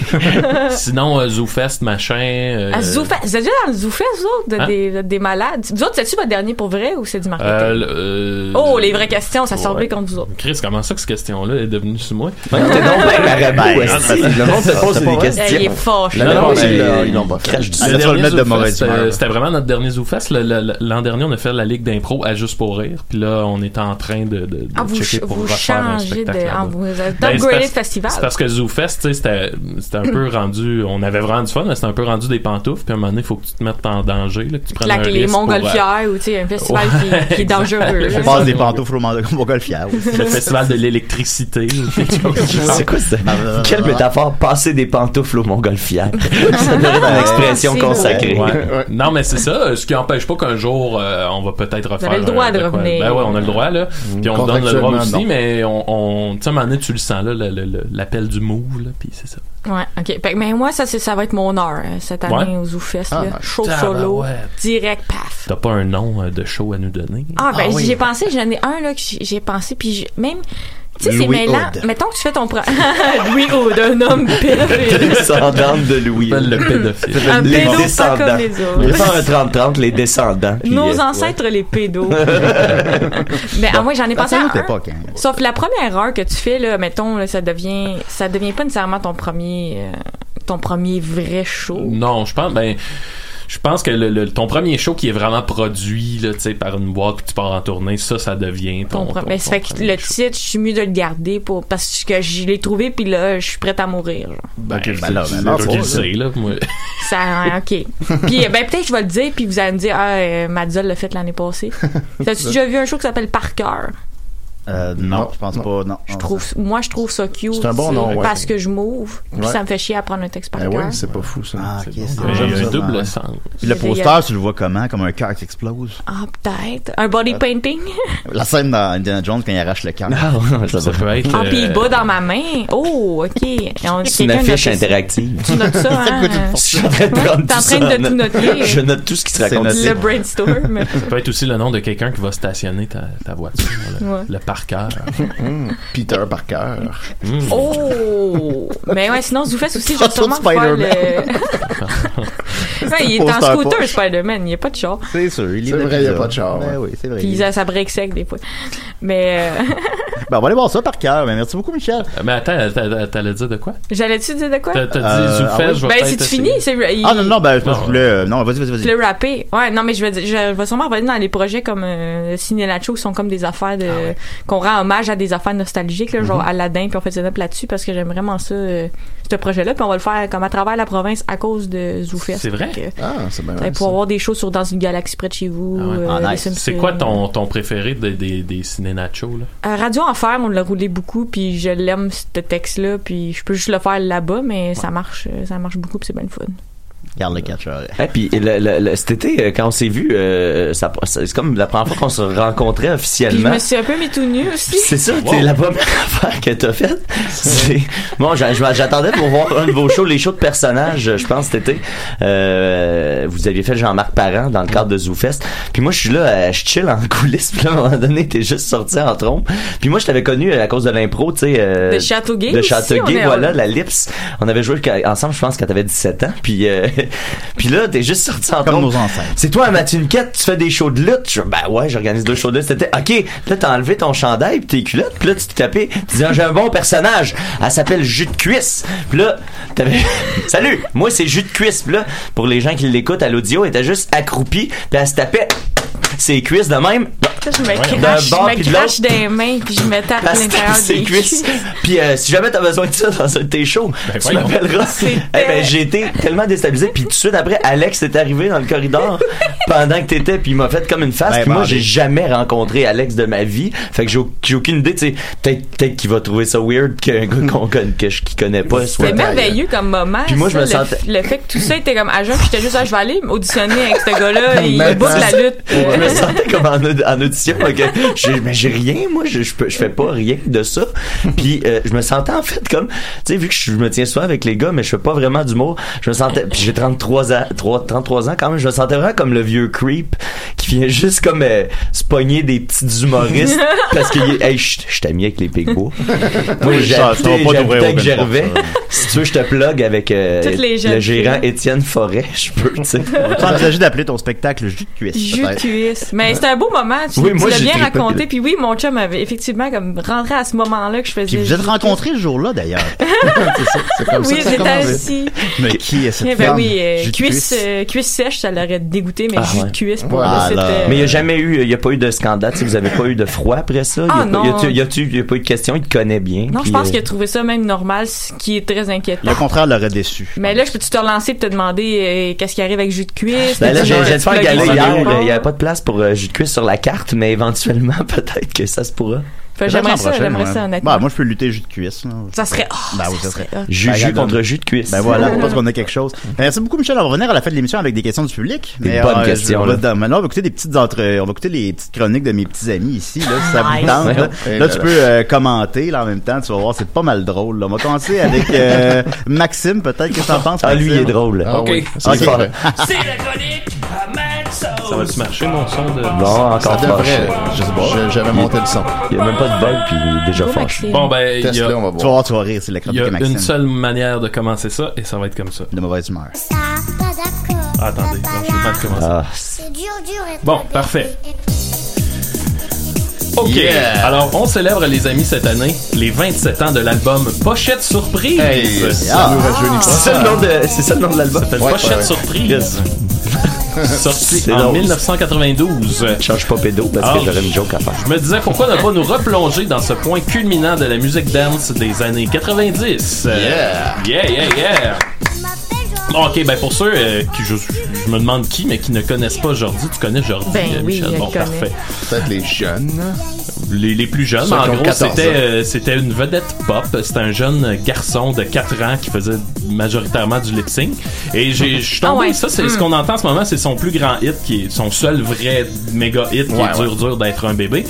Speaker 4: Sinon, euh, ZooFest, machin. euh,
Speaker 7: À Ah, Zoufest. Vous êtes déjà dans le Zoufest, vous autres, de-
Speaker 4: Hein?
Speaker 7: des, de- des malades? Vous autres, c'est-tu votre dernier pour vrai ou c'est du marketing?
Speaker 4: euh, le- euh,
Speaker 7: oh, les vraies questions, ça sort
Speaker 4: Ouais.
Speaker 7: bien contre vous autres.
Speaker 4: Chris, comment ça que cette question-là est devenue sur moi?
Speaker 2: Ouais, t'es donc bien marabout,
Speaker 3: Ben,
Speaker 2: esti. Le monde te pose des questions.
Speaker 7: Il est fâché.
Speaker 2: Non, non, mais ils- ils l'ont pas fait. Crache du sel. Ils vont le mettre de mauvaise
Speaker 4: Zoofest,
Speaker 2: humeur.
Speaker 4: euh, C'était vraiment notre dernier ZooFest. Le- le- le- L'an dernier, on a fait la ligue d'impro à Juste pour rire. Puis là, on est en train de, de, de
Speaker 7: Ah, vous,
Speaker 4: checker
Speaker 7: ch-
Speaker 4: pour
Speaker 7: vous
Speaker 4: refaire un
Speaker 7: changez de.
Speaker 4: spectacle là-bas.
Speaker 7: ah, vous avez
Speaker 4: Ben, c'est
Speaker 7: upgradé le
Speaker 4: parce-
Speaker 7: festival.
Speaker 4: C'est parce que ZooFest, tu sais, c'était c'était un
Speaker 7: Mm.
Speaker 4: peu rendu. On avait vraiment du fun, mais c'était un peu rendu des pantoufles. Puis à un moment donné, il faut que tu te mettes en danger, là, que tu prennes
Speaker 7: Claque
Speaker 4: un
Speaker 7: les
Speaker 4: risque euh,
Speaker 7: monts montgolfière ou tu sais, un festival
Speaker 4: Ouais,
Speaker 7: qui, qui est
Speaker 4: Oh. exact.
Speaker 7: dangereux.
Speaker 4: Le
Speaker 7: là.
Speaker 3: Je passe des pantoufles au Mont- montgolfière.
Speaker 4: Le festival de l'électricité. ou quelque chose du genre.
Speaker 2: C'est quoi ça? Quelle métaphore, passer des pantoufles au montgolfière. ça devrait être une expression
Speaker 7: C'est
Speaker 2: consacrée.
Speaker 4: Ouais. Non, mais c'est ça. euh, Ce qui empêche pas qu'un jour, euh, on va peut-être refaire.
Speaker 7: avez le droit
Speaker 4: euh,
Speaker 7: de
Speaker 4: quoi.
Speaker 7: revenir.
Speaker 4: Ben ouais, on a le droit, là. Puis on donne le droit
Speaker 5: Contractuellement,
Speaker 4: aussi,
Speaker 5: non.
Speaker 4: mais on. on- tu sais, à un moment donné, tu le sens, là, le- le- le- l'appel du move, là. Puis c'est ça.
Speaker 7: Ouais, ok. Fait que, mais moi, ça, c'est- ça va être mon heure euh, cette année
Speaker 4: Ouais.
Speaker 7: aux ZooFest.
Speaker 5: Ah,
Speaker 7: là. Show
Speaker 4: tabarouette.
Speaker 7: solo, direct, paf.
Speaker 4: T'as pas un nom euh, de show à nous donner?
Speaker 7: Ah, ben,
Speaker 4: Ah oui.
Speaker 7: j'ai pensé, j'en ai un, là, que j'ai- j'ai pensé, puis j'ai- même, tu sais, c'est
Speaker 3: Louis
Speaker 7: mêlant.
Speaker 3: Hood.
Speaker 7: Mettons que tu fais ton pro... Louis Hood, un homme pédophile.
Speaker 2: Descendante de Louis.
Speaker 4: Le pédophile.
Speaker 7: Un
Speaker 2: les
Speaker 7: pédo, pas
Speaker 2: descendants.
Speaker 7: comme les
Speaker 2: On va
Speaker 7: autres.
Speaker 2: faire un 30-30, les descendants. puis, euh,
Speaker 7: Nos
Speaker 2: ouais.
Speaker 7: ancêtres, les pédos. Mais ah, moi, j'en ai pensé à
Speaker 3: Ça
Speaker 7: un.
Speaker 3: nous t'es pas, quand
Speaker 7: Sauf la première heure que tu fais, là, mettons, là, ça devient, ça devient pas nécessairement ton premier, euh, ton premier vrai show.
Speaker 4: Non, je pense, ben, je pense que le, le- ton premier show qui est vraiment produit là, tu sais, par une boîte puis que tu pars en tournée, ça, ça devient ton.
Speaker 7: Ton
Speaker 4: ton-
Speaker 7: pro- mais
Speaker 4: ton
Speaker 7: ça fait que
Speaker 4: premier
Speaker 7: le
Speaker 4: show.
Speaker 7: titre, je suis mieux de le garder pour, parce que je l'ai trouvé, puis là, je suis prête à mourir. genre.
Speaker 4: Ben,
Speaker 5: Ok,
Speaker 4: tu-
Speaker 5: ben là,
Speaker 4: tu-
Speaker 5: ben là,
Speaker 4: tu
Speaker 5: faut-
Speaker 4: le sais, là. moi.
Speaker 7: Ça, hein, ok. Puis, euh, ben, peut-être que je vais le dire, puis vous allez me dire, ah, euh, Madzol l'a fait l'année passée. T'as-tu déjà vu un show qui s'appelle Par cœur?
Speaker 3: Euh,
Speaker 5: Non,
Speaker 3: non, je pense
Speaker 5: non.
Speaker 3: pas, non.
Speaker 7: Je trouve, moi, je trouve ça cute.
Speaker 5: Ah, C'est un bon
Speaker 7: tu sais,
Speaker 5: nom, ouais.
Speaker 7: Parce que je m'ouvre, puis
Speaker 5: Ouais.
Speaker 7: ça me fait chier à prendre un texte par
Speaker 5: Ben
Speaker 7: cœur.
Speaker 5: ouais, c'est pas fou ça.
Speaker 3: Ah, ok, c'est
Speaker 4: Mais il y a un
Speaker 3: ça,
Speaker 4: double
Speaker 3: ouais.
Speaker 4: sens.
Speaker 3: Puis le poster, tu le vois comment? Comme un cœur qui explose.
Speaker 7: Ah, peut-être. Un body
Speaker 5: Ah.
Speaker 7: painting?
Speaker 3: La scène dans Indiana Jones quand il arrache le cœur.
Speaker 2: Ah, ouais, ça
Speaker 4: Ça
Speaker 2: va.
Speaker 4: peut être.
Speaker 7: Ah, puis
Speaker 4: euh,
Speaker 7: il bat dans ma main. Oh, OK. Et on-
Speaker 2: C'est une
Speaker 7: quelqu'un
Speaker 2: affiche
Speaker 7: note ça.
Speaker 2: interactive.
Speaker 7: Tu notes ça, hein?
Speaker 2: Je suis en train de
Speaker 7: Ouais,
Speaker 2: prendre
Speaker 7: t'es en
Speaker 2: tout
Speaker 7: train
Speaker 2: ça
Speaker 7: de
Speaker 2: en
Speaker 7: tout
Speaker 2: note.
Speaker 7: noter.
Speaker 2: Je note tout ce qui se
Speaker 3: C'est
Speaker 2: raconte.
Speaker 3: noté.
Speaker 7: Le brainstorm.
Speaker 4: Ça peut être aussi le nom de quelqu'un qui va stationner ta, ta voiture.
Speaker 7: Ouais.
Speaker 4: Le, le parker.
Speaker 5: Hum, Peter Parker.
Speaker 7: Oh! Mais ouais, sinon, Zoufès aussi, je vais
Speaker 3: Photo de
Speaker 7: sûrement faire le...
Speaker 3: Spider-Man.
Speaker 7: Ouais, il est en
Speaker 3: Poster à
Speaker 7: scooter,
Speaker 3: poche.
Speaker 7: Spider-Man. Il n'y a pas de
Speaker 5: Ben
Speaker 7: char.
Speaker 3: C'est sûr, il est
Speaker 5: C'est
Speaker 3: là,
Speaker 5: vrai,
Speaker 3: puis
Speaker 5: y a
Speaker 3: là.
Speaker 5: pas de char,
Speaker 3: Ben
Speaker 5: ouais.
Speaker 3: oui, c'est vrai.
Speaker 7: Puis ça, ça break sec des fois. Mais euh,
Speaker 3: Ben, on va aller voir ça par cœur. Ben, merci beaucoup, Michel.
Speaker 4: Euh, Mais attends, t'a- t'a- t'allais dire de quoi?
Speaker 7: j'allais-tu dire de quoi?
Speaker 4: T'as t'as
Speaker 3: Euh,
Speaker 4: dit
Speaker 3: ah
Speaker 4: Zoufès,
Speaker 3: oui.
Speaker 4: je vais
Speaker 7: Ben,
Speaker 4: peut-être
Speaker 7: c'est-tu
Speaker 4: essayer.
Speaker 7: fini? C'est... il-
Speaker 3: Ah, non, non, ben, je pense que je voulais, euh, non, vas-y, vas-y,
Speaker 7: Je
Speaker 3: vas-y.
Speaker 7: voulais rapper. Ouais, non, mais je vais, dire- je, je vais sûrement revenir dans les projets comme euh, Ciné Nacho qui sont comme des affaires de. qu'on rend hommage à des affaires nostalgiques, là, genre Aladdin, puis on fait une up là-dessus parce que j'aime vraiment ça, euh, ce projet-là. Puis on va le faire comme à travers la province à cause de Zoufest.
Speaker 4: C'est vrai?
Speaker 7: Fait que,
Speaker 5: Ah, c'est bien.
Speaker 7: vous allez
Speaker 5: vrai, ça.
Speaker 7: pouvoir avoir des shows sur Dans une galaxie près de chez vous.
Speaker 4: Ah ouais.
Speaker 7: Ben, euh,
Speaker 3: Ah,
Speaker 7: les
Speaker 3: nice.
Speaker 7: Simpsons.
Speaker 4: C'est quoi ton, ton préféré des, des, des ciné nacho, là?
Speaker 7: Euh, Radio Enfer, on l'a roulé beaucoup, puis je l'aime, ce texte-là, puis je peux juste le faire là-bas, mais ça marche euh, ça marche beaucoup, puis c'est bien le fun.
Speaker 3: Garde le euh, catcheur.
Speaker 2: Et Hein, puis le- le- le- cet été, euh, quand on s'est vu, euh, ça- ça- c'est comme la première fois qu'on se rencontrait
Speaker 7: Puis je
Speaker 2: officiellement.
Speaker 7: me suis un peu mis tout nu
Speaker 2: Puis
Speaker 7: aussi.
Speaker 2: C'est ça, c'est la première affaire que t'as faite. C'est- Bon, j'a- j'a- j'attendais pour voir un de vos shows, les shows de personnages, euh, je pense, cet été. Euh, vous aviez fait Jean-Marc Parent dans le cadre de ZooFest. Puis moi, je suis là, euh, je chill en coulisses. Puis là, à un moment donné, t'es juste sorti en trompe. Puis moi, je t'avais connu à cause de l'impro, tu sais. euh,
Speaker 7: De Châteauguay
Speaker 2: De
Speaker 7: aussi, on
Speaker 2: Châteauguay,
Speaker 7: est-
Speaker 2: voilà, la Lips. On avait joué qu- ensemble, je pense, quand t'avais 17 ans. Puis, euh, puis là, t'es juste sorti en
Speaker 3: Comme
Speaker 2: trompe.
Speaker 3: nos ancêtres.
Speaker 2: C'est toi, Mathieu Niquette, tu fais des shows de lutte. Je, ben ouais, j'organise deux shows de lutte. C'était, ok, là, t'as enlevé ton chandail pis tes culottes pis là, tu t'es tapé. Tu dis, Ah, j'ai un bon personnage. Elle s'appelle Jus de cuisse. Pis là, t'avais, salut, moi, c'est Jus de cuisse. Pis là, pour les gens qui l'écoutent à l'audio, elle était juste accroupie pis elle se tapait ses cuisses de même.
Speaker 7: Ça, je me
Speaker 2: D'un
Speaker 7: crache,
Speaker 2: bord
Speaker 7: je
Speaker 2: puis
Speaker 7: me
Speaker 2: de
Speaker 7: crache des mains puis je me tape à
Speaker 2: Elle se tape
Speaker 7: l'intérieur
Speaker 2: ses
Speaker 7: des
Speaker 2: cuisses.
Speaker 7: cuisses.
Speaker 2: Puis euh, si jamais t'as besoin de ça dans un de tes shows,
Speaker 3: Ben
Speaker 2: tu
Speaker 4: voyons.
Speaker 2: m'appelleras.
Speaker 7: C'est
Speaker 2: Eh ben,
Speaker 7: tel-
Speaker 2: j'ai été tellement déstabilisé. Puis tout de suite après, Alex est arrivé dans le corridor pendant que t'étais. Puis il m'a fait comme une face.
Speaker 3: Ben,
Speaker 2: puis moi,
Speaker 3: bandé.
Speaker 2: j'ai jamais rencontré Alex de ma vie. Fait que j'ai au- j'ai aucune idée. tu sais, Peut-être peut-être qu'il va trouver ça weird qu'un gars qu'on connaît, que je, qu'il connaît pas soit
Speaker 7: C'était merveilleux comme moment.
Speaker 2: Puis moi, je
Speaker 7: ça,
Speaker 2: me
Speaker 7: le,
Speaker 2: sentais-
Speaker 7: le fait que tout ça était comme à jeun, puis j'étais juste, ah, je vais aller auditionner avec ce gars-là, il
Speaker 5: Maintenant.
Speaker 7: boucle la lutte.
Speaker 2: je me sentais comme en, aud- en audition ok. J'ai- mais j'ai rien moi je, je, peux- je fais pas rien de ça puis euh, je me sentais en fait comme tu sais vu que je me tiens souvent avec les gars mais je fais pas vraiment d'humour je me sentais puis j'ai 33 ans trois- 33 ans quand même je me sentais vraiment comme le vieux creep qui vient juste comme euh, se pogner des petits humoristes parce que il- hey, je je suis ami avec les Pigbois moi
Speaker 3: Oui, ça, ça va
Speaker 2: j'habitais
Speaker 3: pas t'ouvrir
Speaker 2: j'habitais avec
Speaker 3: aucune porte,
Speaker 2: Gervais
Speaker 3: ça.
Speaker 2: si tu veux je te plug avec euh,
Speaker 7: Toutes les jeunes
Speaker 2: le gérant
Speaker 7: filles.
Speaker 2: Étienne Forêt je peux tu sais
Speaker 3: Tu envisagé d'appeler ton spectacle Jus de cuisse.
Speaker 7: Jus de
Speaker 3: peut-être.
Speaker 7: cuisse. Mais c'était un beau moment. Tu,
Speaker 2: Oui,
Speaker 7: tu
Speaker 2: moi,
Speaker 7: l'as
Speaker 2: j'ai
Speaker 7: bien
Speaker 2: trippé.
Speaker 7: raconté. Puis oui, mon chum avait effectivement comme rentré à ce moment-là que je faisais.
Speaker 3: Puis vous êtes rencontrés ce jour-là, d'ailleurs.
Speaker 5: C'est ça, c'est comme ça
Speaker 7: Oui,
Speaker 5: que ça
Speaker 7: j'étais
Speaker 5: commence.
Speaker 7: assis.
Speaker 3: Mais qui est cette
Speaker 7: Eh ben
Speaker 3: femme?
Speaker 7: oui, euh,
Speaker 3: Jus de
Speaker 7: cuisse, euh, cuisse sèche, ça l'aurait dégoûté, mais jus de cuisse pour
Speaker 2: Ah
Speaker 7: euh,
Speaker 2: Ouais.
Speaker 3: Ah,
Speaker 7: eux, c'était-
Speaker 2: Mais il n'y a jamais eu, il n'y a pas eu de scandale, si vous avez pas eu de froid après ça.
Speaker 7: Ah,
Speaker 2: il n'y a, pas- y a-tu-
Speaker 7: non.
Speaker 2: y a-tu- y a pas eu de question, il te connaît bien.
Speaker 7: Non, je
Speaker 2: puis,
Speaker 7: pense
Speaker 2: euh,
Speaker 7: qu'il a trouvé ça même normal, ce qui est très
Speaker 5: Ah.
Speaker 7: inquiétant.
Speaker 3: contraire l'aurait déçu.
Speaker 7: Mais là, je peux-tu te relancer et te demander euh, qu'est-ce qui arrive avec jus de cuisse?
Speaker 2: Ben là,
Speaker 7: Peux-tu
Speaker 2: j'ai
Speaker 7: me-
Speaker 2: j'ai de faire
Speaker 7: plugger
Speaker 2: galer
Speaker 7: ça
Speaker 2: hier,
Speaker 7: quelque
Speaker 2: il n'y
Speaker 7: part?
Speaker 2: avait pas de place pour euh, jus de cuisse sur la carte, mais éventuellement, peut-être que ça se pourra.
Speaker 7: Fait que j'aimerais ça, j'aimerais ça, honnêtement.
Speaker 3: Bah, moi, je peux lutter jus de cuisse. là.
Speaker 7: Ça serait- oh,
Speaker 3: Ben oui,
Speaker 7: ça
Speaker 3: ça
Speaker 7: serait-
Speaker 3: serait-
Speaker 2: Jus-
Speaker 3: Ben,
Speaker 2: jus
Speaker 3: regarde,
Speaker 2: contre
Speaker 3: on-
Speaker 2: jus de cuisse.
Speaker 3: Ben voilà, on pense qu'on a quelque chose. Ben, merci beaucoup, Michel. On va revenir à la fin de l'émission avec des questions du public. euh,
Speaker 2: Des bonnes
Speaker 3: je-
Speaker 2: questions,
Speaker 3: on va-
Speaker 2: là.
Speaker 3: Maintenant, on va écouter des petites entre, on va écouter les petites chroniques de mes petits amis ici, là, si ça vous
Speaker 2: Nice.
Speaker 3: tente. Là,
Speaker 2: Ouais.
Speaker 3: Là, tu peux euh, commenter, là, en même temps. Tu vas voir, c'est pas mal drôle, là. On va commencer avec euh, Maxime, peut-être. Qu'est-ce que t'en penses,
Speaker 2: Ah, lui, il est
Speaker 3: Maxime?
Speaker 2: drôle. Ah,
Speaker 3: Ok.
Speaker 2: oui. C'est
Speaker 3: Ok.
Speaker 2: parfait.
Speaker 8: C'est la chronique à Maxo.
Speaker 4: Ça va-tu marcher, mon son de.
Speaker 2: Non, encore
Speaker 5: Ça devrait.
Speaker 2: Je sais pas.
Speaker 5: J'avais monté le son.
Speaker 2: Il n'y a même pas de bug, puis il est déjà
Speaker 7: Go,
Speaker 2: fâché.
Speaker 7: Maxime.
Speaker 4: Bon, ben, il y a,
Speaker 5: va
Speaker 3: Tu vas voir, tu vas rire, c'est la
Speaker 4: il y
Speaker 3: chronique
Speaker 4: a
Speaker 3: de Maxime.
Speaker 4: une seule manière de commencer ça, et ça va être comme ça.
Speaker 3: De mauvaise humeur. Ben,
Speaker 4: Ah, attendez, non, je vais pas te commencer.
Speaker 2: Ah,
Speaker 4: Bon, parfait. Ok,
Speaker 5: Yeah.
Speaker 4: alors on célèbre les amis cette année les 27 ans de l'album Pochette Surprise.
Speaker 5: Hey,
Speaker 4: Ça
Speaker 5: ça nous rajeunit pas.
Speaker 2: C'est ça le nom de, c'est ça le nom de l'album.
Speaker 4: s'appelle
Speaker 5: Ouais,
Speaker 4: Pochette
Speaker 5: ouais.
Speaker 4: Surprise. Sorti
Speaker 2: C'est
Speaker 4: en
Speaker 2: drôle.
Speaker 4: 1992.
Speaker 2: Change pas pédo parce
Speaker 4: Ah.
Speaker 2: que j'aurais une joke à faire.
Speaker 4: Je me disais pourquoi ne pas nous replonger dans ce point culminant de la musique dance des années 90. Euh, Yeah, yeah, yeah. Ok, ben pour ceux euh, qui je, je me demande qui, mais qui ne connaissent pas Jordi, tu connais Jordi,
Speaker 7: Ben
Speaker 4: euh,
Speaker 7: oui,
Speaker 4: Michel.
Speaker 7: je
Speaker 4: bon,
Speaker 7: le connais.
Speaker 4: parfait.
Speaker 5: Peut-être les jeunes.
Speaker 4: Les, les plus jeunes,
Speaker 5: Ceux
Speaker 4: en
Speaker 5: qui ont
Speaker 4: gros,
Speaker 5: 14 ans.
Speaker 4: c'était euh, c'était une vedette pop. C'était un jeune garçon de 4 ans qui faisait majoritairement du lip sync. Et j'ai- je suis tombé,
Speaker 7: Ah ouais.
Speaker 4: ça, c'est ce qu'on entend en ce moment, c'est son plus grand hit, qui est son seul vrai méga hit, qui
Speaker 5: Ouais,
Speaker 4: est dur dur d'être un bébé.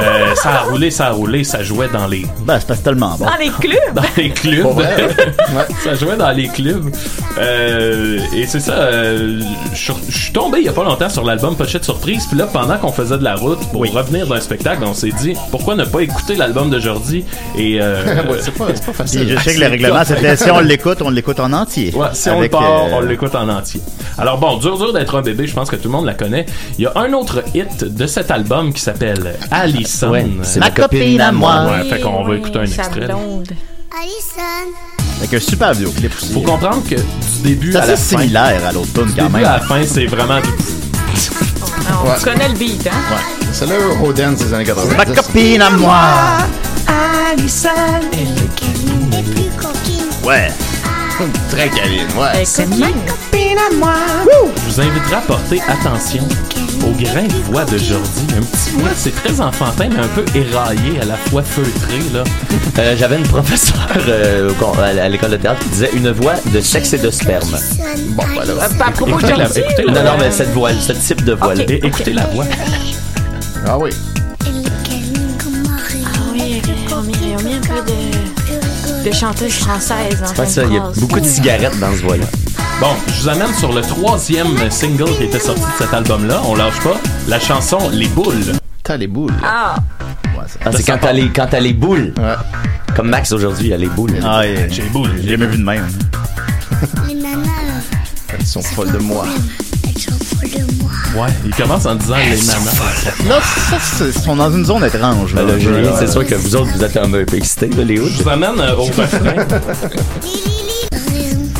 Speaker 4: Euh, ça a roulé, ça a roulé, ça jouait dans les
Speaker 3: Ben, c'est parce que c'est tellement bon.
Speaker 7: Dans les clubs!
Speaker 4: dans les clubs.
Speaker 5: Pour vrai, ouais.
Speaker 4: ça jouait dans les clubs. Euh, et c'est ça, euh, je je suis tombé il y a pas longtemps sur l'album Pochette Surprise. Puis là, pendant qu'on faisait de la route pour revenir d'un spectacle, on s'est dit pourquoi ne pas écouter l'album de Jordi et euh,
Speaker 5: Ouais, c'est pas, c'est pas
Speaker 3: Puis
Speaker 5: facile.
Speaker 3: je sais que le règlement, c'était si on l'écoute, on l'écoute en entier.
Speaker 4: Ouais, si on le
Speaker 3: Avec,
Speaker 4: part,
Speaker 3: euh,
Speaker 4: on l'écoute en entier. Alors bon, dur dur d'être un bébé, je pense que tout le monde la connaît. Il y a un autre hit de cet album qui s'appelle Allison.
Speaker 2: Ouais, c'est
Speaker 3: Ma
Speaker 2: ma
Speaker 3: copine
Speaker 2: copine
Speaker 3: à moi.
Speaker 4: Ouais, fait qu'on va
Speaker 7: Oui,
Speaker 4: écouter un
Speaker 7: sa
Speaker 4: extrait.
Speaker 7: blonde.
Speaker 3: Avec un super vidéoclip aussi.
Speaker 4: Faut comprendre que du début
Speaker 3: C'est
Speaker 4: à la
Speaker 3: assez
Speaker 4: fin, du
Speaker 3: similaire à l'autre tune quand
Speaker 4: début à la
Speaker 3: même.
Speaker 4: fin, c'est vraiment du
Speaker 7: Ah, on
Speaker 5: Ouais.
Speaker 7: connaît le beat, hein?
Speaker 5: C'est le Rodan des années 80.
Speaker 3: Ma copine à moi! Ouais.
Speaker 5: Très câline, ouais.
Speaker 7: C'est bien.
Speaker 4: Je vous inviterai à porter attention au grain de voix de Jordi. Un petit voix, c'est très enfantin, mais un peu éraillé, à la fois feutré, là.
Speaker 2: Euh, J'avais une professeure euh, au con- à à l'école de théâtre qui disait une voix de sexe et de sperme.
Speaker 5: Bon, voilà.
Speaker 7: À propos de
Speaker 4: Écoutez la-
Speaker 7: Jordi,
Speaker 4: écoutez la-
Speaker 2: Non, non, mais cette voix, ce type de voix.
Speaker 4: Et écoutez la voix.
Speaker 5: Ah oui.
Speaker 7: oui, on met, on met un peu de, de chanteuse française en
Speaker 2: Ouais, ça, il y a beaucoup de cigarettes dans ce voix-là.
Speaker 4: Bon, je vous amène sur le troisième single qui était sorti de cet album-là. On lâche pas. La chanson Les Boules.
Speaker 5: T'as les boules.
Speaker 7: Ah,
Speaker 2: Ah, c'est quand t'as les, quand t'as les boules.
Speaker 5: Ouais.
Speaker 2: Comme Max aujourd'hui, il a les boules.
Speaker 3: Ah, ouais. J'ai
Speaker 4: boules.
Speaker 3: jamais vu de même.
Speaker 5: Ils sont folles de moi.
Speaker 4: Ouais. Il commence en disant Les Nanas.
Speaker 3: Là, ça, c'est- ils sont dans une zone étrange. là.
Speaker 2: Ben là, Julien,
Speaker 3: Ouais.
Speaker 2: c'est sûr que vous autres, vous êtes un peu excités, là, les
Speaker 4: Je
Speaker 2: autres.
Speaker 4: vous amène euh, au refrain.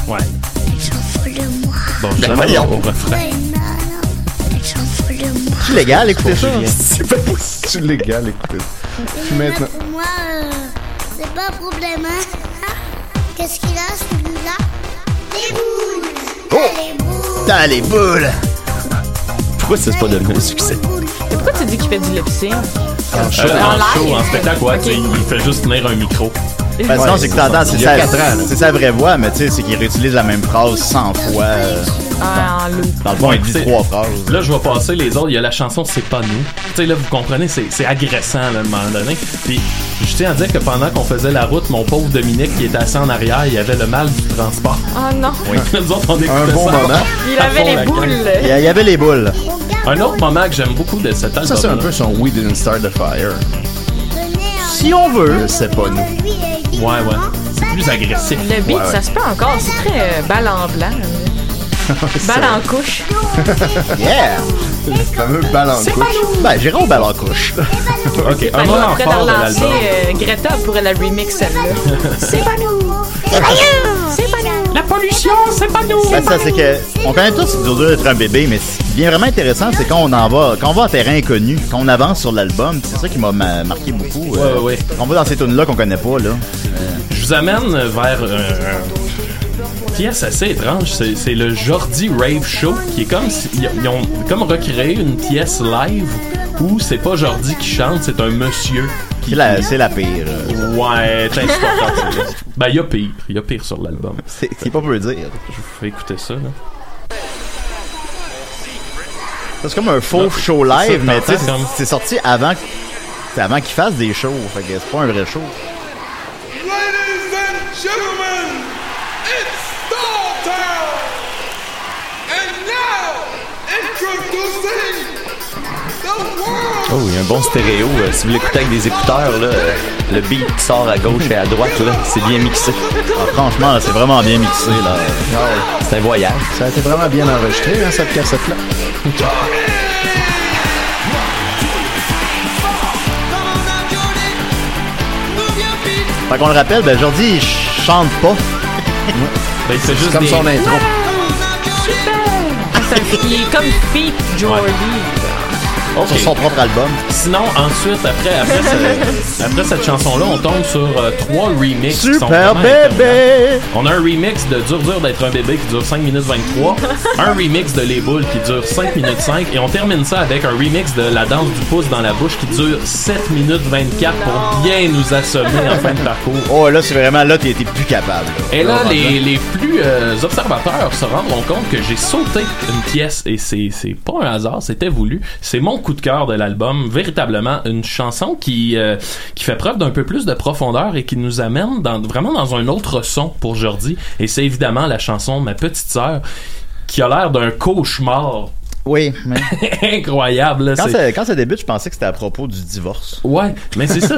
Speaker 4: Ouais. Bon, je vous amène au au refrain.
Speaker 3: C'est légal, écoutez ça.
Speaker 5: C'est pas possible. légal, écoutez. Puis maintenant.
Speaker 9: Moi, euh, c'est pas un problème, hein. Qu'est-ce qu'il a, celui-là Des boules Des boules
Speaker 3: T'as les boules.
Speaker 2: Pourquoi c'est pas devenu un succès?
Speaker 7: pourquoi tu dis qu'il fait du lip sync?
Speaker 4: Euh,
Speaker 7: En live.
Speaker 4: en show, en spectacle, ouais.
Speaker 7: Ok.
Speaker 4: tu sais, Il fait juste tenir un micro.
Speaker 3: Parce que sinon, c'est que t'entends, c'est
Speaker 5: Il y a
Speaker 3: sa,
Speaker 5: quatre ans, là.
Speaker 3: c'est sa vraie voix, mais tu sais, c'est qu'il réutilise la même phrase 100 fois. euh,
Speaker 7: Ah, en loop.
Speaker 3: Dans le fond, il dit
Speaker 4: c'est-
Speaker 3: trois phrases.
Speaker 4: Là, je vais passer les autres. Il y a la chanson C'est pas nous. Tu sais, là, vous comprenez, c'est c'est agressant, là, à un moment donné. Puis, je tiens à dire que pendant qu'on faisait la route, mon pauvre Dominique, qui était assis en arrière, il avait le mal du transport.
Speaker 7: Oh non,
Speaker 4: Nous autres, on écoutait
Speaker 5: Un bon
Speaker 4: ça.
Speaker 5: moment.
Speaker 7: il
Speaker 4: À
Speaker 7: avait
Speaker 4: fond,
Speaker 7: les
Speaker 4: la
Speaker 7: boules.
Speaker 3: Il y a- il y avait les boules.
Speaker 4: Un autre moment que j'aime beaucoup de cet album.
Speaker 5: Ça, c'est un peu son We Didn't Start the Fire.
Speaker 3: Si on veut.
Speaker 5: C'est pas nous.
Speaker 4: Ouais, ouais. C'est plus agressif.
Speaker 7: Le beat,
Speaker 5: Ouais, ouais.
Speaker 7: ça se peut encore, c'est très euh, balle en blanc. balle en couche.
Speaker 3: Yeah.
Speaker 5: Le fameux bal en couche.
Speaker 3: Ben, Jérôme Balancouche.
Speaker 4: Ok, un
Speaker 7: Fait qu'on
Speaker 4: moment
Speaker 7: Ben, pourrait la
Speaker 4: fort de
Speaker 7: relancer,
Speaker 4: l'album.
Speaker 7: euh, Greta pourrait la remix celle-là.
Speaker 9: C'est pas nous
Speaker 7: C'est pas nous.
Speaker 9: La
Speaker 10: pollution, c'est pas nous.
Speaker 3: Ben, ça, c'est que. On connaît tous c'est dur d'être un bébé, mais ce qui devient vraiment intéressant, c'est quand on en va, quand on va à terrain inconnu, quand on avance sur l'album, c'est ça qui m'a ma- marqué beaucoup.
Speaker 4: Ouais, ouais, ouais.
Speaker 3: Quand on va dans ces tunes-là qu'on connaît pas, là. Euh,
Speaker 4: Je vous amène vers euh, une pièce assez étrange. C'est c'est le Jordi Rave Show, qui est comme si- ils, ils ont comme recréé une pièce live où c'est pas Jordi qui chante, c'est un monsieur. C'est la,
Speaker 3: pire.
Speaker 4: Ouais, c'est insupportable. celle-là. ben, il y a pire. Il y a pire sur l'album.
Speaker 3: C'est pas peu dire.
Speaker 4: Je vous fais écouter ça, là.
Speaker 3: c'est comme un faux
Speaker 4: Non,
Speaker 3: show
Speaker 4: c'est ça,
Speaker 3: live, mais tu sais,
Speaker 4: t'entends
Speaker 3: c'est-
Speaker 4: comme-
Speaker 3: c'est sorti avant, que- c'est avant qu'ils fassent des shows. Fait que c'est pas un vrai show.
Speaker 10: Ladies and gentlemen, it's Star Town! And now, introducing the world!
Speaker 2: Oh, il y a un bon stéréo. euh, si vous l'écoutez avec des écouteurs, là, euh, le beat qui sort à gauche et à droite, là, c'est bien mixé.
Speaker 3: Ah, franchement, c'est vraiment bien mixé. là.
Speaker 2: C'est un voyage.
Speaker 5: Ça a été vraiment bien enregistré, hein, cette cassette-là.
Speaker 3: Fait qu'on le rappelle, ben, Jordi, il ch- chante pas.
Speaker 4: ben, il fait
Speaker 3: juste comme son intro.
Speaker 7: Ah, c'est un- il est comme Pete Jordy.
Speaker 4: Ok.
Speaker 3: Sur son propre album.
Speaker 4: Sinon, ensuite, après, après, ce- après cette chanson-là, on tombe sur euh, trois remixes. qui sont
Speaker 3: Super
Speaker 4: vraiment
Speaker 3: bébé!
Speaker 4: On a un remix de Dur Dur d'être un bébé qui dure 5 minutes 23, un remix de Les Boules qui dure 5 minutes 5, et on termine ça avec un remix de La danse du pouce dans la bouche qui dure 7 minutes 24 pour bien nous assommer en fin de parcours.
Speaker 3: Oh, là, c'est vraiment là, t'es t'es plus capable.
Speaker 4: Et là,
Speaker 3: Vraiment, hein?
Speaker 4: les, les plus euh, observateurs se rendront compte que j'ai sauté une pièce et c'est c'est pas un hasard, c'était voulu. C'est mon coup de cœur de l'album, véritablement une chanson qui euh, qui fait preuve d'un peu plus de profondeur et qui nous amène dans, vraiment dans un autre son pour Jordi. Et c'est évidemment la chanson Ma petite sœur qui a l'air d'un cauchemar.
Speaker 3: Oui, mais
Speaker 4: incroyable. là,
Speaker 3: Quand
Speaker 4: c'est-
Speaker 3: ça, quand ça débute, je pensais que c'était à propos du divorce.
Speaker 4: Ouais, mais c'est ça.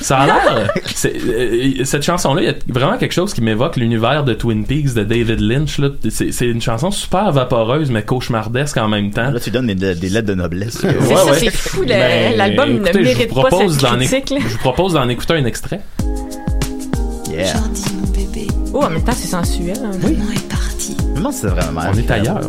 Speaker 4: ça a l'air. c'est- euh, cette chanson-là, il y a vraiment quelque chose qui m'évoque l'univers de Twin Peaks de David Lynch. là. C'est c'est une chanson super vaporeuse, mais cauchemardesque en même temps. Là,
Speaker 3: tu donnes des, lettres de noblesse. C'est
Speaker 7: ça, c'est fou, le-
Speaker 4: Ben,
Speaker 7: l'album ne mérite pas cette critique, là.
Speaker 4: Je vous propose d'en écouter un extrait.
Speaker 3: Yeah.
Speaker 7: Oh, en même temps, c'est sensuel. Oui.
Speaker 3: Maman c'est vraiment
Speaker 4: On est ailleurs.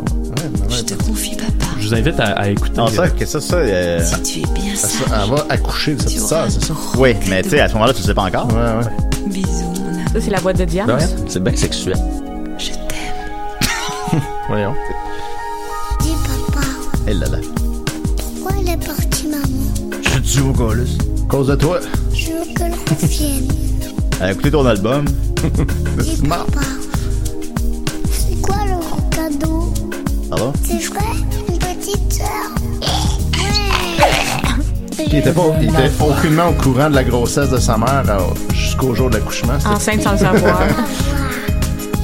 Speaker 3: Je
Speaker 7: te confie, papa.
Speaker 4: Je vous invite à, à écouter.
Speaker 3: Non, Ah, ça, que ça, ça. euh,
Speaker 7: Si tu es bien
Speaker 3: ça,
Speaker 7: sage,
Speaker 3: elle va accoucher de sa petite sœur, c'est ça? Oui, mais tu sais, à ce moment-là, tu le sais pas encore. Ouais, ouais.
Speaker 7: Ça, c'est la voix de Diane.
Speaker 2: hein? C'est bien sexuel.
Speaker 4: Voyons.
Speaker 9: Dis papa,
Speaker 3: Elle Eh là là.
Speaker 9: pourquoi elle est partie, maman
Speaker 3: Je suis du au gars, là. Cause de toi.
Speaker 9: Je veux que l'on revienne.
Speaker 3: Elle a écouté Euh, ton album.
Speaker 9: Dis papa, c'est quoi le gros cadeau
Speaker 3: Pardon?
Speaker 9: C'est vrai Une petite sœur
Speaker 5: Il était, pas, il était aucunement au courant de la grossesse de sa mère alors, jusqu'au jour de l'accouchement. c'était-
Speaker 7: Enceinte sans le savoir.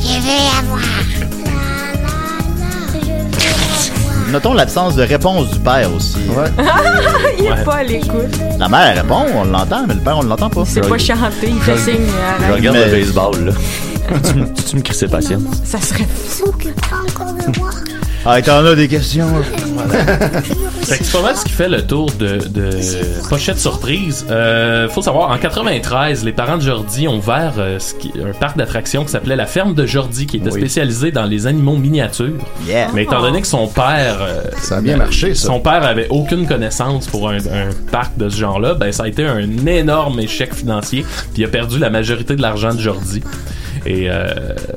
Speaker 9: Je vais avoir.
Speaker 3: Notons l'absence de réponse du père aussi. Ouais.
Speaker 7: il est
Speaker 3: Ouais.
Speaker 7: pas à l'écoute.
Speaker 3: La mère, elle répond, on l'entend, mais le père, on l'entend pas.
Speaker 7: C'est pas chanté, il fait signe. hein. arrête.
Speaker 2: Je regarde le
Speaker 3: Mais-
Speaker 2: baseball, là. tu, me- tu me crissais patient.
Speaker 7: Ça serait fou.
Speaker 9: Encore de moi.
Speaker 3: Ah, t'en as des questions.
Speaker 4: Fait que c'est pas mal ce qui fait le tour de, de Pochette Surprise. Euh, faut savoir, en 93, les parents de Jordi ont ouvert euh, ce qui- un parc d'attractions qui s'appelait la Ferme de Jordi, qui était
Speaker 5: Oui.
Speaker 4: spécialisée dans les animaux miniatures.
Speaker 3: Yeah.
Speaker 2: Ah.
Speaker 4: Mais étant donné que son père... euh,
Speaker 5: Ça a bien marché, ça.
Speaker 4: Son père avait aucune connaissance pour un, un parc de ce genre-là, ben ça a été un énorme échec financier, puis il a perdu la majorité de l'argent de Jordi. Et euh,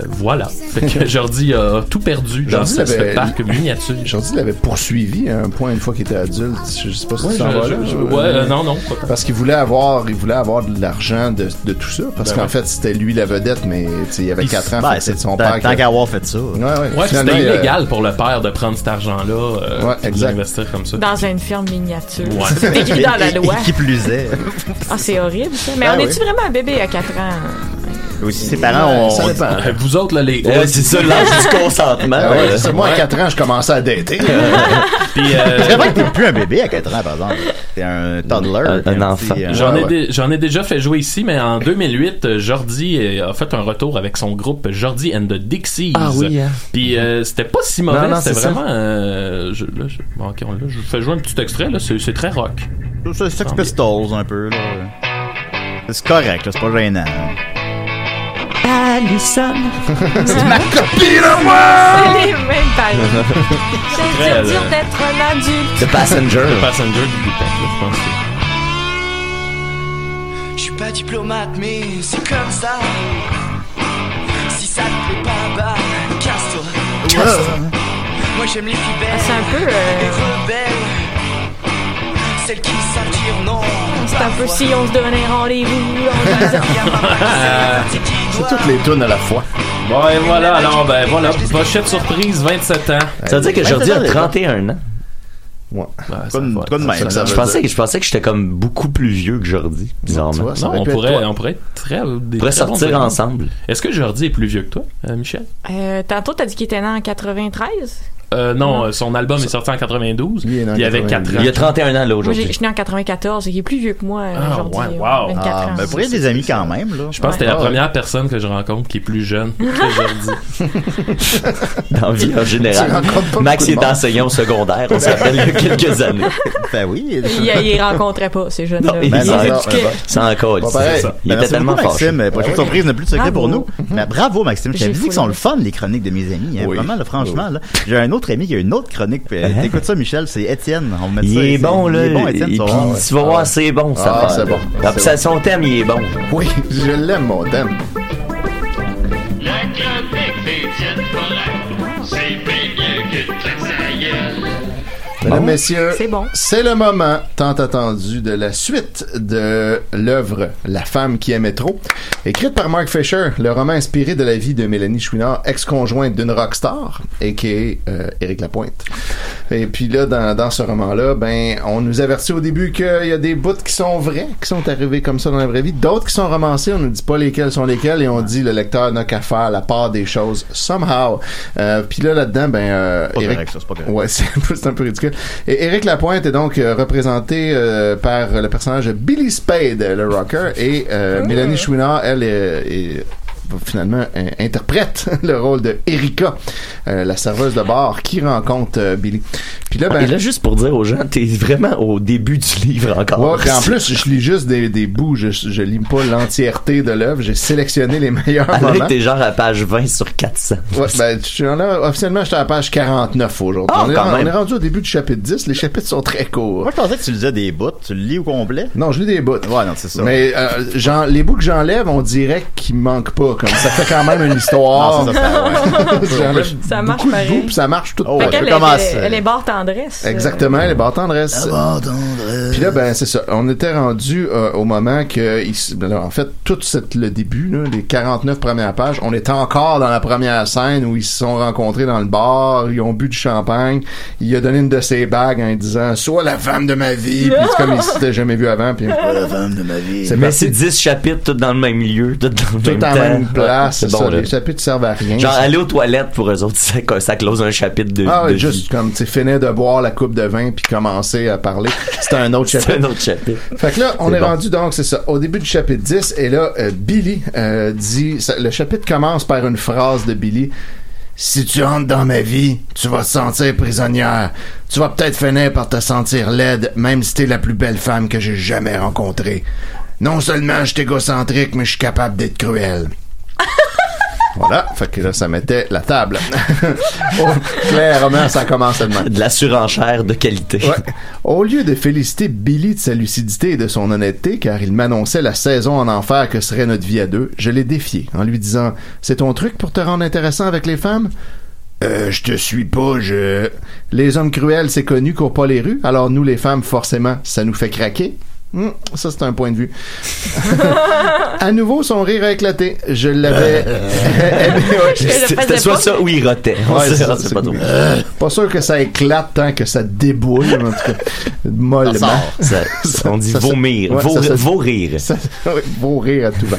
Speaker 4: voilà. Fait que Jordi a tout perdu dans
Speaker 5: Jordi
Speaker 4: ce, ce
Speaker 5: l'avait-
Speaker 4: parc miniature.
Speaker 5: Jordi l'avait poursuivi à un point une fois qu'il était adulte. Je sais pas si
Speaker 4: Ouais,
Speaker 5: tu t'en
Speaker 4: je-
Speaker 5: vas
Speaker 4: je-
Speaker 5: là.
Speaker 4: je- ouais, euh, non, non.
Speaker 5: Parce qu'il voulait avoir, il voulait avoir de l'argent de, de tout ça. Parce
Speaker 4: Ben
Speaker 5: qu'en
Speaker 4: ouais.
Speaker 5: fait, c'était lui la vedette, mais tu sais, il avait
Speaker 4: Puis
Speaker 5: 4 ans.
Speaker 4: ben,
Speaker 5: fait que
Speaker 4: c'est-
Speaker 5: c'est son
Speaker 4: tant-
Speaker 5: père.
Speaker 4: tant
Speaker 5: qui-
Speaker 4: qu'à
Speaker 3: avoir fait ça.
Speaker 5: Ouais, ouais.
Speaker 4: Ouais, puis
Speaker 5: Finalement,
Speaker 4: c'était
Speaker 5: il a-
Speaker 4: illégal pour le père de prendre cet argent-là euh,
Speaker 5: Ouais,
Speaker 4: puis de
Speaker 5: exact.
Speaker 4: l'investir comme ça.
Speaker 7: Dans une ferme miniature.
Speaker 4: Ouais.
Speaker 7: C'est
Speaker 5: euh,
Speaker 7: écrit dans la
Speaker 4: Et- et-
Speaker 7: loi.
Speaker 4: et qui
Speaker 3: plus est.
Speaker 7: Ah, c'est horrible, ça. Mais
Speaker 3: Ben
Speaker 7: on
Speaker 3: oui.
Speaker 7: est-tu vraiment un bébé à 4 ans?
Speaker 3: Aussi, ses parents ont. Ah
Speaker 5: Ça dépend.
Speaker 4: Vous autres, là, les.
Speaker 2: Euh, c'est ça, l'âge du consentement.
Speaker 5: Ah ouais,
Speaker 2: là.
Speaker 5: c'est ça. moi, à
Speaker 2: Ouais.
Speaker 5: 4 ans, je commençais à dater.
Speaker 4: Puis, euh,
Speaker 3: C'est vrai que t'es plus un bébé à 4 ans, par exemple. T'es un toddler.
Speaker 2: Un- un enfant.
Speaker 3: petit, euh,
Speaker 4: J'en ai,
Speaker 3: ouais.
Speaker 4: dé- j'en ai déjà fait jouer ici, mais en 2008, euh, Jordi euh, a fait un retour avec son groupe Jordi and the Dixies.
Speaker 2: Ah oui, hein.
Speaker 4: Puis euh, c'était pas si
Speaker 2: Non,
Speaker 4: mauvais,
Speaker 2: non,
Speaker 4: c'était
Speaker 2: c'est ça.
Speaker 4: vraiment. euh, je, là, je, bon, ok, on- là, je vous fais jouer un petit extrait, là, c'est, c'est très rock.
Speaker 3: C'est Sex Pistols, un peu, là. C'est correct, là, c'est pas gênant.
Speaker 10: Ah,
Speaker 2: Allison.
Speaker 11: C'est ma copine à
Speaker 7: C'est
Speaker 11: moi
Speaker 7: les mêmes paroles.
Speaker 4: Très,
Speaker 7: C'est dur, dur
Speaker 4: euh,
Speaker 7: d'être un adulte.
Speaker 2: The Passenger.
Speaker 4: The Passenger du Lupin, là, je pense. que-
Speaker 5: Je suis pas diplomate, mais c'est comme ça. Si ça te plaît pas, bah, casse-toi. Casse-toi. Moi j'aime les filles belles.
Speaker 7: c'est un peu, euh,
Speaker 5: Les rebelles. Celles qui savent dire non.
Speaker 7: C'est un peu si on se donnait rendez-vous.
Speaker 3: C'est toutes les tunes à la fois.
Speaker 4: Bon, et voilà, alors, ben voilà,
Speaker 2: Ah,
Speaker 4: pochette surprise, 27 ans.
Speaker 2: Ça veut dire que Jordi a 31 ans.
Speaker 3: Ouais.
Speaker 5: Ah,
Speaker 4: Comme-
Speaker 2: ça,
Speaker 4: comme même, ça
Speaker 2: Je
Speaker 4: veut
Speaker 2: pensais,
Speaker 4: dire.
Speaker 2: je pensais que j'étais comme beaucoup plus vieux que Jordi, bizarrement.
Speaker 4: Non, on pourrait, on pourrait être très. des
Speaker 2: pourrait
Speaker 4: très bons
Speaker 2: sortir
Speaker 4: amis.
Speaker 2: ensemble.
Speaker 4: Est-ce que Jordi est plus vieux que toi, euh, Michel?
Speaker 7: Euh, tantôt, t'as dit qu'il était né en 93.
Speaker 4: Euh, non, euh, son album est sorti en 92. Il,
Speaker 2: en
Speaker 4: avait 4 ans.
Speaker 2: 92. Il a 31 ans, là,
Speaker 7: Moi, j'ai- je suis né en 94, et il est plus vieux que moi euh,
Speaker 4: Ah,
Speaker 7: aujourd'hui.
Speaker 4: ouais,
Speaker 7: euh,
Speaker 4: wow.
Speaker 7: 24
Speaker 4: Ah,
Speaker 7: ans.
Speaker 4: ben,
Speaker 12: Vous pourriez être des amis quand même, là.
Speaker 4: Je pense que
Speaker 5: Ah,
Speaker 4: t'es la première personne que je rencontre qui est plus jeune que Jordi.
Speaker 2: Dans la vie en
Speaker 4: Tu
Speaker 2: général.
Speaker 4: rencontres pas
Speaker 2: Max
Speaker 4: beaucoup de
Speaker 2: est
Speaker 4: monde.
Speaker 2: enseignant au secondaire, on se rappelle il y a quelques années.
Speaker 12: Ben oui.
Speaker 7: Il, il les rencontrait pas, ces jeunes-là.
Speaker 2: Non, il
Speaker 12: Ben
Speaker 2: s'en
Speaker 12: non,
Speaker 2: éduquait.
Speaker 12: ben non.
Speaker 2: Sans alcool,
Speaker 12: Pas
Speaker 2: c'est
Speaker 12: pareil.
Speaker 2: ça.
Speaker 12: Ben
Speaker 2: Il était
Speaker 12: merci
Speaker 2: tellement
Speaker 12: beaucoup,
Speaker 2: fâché.
Speaker 12: Maxime, Euh, prochaine
Speaker 2: Ah oui.
Speaker 12: surprise n'a plus de secret
Speaker 2: Bravo.
Speaker 12: pour nous. Mais bravo, Maxime. Je
Speaker 2: J'ai
Speaker 12: t'avais dit
Speaker 2: fou,
Speaker 12: qu'ils sont
Speaker 2: là.
Speaker 12: le fun, les chroniques de mes amis. hein.
Speaker 2: Oui.
Speaker 12: Vraiment, là, franchement.
Speaker 2: Oui.
Speaker 12: là. J'ai un autre ami qui a une autre chronique. euh,
Speaker 2: Hein?
Speaker 12: T'écoutes ça, Michel, c'est Étienne. On va mettre
Speaker 2: Il
Speaker 12: ça,
Speaker 2: est
Speaker 3: Ben,
Speaker 12: Étienne.
Speaker 2: bon, là.
Speaker 12: Il est bon, Étienne.
Speaker 2: Et
Speaker 12: tu vas
Speaker 2: puis,
Speaker 12: voir, ouais.
Speaker 2: tu vas voir, c'est bon, ça
Speaker 12: Ah,
Speaker 2: va.
Speaker 12: c'est bon.
Speaker 2: Ah, puis ça, Son thème, il est bon.
Speaker 3: Oui, je l'aime, mon thème.
Speaker 11: Le club des Étienne Morin, c'est bien mieux que de la gueule.
Speaker 3: Mesdames, messieurs, c'est le moment tant attendu de la suite de l'œuvre La femme qui aimait trop, écrite par Mark Fisher, le roman inspiré de la vie de Mélanie Chouinard, ex-conjointe d'une rockstar, et qui est euh, Éric Lapointe. Et puis là, dans, dans ce roman-là, ben, on nous avertit au début qu'il y a des bouts qui sont vrais, qui sont arrivés comme ça dans la vraie vie, d'autres qui sont romancés, on ne dit pas lesquels sont lesquels, et on dit le lecteur n'a qu'à faire la part des choses somehow. Euh, puis là, là-dedans, ben, euh,
Speaker 12: Pas
Speaker 3: Éric-
Speaker 12: correct, ça, c'est pas correct.
Speaker 3: Ouais, c'est un peu, c'est un peu ridicule. Et Éric Lapointe est donc euh, représenté euh, par le personnage de Billy Spade, le rocker, et euh, Mélanie Chouinard, elle, est, est- finalement euh, interprète le rôle de Erika, euh, la serveuse de bar qui rencontre euh, Billy. Puis là, ben,
Speaker 2: Ah, Et là, juste pour dire aux gens, t'es vraiment au début du livre encore.
Speaker 3: Ouais, puis en plus, je lis juste des, des bouts, je, je lis pas l'entièreté de l'œuvre, j'ai sélectionné les meilleurs
Speaker 2: Avec
Speaker 3: moments.
Speaker 2: t'es genre à page 20 sur 400.
Speaker 3: Ouais, ben, je suis en là, officiellement, j'étais à la page 49 aujourd'hui.
Speaker 2: Ah,
Speaker 3: on, est,
Speaker 2: quand
Speaker 3: ren-
Speaker 2: même.
Speaker 3: on est rendu au début du chapitre 10, les chapitres sont très courts.
Speaker 12: Moi, je pensais que tu lisais des bouts. Tu le lis au complet?
Speaker 3: Non, je lis des bouts.
Speaker 12: Ouais, non, c'est ça.
Speaker 3: Mais euh, j'en- les bouts que j'enlève, on dirait qu'ils manquent pas. Comme ça fait quand même une histoire.
Speaker 12: Non, c'est ça, Oh,
Speaker 7: ouais.
Speaker 3: J'enlève
Speaker 7: Ça marche
Speaker 3: beaucoup de
Speaker 7: pareil.
Speaker 3: bouts, puis ça marche tout.
Speaker 7: Fait
Speaker 3: pareil.
Speaker 7: qu'elle, elle, est- elle est barre tendresse.
Speaker 3: Exactement, les barres tendresse. Puis là, ben, c'est ça. On était rendu euh, au moment que, il s- ben là, en fait, tout cette- le début, là, les 49 premières pages, on était encore dans la première scène où ils se sont rencontrés dans le bar, ils ont bu du champagne, il a donné une de ses bagues en disant, sois la femme de ma vie, puis c'est comme il s'était jamais vu avant, puis
Speaker 12: Sois la femme de ma vie.
Speaker 3: C'est
Speaker 2: Mais
Speaker 3: parti.
Speaker 2: c'est 10 chapitres, tout dans le même lieu, tout dans le
Speaker 3: tout
Speaker 2: même
Speaker 3: en
Speaker 2: temps.
Speaker 3: même place,
Speaker 2: Ouais,
Speaker 3: c'est ça,
Speaker 2: là.
Speaker 3: les chapitres servent à rien.
Speaker 2: Genre,
Speaker 3: Ça-
Speaker 2: aller aux toilettes pour eux autres, ça, ça close un chapitre de.
Speaker 3: Ah ouais,
Speaker 2: de
Speaker 3: juste comme tu sais, finir de boire la coupe de vin puis commencer à parler. C'était un autre chapitre.
Speaker 2: un autre chapitre.
Speaker 3: Fait que là, on
Speaker 2: C'est
Speaker 3: est,
Speaker 2: bon.
Speaker 3: rendu donc, c'est ça, au début du chapitre 10, et là, euh, Billy euh, dit, ça- le chapitre commence par une phrase de Billy. Si tu entres dans ma vie, tu vas te sentir prisonnière. Tu vas peut-être finir par te sentir laide, même si t'es la plus belle femme que j'ai jamais rencontrée. Non seulement je suis égocentrique, mais je suis capable d'être cruel. Voilà, fait que là, ça mettait la table. Oh, clairement, ça commence à demain.
Speaker 2: De la surenchère de qualité.
Speaker 3: Ouais. Au lieu de féliciter Billy de sa lucidité et de son honnêteté, car il m'annonçait la saison en enfer que serait notre vie à deux, je l'ai défié en lui disant C'est ton truc pour te rendre intéressant avec les femmes euh, je te suis pas, je. Les hommes cruels, c'est connu, courent pas les rues, alors nous, les femmes, forcément, ça nous fait craquer. Hmm, ça, c'est un point de vue. à nouveau, son rire a éclaté. Je l'avais. aimé, ouais.
Speaker 2: C'était soit ça ou il rotait. On
Speaker 3: Ouais,
Speaker 2: sait-
Speaker 3: c'est
Speaker 2: on
Speaker 3: ça,
Speaker 2: sait
Speaker 3: c'est-
Speaker 2: pas trop.
Speaker 3: Euh, pas sûr que ça éclate tant que ça déboule, mais en tout cas. Mollement.
Speaker 2: Ça sort. Ah, Ça- on dit vomir, vau- vaurir.
Speaker 3: Ça, oui, vaurir à tout va.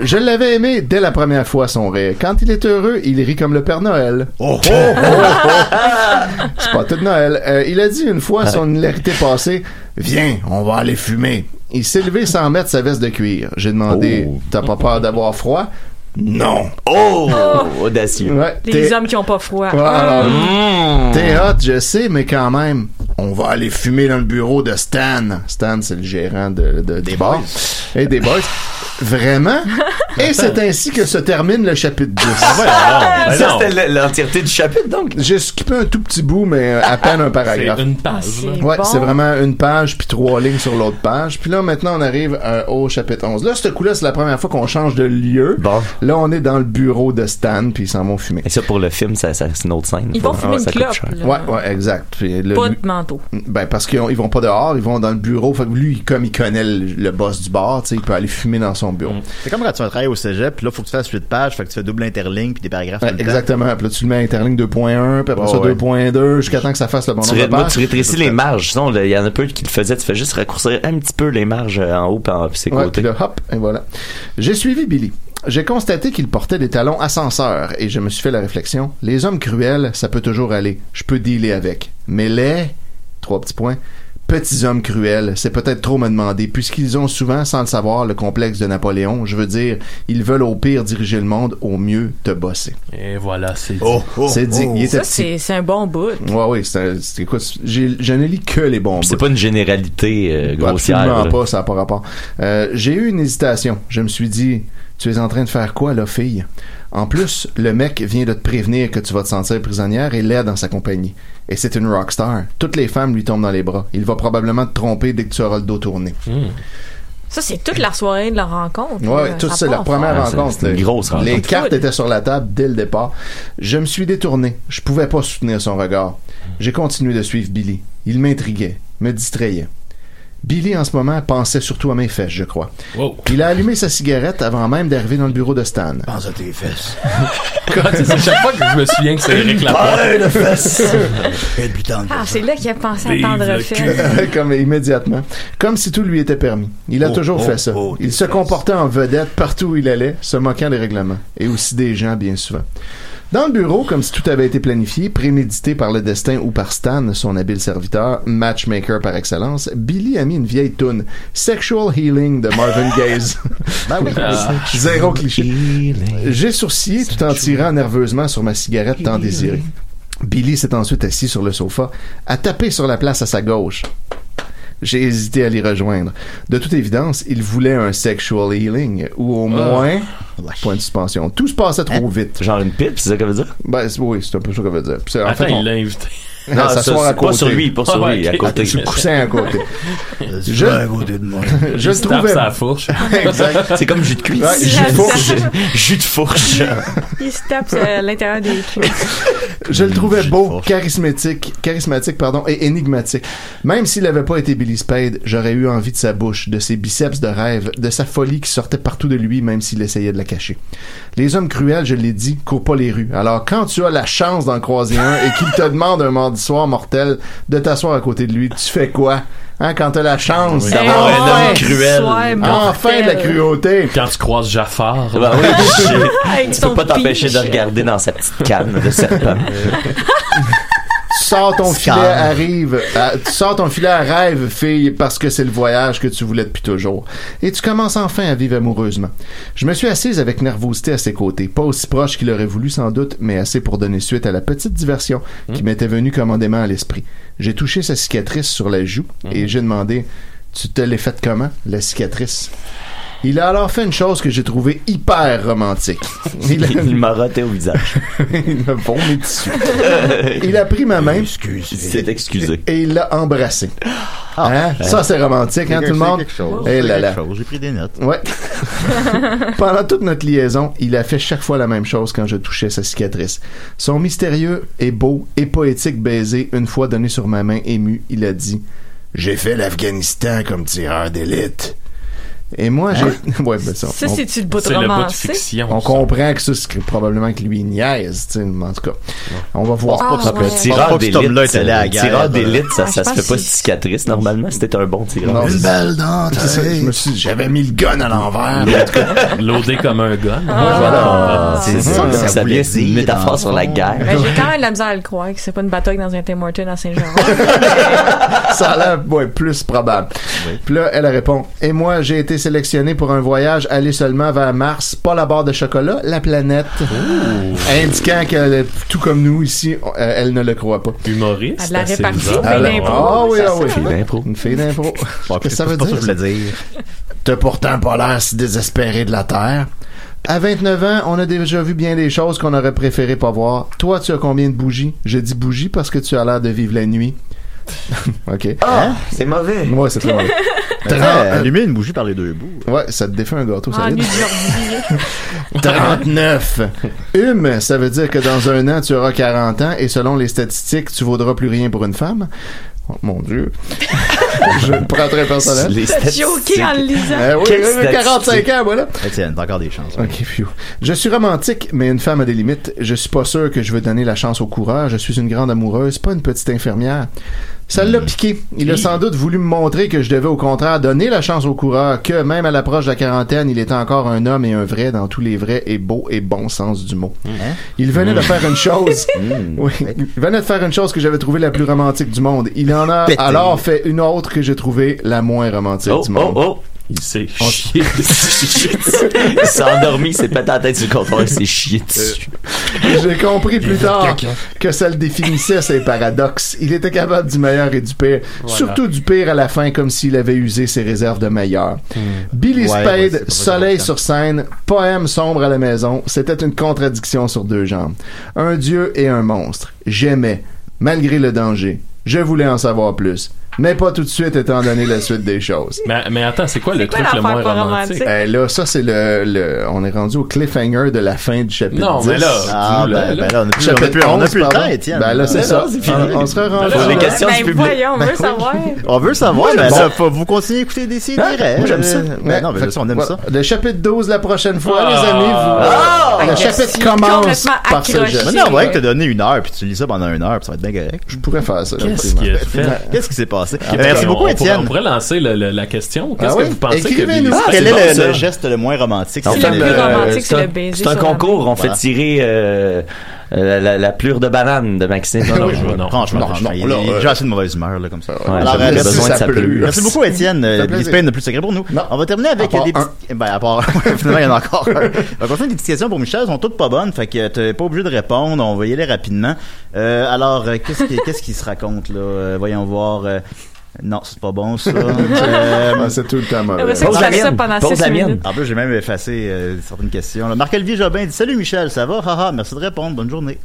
Speaker 3: Je l'avais aimé dès la première fois, son rire. Quand il est heureux, il rit comme le Père Noël. C'est pas tout de Noël. Euh, il a dit une fois à son hilarité passée Viens, on va aller fumer. Il s'est levé sans mettre sa veste de cuir. J'ai demandé T'as pas peur d'avoir froid Non.
Speaker 2: Oh
Speaker 3: Ah
Speaker 2: Audacieux.
Speaker 3: Ouais,
Speaker 7: Les
Speaker 3: t'es-
Speaker 7: hommes qui ont pas froid.
Speaker 2: Ah.
Speaker 3: Voilà.
Speaker 7: Hum.
Speaker 3: T'es hot, je sais, mais quand même, on va aller fumer dans le bureau de Stan. Stan, c'est le gérant de, de- des bars. Et des boys. Vraiment?
Speaker 5: Et c'est ainsi que se termine le chapitre 10.
Speaker 2: Ah, ouais, non. Ça, c'était l'entièreté du chapitre, donc.
Speaker 5: J'ai skippé un tout petit bout, mais euh, à peine un paragraphe.
Speaker 4: C'est une page, Ah, là. c'est
Speaker 5: ouais,
Speaker 4: bon.
Speaker 5: c'est vraiment une page, puis trois lignes sur l'autre page. Puis là, maintenant, on arrive euh, au chapitre 11. Là, ce coup-là, c'est la première fois qu'on change de lieu. Là, on est dans le bureau de Stan, puis ils s'en vont fumer.
Speaker 2: Et ça, pour le film, ça, ça- c'est une autre scène.
Speaker 7: Ils vont
Speaker 2: Ah,
Speaker 7: fumer
Speaker 2: ouais,
Speaker 7: une
Speaker 2: ça coûte
Speaker 7: clope,
Speaker 2: cher.
Speaker 7: là.
Speaker 5: Ouais, ouais, exact. Puis là,
Speaker 7: Pas
Speaker 5: lui-
Speaker 7: de manteau.
Speaker 5: ben parce qu'ils ont- ils vont pas dehors, ils vont dans le bureau. Fait que lui, il- comme il connaît le, le boss du bar, tu sais, il peut aller fumer dans son bureau.
Speaker 3: C'est comme quand tu vas travailler au cégep, puis là, faut que tu fasses 8 pages, fait que tu fais double interligne, puis des paragraphes.
Speaker 5: Ouais, exactement. Puis là, tu le mets à interligne 2.1, puis après
Speaker 3: Oh, Ouais,
Speaker 5: ça
Speaker 3: ouais.
Speaker 5: 2.2, jusqu'à temps que ça fasse le bon
Speaker 2: Tu,
Speaker 5: nombre de
Speaker 2: ré- moi,
Speaker 5: pages.
Speaker 2: tu rétrécis les marges. Sinon, là, il y en a peu qui le faisaient. Tu fais juste raccourcir un petit peu les marges euh, en haut puis en puis ses
Speaker 5: Ouais,
Speaker 2: côtés.
Speaker 5: puis là, hop, et voilà. J'ai suivi Billy. J'ai constaté qu'il portait des talons ascenseurs et je me suis fait la réflexion. Les hommes cruels, ça peut toujours aller. Je peux dealer avec. Mais les, trois petits points, petits hommes cruels, c'est peut-être trop me demander puisqu'ils ont souvent, sans le savoir, le complexe de Napoléon. Je veux dire, ils veulent au pire diriger le monde, au mieux te bosser.
Speaker 4: Et voilà, c'est dit.
Speaker 5: Oh. c'est dit. Il était
Speaker 7: Ça,
Speaker 5: petit.
Speaker 7: c'est c'est un bon bout.
Speaker 5: Ouais, oui, c'est un- c'est- écoute, j'ai- je ne lis que les bons
Speaker 2: Puis c'est
Speaker 5: bouts.
Speaker 2: pas une généralité euh, grossière.
Speaker 5: Absolument
Speaker 2: là.
Speaker 5: pas, ça n'a pas rapport. Euh, j'ai eu une hésitation. Je me suis dit, tu es en train de faire quoi, là, fille? En plus, le mec vient de te prévenir que tu vas te sentir prisonnière et l'est dans sa compagnie. Et c'est une rockstar. Toutes les femmes lui tombent dans les bras. Il va probablement te tromper dès que tu auras le dos tourné.
Speaker 7: Ça, c'est toute la soirée de la rencontre.
Speaker 5: Ouais,
Speaker 7: là.
Speaker 5: ouais, tout
Speaker 7: Ça
Speaker 5: c'est la
Speaker 7: part
Speaker 5: première
Speaker 7: fort.
Speaker 5: rencontre.
Speaker 2: c'est une
Speaker 5: là.
Speaker 2: grosse rencontre.
Speaker 5: Les cartes étaient sur la table dès le départ. Je me suis détourné. Je pouvais pas soutenir son regard. J'ai continué de suivre Billy. Il m'intriguait, me distrayait. Billy, en ce moment, pensait surtout à mes fesses, je crois.
Speaker 4: Wow.
Speaker 5: Il a allumé sa cigarette avant même d'arriver dans le bureau de Stan.
Speaker 3: Pense à tes fesses.
Speaker 4: C'est à chaque fois que je me souviens que c'est Eric Lapointe.
Speaker 3: de fesses. Et puis tant
Speaker 7: Ah, c'est là qu'il a pensé à
Speaker 5: Vive
Speaker 7: tendre
Speaker 5: le
Speaker 7: fait.
Speaker 5: Comme immédiatement. Comme si tout lui était permis. Il a
Speaker 3: Oh,
Speaker 5: toujours
Speaker 3: oh,
Speaker 5: fait ça.
Speaker 3: oh,
Speaker 5: il se comportait en vedette partout où il allait, se moquant des règlements. Et aussi des gens, bien souvent. Dans le bureau, comme si tout avait été planifié, prémédité par le destin ou par Stan, son habile serviteur, matchmaker par excellence, Billy a mis une vieille toune, Sexual Healing de Marvin Gaye.
Speaker 3: Ben oui. Ah.
Speaker 5: Zéro cliché. J'ai sourcillé tout en tirant nerveusement sur ma cigarette tant désirée. Billy s'est ensuite assis sur le sofa, a tapé sur la place à sa gauche. J'ai hésité à l'y rejoindre. De toute évidence, il voulait un sexual healing, ou au moins, point de suspension. Tout se passait trop vite.
Speaker 2: Genre une pipe, c'est ça qu'elle veut dire?
Speaker 5: Ben, c'est- oui, c'est un peu ça qu'elle veut dire. Puis c'est- en
Speaker 4: Attends,
Speaker 5: fait, on-
Speaker 4: il l'a invité.
Speaker 5: Non,
Speaker 2: Non,
Speaker 5: s'asseoir
Speaker 2: Ah, ça,
Speaker 5: à
Speaker 2: c'est pas
Speaker 5: côté.
Speaker 2: sur lui, pas sur
Speaker 5: Ah,
Speaker 2: lui,
Speaker 5: ok.
Speaker 2: à côté.
Speaker 5: Ah, sur le coussin à côté.
Speaker 3: Je... à côté de moi.
Speaker 5: Je
Speaker 4: Il se tape
Speaker 5: trouvais-
Speaker 4: sa fourche.
Speaker 5: exact.
Speaker 2: C'est comme jus de cuisse.
Speaker 5: Ouais, jus de fourche.
Speaker 2: jus de fourche.
Speaker 7: Il se tape euh, à l'intérieur des cuisses.
Speaker 5: Je le trouvais beau, charismatique, charismatique pardon, et énigmatique. Même s'il n'avait pas été Billy Spade, j'aurais eu envie de sa bouche, de ses biceps de rêve, de sa folie qui sortait partout de lui, même s'il essayait de la cacher. Les hommes cruels, je l'ai dit, courent pas les rues. Alors quand tu as la chance d'en croiser un et qu'il te demande un mardi soir mortel de t'asseoir à côté de lui, tu fais quoi Hein, quand t'as la chance
Speaker 4: Oui.
Speaker 5: d'avoir
Speaker 4: Eh,
Speaker 5: un homme
Speaker 4: ouais,
Speaker 5: cruel,
Speaker 7: soir
Speaker 5: enfin de la
Speaker 2: Euh,
Speaker 7: mortel.
Speaker 5: cruauté.
Speaker 4: Quand tu croises Jafar.
Speaker 2: Ben oui,
Speaker 7: Avec
Speaker 2: je- tu peux
Speaker 7: son
Speaker 2: pas t'empêcher de
Speaker 7: piche.
Speaker 2: regarder dans sa petite canne de serpent.
Speaker 5: Tu sors ton
Speaker 3: Scar.
Speaker 5: filet, arrive. à- tu sors ton filet à rêve, fille, parce que c'est le voyage que tu voulais depuis toujours. Et tu commences enfin à vivre amoureusement. Je me suis assise avec nervosité à ses côtés. Pas aussi proche qu'il aurait voulu sans doute, mais assez pour donner suite à la petite diversion qui m'était venue commandément à l'esprit. J'ai touché sa cicatrice sur la joue
Speaker 3: Mm-hmm.
Speaker 5: et j'ai demandé Tu te l'es faite comment, la cicatrice il a alors fait une chose que j'ai trouvée hyper romantique. Il a,
Speaker 2: Il m'a roté au visage.
Speaker 5: il m'a vomi dessus. Il a pris ma main,
Speaker 2: C'est excusé.
Speaker 5: et il l'a embrassé. Hein? Ça, c'est romantique, hein, tout le monde? Eh là là.
Speaker 3: J'ai pris des notes.
Speaker 5: Ouais. Pendant toute notre liaison, il a fait chaque fois la même chose quand je touchais sa cicatrice. Son mystérieux et beau et poétique baiser, une fois donné sur ma main émue, il a dit J'ai fait l'Afghanistan comme tireur d'élite. Et moi, j'ai. Ouais, ben ça.
Speaker 7: Ça,
Speaker 5: on-
Speaker 7: c'est-tu le bout
Speaker 4: C'est le bout de
Speaker 7: romancé?
Speaker 4: fiction.
Speaker 5: on
Speaker 4: ça.
Speaker 5: comprend que ça, c'est probablement que lui il niaise, tu sais, mais en tout cas. On va voir.
Speaker 7: Ah, ouais.
Speaker 2: Tireur
Speaker 3: Pas que cet homme-là
Speaker 2: d'élite.
Speaker 3: est allé à la
Speaker 2: euh,
Speaker 3: guerre.
Speaker 2: Tireur d'élite, ça,
Speaker 7: Ah,
Speaker 2: ça
Speaker 7: je pense
Speaker 2: se fait pas
Speaker 7: que
Speaker 2: de cicatrice. Normalement, c'était un bon tireur.
Speaker 5: Non,
Speaker 3: balle dans
Speaker 5: c'est ça, je me suis dit, j'avais mis le gun à l'envers. mais en tout cas,
Speaker 4: Loadé comme un gun.
Speaker 2: Voilà.
Speaker 3: C'est ça que ça
Speaker 2: ça
Speaker 3: voulait
Speaker 2: vient, c'est une
Speaker 3: dire, dans
Speaker 2: métaphore sur la guerre.
Speaker 7: Ben, j'ai quand même de la misère à le croire que c'est pas une bataille dans un Tim Hortons à Saint-Jean.
Speaker 5: ça a l'air ouais, plus probable. Puis là, elle répond Et moi, j'ai été sélectionné pour un voyage aller seulement vers Mars, pas la barre de chocolat, la planète. Indiquant que, tout comme nous ici, on- euh, elle ne le croit pas.
Speaker 4: Humoriste.
Speaker 7: À de la
Speaker 4: assez
Speaker 7: répartie,
Speaker 4: bizarre.
Speaker 7: fille
Speaker 5: Alors,
Speaker 7: d'impro.
Speaker 5: ah oui,
Speaker 7: Ça,
Speaker 5: ah oui.
Speaker 7: c'est-
Speaker 5: Une fille d'impro. Qu'est-ce que ça veut
Speaker 3: C'est pas
Speaker 5: dire?
Speaker 3: ça que je voulais dire.
Speaker 5: T'as pourtant pas l'air si désespéré de la Terre. À 29 ans, on a déjà vu bien des choses qu'on aurait préféré pas voir. Toi, tu as combien de bougies? Je dis bougies parce que tu as l'air de vivre la nuit. ok.
Speaker 2: Ah, c'est mauvais.
Speaker 5: Ouais, c'est très mauvais.
Speaker 3: Mais
Speaker 5: Trente-
Speaker 3: attends, Euh, allumer une bougie par les deux bouts.
Speaker 5: Ouais, ça te défait un gâteau,
Speaker 7: Ah,
Speaker 5: ça
Speaker 7: nuit d'aujourd'hui.
Speaker 5: 39. Hum, ça veut dire que dans un an, tu auras 40 ans et selon les statistiques, tu vaudras plus rien pour une femme. Oh, mon Dieu. Je le prends très personnel.
Speaker 2: Les
Speaker 7: T'as choqué en le lisant.
Speaker 5: Eh oui,
Speaker 3: Quelle
Speaker 5: oui, oui, 45
Speaker 3: statistique.
Speaker 5: ans, voilà.
Speaker 3: Étienne, t'as encore des chances. hein.
Speaker 5: Ok, phew. Je suis romantique, mais une femme a des limites. Je suis pas sûr que je veux donner la chance au coureur. Je suis une grande amoureuse, pas une petite infirmière. Ça l'a piqué. Il a sans doute voulu me montrer que je devais au contraire donner la chance au coureur, que même à l'approche de la quarantaine, il était encore un homme et un vrai dans tous les vrais et beaux et bons sens du mot. Il venait de faire une chose.
Speaker 2: Hmm.
Speaker 5: Oui. Il venait de faire une chose que j'avais trouvée la plus romantique du monde. Il en a
Speaker 2: Pété.
Speaker 5: alors fait une autre que j'ai trouvée la moins romantique
Speaker 2: Oh,
Speaker 5: du monde.
Speaker 2: oh, oh.
Speaker 4: Il s'est chié dessus.
Speaker 2: Il s'est endormi, il s'est pété la tête sur le comptoir, il s'est chié dessus.
Speaker 5: Euh, J'ai compris plus tard que ça le définissait, ses paradoxes. Il était capable du meilleur et du pire.
Speaker 3: Voilà.
Speaker 5: Surtout du pire à la fin, comme s'il avait usé ses réserves de meilleur. Billy
Speaker 3: Hmm. Ouais, ouais, c'est
Speaker 5: Spade,
Speaker 3: pas
Speaker 5: soleil sur scène, poème sombre à la maison, c'était une contradiction sur deux jambes. Un dieu et un monstre. J'aimais, malgré le danger. Je voulais en savoir plus. Mais pas tout de suite, étant donné la suite des choses.
Speaker 4: Ah, mais, mais attends, c'est quoi le
Speaker 7: quoi
Speaker 4: truc le
Speaker 7: l'affaire
Speaker 4: moins
Speaker 7: pas
Speaker 4: romantique?
Speaker 7: romantique?
Speaker 5: Eh, là, ça, c'est le, le- On est rendu au cliffhanger de la fin du chapitre
Speaker 4: Non,
Speaker 5: 10.
Speaker 4: mais là,
Speaker 3: Ah,
Speaker 4: dis-nous,
Speaker 3: ben, ben là, on a plus, on a
Speaker 5: Chapitre
Speaker 3: plus, on a
Speaker 5: 11,
Speaker 3: plus le temps,
Speaker 5: pardon.
Speaker 3: Étienne.
Speaker 5: Ben là, c'est
Speaker 3: Ben
Speaker 5: ça.
Speaker 2: c'est fini.
Speaker 5: On, on sera rendu.
Speaker 2: Pour les
Speaker 5: là.
Speaker 2: questions du
Speaker 7: Ben
Speaker 2: public.
Speaker 7: voyons, on veut savoir.
Speaker 3: On veut savoir,
Speaker 5: Moi,
Speaker 3: mais
Speaker 5: j'aime
Speaker 3: là,
Speaker 5: ça.
Speaker 3: faut- vous continuez à écouter des séries.
Speaker 5: Hein? Moi, j'aime ça.
Speaker 2: Ben
Speaker 3: Mais non, mais fait que ça, on aime
Speaker 5: Ouais.
Speaker 3: ça.
Speaker 5: Le chapitre 12, la prochaine fois,
Speaker 4: Ah.
Speaker 5: les amis.
Speaker 3: Ah.
Speaker 5: Vous... le
Speaker 7: Merci.
Speaker 5: chapitre commence
Speaker 7: Complètement
Speaker 5: par ce
Speaker 7: accroché.
Speaker 5: geste.
Speaker 3: Mais
Speaker 7: Merci.
Speaker 3: non, on va que t'as donné une heure, puis tu lis ça pendant une heure, puis ça va être bien correct.
Speaker 5: Je pourrais faire ça.
Speaker 4: Qu'est-ce
Speaker 5: absolument.
Speaker 4: qu'il a fait?
Speaker 3: Qu'est-ce qui s'est passé?
Speaker 4: Ok, on-
Speaker 3: Merci Ben, beaucoup,
Speaker 4: on pourrait-
Speaker 3: Étienne.
Speaker 4: On pourrait lancer le- le- la question. Qu'est-ce
Speaker 5: Ah
Speaker 4: que
Speaker 5: oui?
Speaker 4: vous pensez que
Speaker 5: Écrivez-nous.
Speaker 4: Billy
Speaker 5: Ah,
Speaker 4: Spade-
Speaker 3: Quel
Speaker 2: bon,
Speaker 3: est le-
Speaker 2: ça.
Speaker 3: le geste le moins romantique? euh,
Speaker 7: C'est
Speaker 3: C'est
Speaker 7: le
Speaker 3: le-
Speaker 7: plus romantique,
Speaker 2: Euh, c'est
Speaker 7: c'est
Speaker 2: un-
Speaker 7: le baiser.
Speaker 2: C'est un
Speaker 7: sur la main.
Speaker 2: concours, on fait
Speaker 3: Voilà.
Speaker 2: tirer euh, euh, la, la plure de banane de Maxime.
Speaker 3: Ah,
Speaker 4: Non,
Speaker 2: Ouais.
Speaker 4: je veux- non.
Speaker 3: Franchement,
Speaker 5: Non,
Speaker 3: franchement,
Speaker 5: non,
Speaker 3: il
Speaker 5: là,
Speaker 3: il est
Speaker 5: euh,
Speaker 3: déjà assez de mauvaise humeur, là, comme ça.
Speaker 2: Ouais,
Speaker 3: Alors,
Speaker 2: j'avais
Speaker 3: euh,
Speaker 5: merci,
Speaker 2: besoin de
Speaker 5: ça
Speaker 2: sa
Speaker 5: pleut.
Speaker 2: plure.
Speaker 3: Merci beaucoup, Étienne. Euh,
Speaker 5: plaisir.
Speaker 3: Billy Spade n'a plus de secret pour nous.
Speaker 5: Non.
Speaker 3: On va terminer avec
Speaker 5: À part
Speaker 3: des
Speaker 5: un.
Speaker 3: petites. Ben, à part. finalement, il y en a encore un. On continue des petites questions pour Michel. Elles sont toutes pas bonnes. Fait que t'es pas obligé de répondre. On va y aller rapidement. Euh, alors, euh, qu'est-ce qui, qu'est-ce qui se raconte, là? Euh, voyons voir. euh, Non, c'est pas bon, ça.
Speaker 5: Ah,
Speaker 3: Euh,
Speaker 5: c'est tout le temps mauvais.
Speaker 7: Ah, mais c'est que
Speaker 2: Pose
Speaker 7: tu
Speaker 2: la
Speaker 7: fasses ça
Speaker 2: mienne.
Speaker 7: pendant
Speaker 2: Pose
Speaker 7: six
Speaker 2: la mienne.
Speaker 7: minutes.
Speaker 3: en plus, j'ai même effacé euh, certaines questions. là. Marc-Olivier Jobin dit Salut Michel, ça va? Haha, merci de répondre. Bonne journée.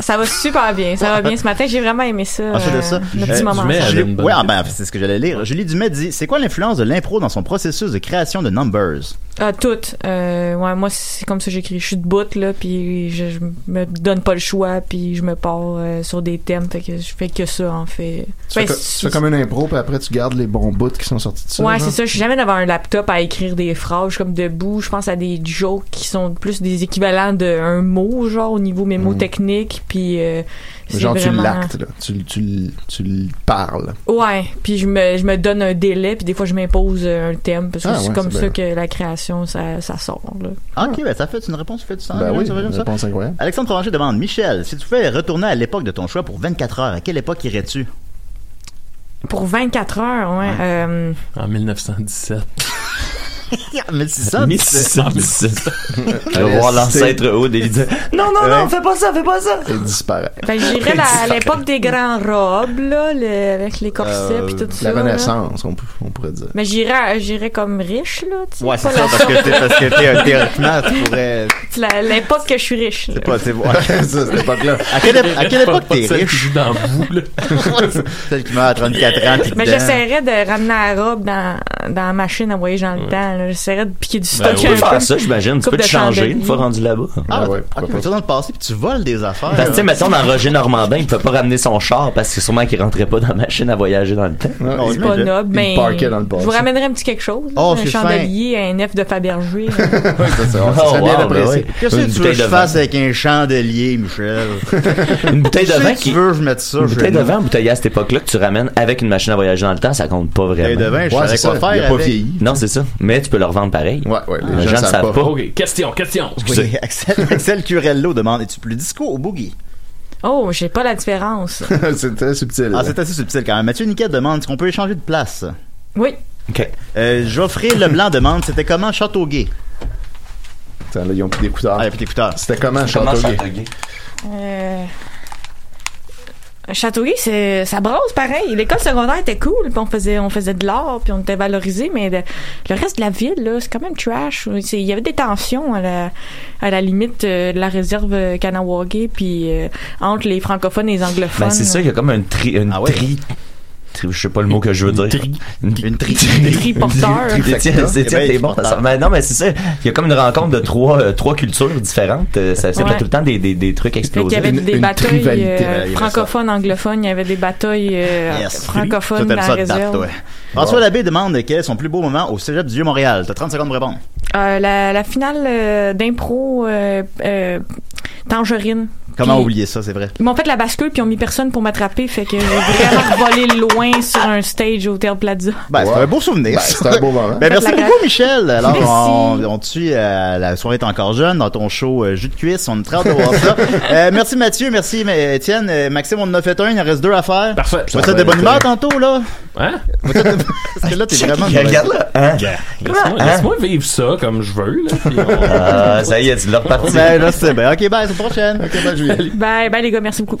Speaker 7: Ça va super bien. Ça va bien ce matin. J'ai vraiment aimé ça.
Speaker 3: Ah, c'est de
Speaker 7: euh,
Speaker 3: ça.
Speaker 7: Le
Speaker 4: Euh,
Speaker 7: petit moment.
Speaker 4: Dumais,
Speaker 7: ensemble.
Speaker 4: elle a une bonne
Speaker 3: Oui, ah, ben, c'est ce que j'allais lire. Julie Dumais dit C'est quoi l'influence de l'impro dans son processus de création de Numbers
Speaker 7: Ah, toutes. Euh, ouais, moi, c'est comme ça que j'écris. Je suis de bout, là, puis je, je me donne pas le choix, puis je me pars euh, sur des thèmes. Fait que je fais que ça, en fait.
Speaker 5: Tu fais,
Speaker 7: Ben,
Speaker 5: co-
Speaker 7: c'est-
Speaker 5: tu fais comme une impro, puis après, tu gardes les bons bouts qui sont sortis de ça.
Speaker 7: Ouais,
Speaker 5: genre.
Speaker 7: c'est ça. Je suis jamais devant un laptop à écrire des phrases. Je suis comme debout. Je pense à des jokes qui sont plus des équivalents d'un mot, genre, au niveau mémotechnique. Puis, euh, c'est
Speaker 5: Genre, tu
Speaker 7: vraiment-
Speaker 5: l'actes, là. Tu, tu, tu, le parles.
Speaker 7: Ouais, puis je me, je me donne un délai, puis des fois je m'impose euh, un thème, parce que
Speaker 5: Ah,
Speaker 7: c'est
Speaker 5: ouais,
Speaker 7: comme
Speaker 5: c'est
Speaker 7: ça
Speaker 5: bien.
Speaker 7: que la création, ça, ça sort. Là.
Speaker 3: Ok, ben ça fait une réponse qui fait du sens.
Speaker 5: ben
Speaker 3: là,
Speaker 5: oui,
Speaker 3: ça va
Speaker 5: une
Speaker 3: comme ça.
Speaker 5: réponse incroyable.
Speaker 3: Alexandre Provencher demande Michel, si tu pouvais retourner à l'époque de ton choix pour 24 heures, à quelle époque irais-tu
Speaker 7: Pour 24 heures, ouais. euh,
Speaker 4: En 1917.
Speaker 3: Ah, 1600
Speaker 4: 1617.
Speaker 2: Je vais voir l'ancêtre haut et lui dire Non, non, non, fais pas ça, fais pas ça.
Speaker 5: Et disparaît.
Speaker 7: ben, j'irais la- à l'époque des grands robes, là, le- avec les corsets,
Speaker 3: Euh,
Speaker 7: puis tout ça.
Speaker 5: La
Speaker 7: là.
Speaker 5: Renaissance, on, peut- on pourrait dire.
Speaker 7: Mais j'irais, j'irais comme riche, là, tu sais.
Speaker 3: Ouais, c'est
Speaker 7: pas
Speaker 3: ça,
Speaker 7: la
Speaker 3: parce que
Speaker 7: sorte-
Speaker 3: t'es, parce que t'es un théoriquement, tu pourrais.
Speaker 7: la- l'époque que je suis riche. là.
Speaker 3: C'est pas, c'est ouais.
Speaker 5: ça, cette époque-là.
Speaker 3: À quelle, ép- à quelle époque t'es
Speaker 4: Celle qui
Speaker 3: riche
Speaker 4: joue dans vous, là.
Speaker 3: Celle qui meurt à 34 ans, pis
Speaker 7: Mais
Speaker 3: dedans.
Speaker 7: j'essaierais de ramener la robe dans, dans la machine à voyager dans le temps. là. J'essaierais de piquer du
Speaker 4: Ben,
Speaker 7: stock
Speaker 4: on
Speaker 2: Tu peux
Speaker 7: un peu.
Speaker 2: faire ça, j'imagine. Tu
Speaker 7: Coupe
Speaker 2: peux te
Speaker 7: de
Speaker 2: changer une
Speaker 7: chandelier.
Speaker 2: fois rendu là-bas.
Speaker 3: Ah,
Speaker 5: Ah ouais,
Speaker 3: ok,
Speaker 5: pourquoi
Speaker 3: mais
Speaker 5: pas.
Speaker 3: tu vas dans le passé, puis tu voles des affaires.
Speaker 2: Parce que, tu sais, mettons, dans Roger Normandin, il peut pas ramener son char parce que sûrement qu'il rentrait pas dans la machine à voyager dans le temps.
Speaker 5: Ouais,
Speaker 3: Non,
Speaker 5: il-
Speaker 7: C'est pas noble,
Speaker 5: il
Speaker 7: mais
Speaker 5: parquait dans le
Speaker 7: je
Speaker 5: passé.
Speaker 7: vous ramènerai un petit quelque chose. là,
Speaker 3: Oh,
Speaker 7: un
Speaker 3: c'est fin.
Speaker 7: chandelier, un F de Fabergé. là.
Speaker 5: Ouais, ça, ça, ça
Speaker 2: Oh,
Speaker 5: serait
Speaker 2: wow,
Speaker 5: bien
Speaker 2: ben
Speaker 5: apprécié.
Speaker 2: ouais.
Speaker 3: Qu'est-ce
Speaker 2: Une
Speaker 3: que tu veux
Speaker 2: bouteille
Speaker 3: que je
Speaker 2: de
Speaker 3: fasse
Speaker 2: vin.
Speaker 3: avec un chandelier, Michel
Speaker 2: Une bouteille de
Speaker 3: Si
Speaker 2: vin
Speaker 3: tu
Speaker 2: qui.
Speaker 3: veux, je mets ça.
Speaker 2: Une
Speaker 3: je
Speaker 2: bouteille de
Speaker 3: mets-
Speaker 2: vin, bouteille à cette époque-là que tu ramènes avec une machine à voyager dans le temps, ça compte pas
Speaker 3: Bouteille de
Speaker 2: vraiment.
Speaker 3: vin, je
Speaker 5: Ouais, c'est
Speaker 3: savais
Speaker 5: ça.
Speaker 3: quoi
Speaker 5: Il
Speaker 3: faire.
Speaker 5: a pas
Speaker 3: avec.
Speaker 5: vieilli.
Speaker 2: Non, c'est ça. Mais tu peux le revendre pareil.
Speaker 5: Ouais, ouais, les
Speaker 2: Les
Speaker 5: gens
Speaker 2: gens
Speaker 5: le
Speaker 2: ne savent pas.
Speaker 4: OK, question, question.
Speaker 3: Oui, Axel, Axel Curello demande Es-tu plus disco ou boogie
Speaker 7: oh, j'ai pas la différence.
Speaker 5: c'est très subtil.
Speaker 3: Ah, c'est assez subtil quand même. Mathieu Niquette demande Est-ce qu'on peut échanger de place
Speaker 7: Oui,
Speaker 2: OK.
Speaker 3: euh, Geoffrey Leblanc demande C'était comment Châteauguay
Speaker 5: Attends, là, ils ont pris des couteurs.
Speaker 3: Ah, il a plus d'écouteurs.
Speaker 5: C'était comment,
Speaker 2: Comment
Speaker 5: Châteauguay?
Speaker 2: Châteauguay?
Speaker 7: euh, Châteauguay, c'est, ça brasse pareil. L'école secondaire était cool, puis on faisait, on faisait de l'art, puis on était valorisé, mais le, le reste de la ville, là, c'est quand même trash. C'est- Il y avait des tensions à la, à la limite euh, de la réserve euh, Kanawagé, puis euh, entre les francophones et les anglophones.
Speaker 2: Ben, c'est ça, il y a comme un tri, une
Speaker 3: Ah
Speaker 2: tri, tri- je sais pas le mot que je veux dire. Une tri. Une tri.
Speaker 7: triporteur.
Speaker 2: Étienne,
Speaker 7: Eh ben,
Speaker 2: Étienne, t'es bon. dans ça. Mais non, mais c'est ça. Il y a comme une rencontre de trois, euh, trois cultures différentes. Euh, Ça, ça fait
Speaker 7: Ouais.
Speaker 2: tout le temps des, des, des trucs
Speaker 7: Fait qu'il
Speaker 2: explosifs.
Speaker 7: y avait des batailles euh, francophones, anglophones, il y avait des batailles euh, francophones dans
Speaker 3: Toi,
Speaker 7: la
Speaker 3: t'aimes ça de date,
Speaker 7: réserve.
Speaker 3: toi. François Labbé demande quel est son plus beau moment au cégep du Vieux-Montréal. T'as 30 secondes pour répondre.
Speaker 7: Euh, la, la finale euh, d'impro euh, euh, Tangerine.
Speaker 3: Comment
Speaker 7: Puis-
Speaker 3: oublier ça, c'est vrai.
Speaker 7: Ils m'ont fait la bascule puis ils ont mis personne pour m'attraper, fait que j'ai vraiment volé loin sur un stage au Hotel Plaza.
Speaker 3: Ben, c'est un beau souvenir.
Speaker 5: c'est un beau moment.
Speaker 3: Ben, merci
Speaker 7: Fait que la
Speaker 3: beaucoup, Michel. Alors,
Speaker 7: Merci.
Speaker 3: on, on te suit euh, la soirée est encore jeune dans ton show euh, Jus de cuisse. On est très hâte de voir ça. Euh, merci, Mathieu. Merci, mais, Étienne. Euh, Maxime, on en a fait un. Il en reste deux à faire. Parfait. Vous êtes de bonne humeur tantôt, là?
Speaker 4: Hein?
Speaker 3: Parce que là, t'es vraiment. de bonne
Speaker 2: Regarde
Speaker 3: humeur.
Speaker 2: là. Hein?
Speaker 4: Laisse-moi
Speaker 2: Hein?
Speaker 4: laisse-moi vivre ça comme je veux. Là, puis on-
Speaker 2: Ah, ça y est, tu l'as reparti.
Speaker 3: Ben, là, c'est bien. OK, bye. À la prochaine.
Speaker 5: OK, bye, Julie.
Speaker 7: Bye, bye Eh ben, les gars, merci beaucoup.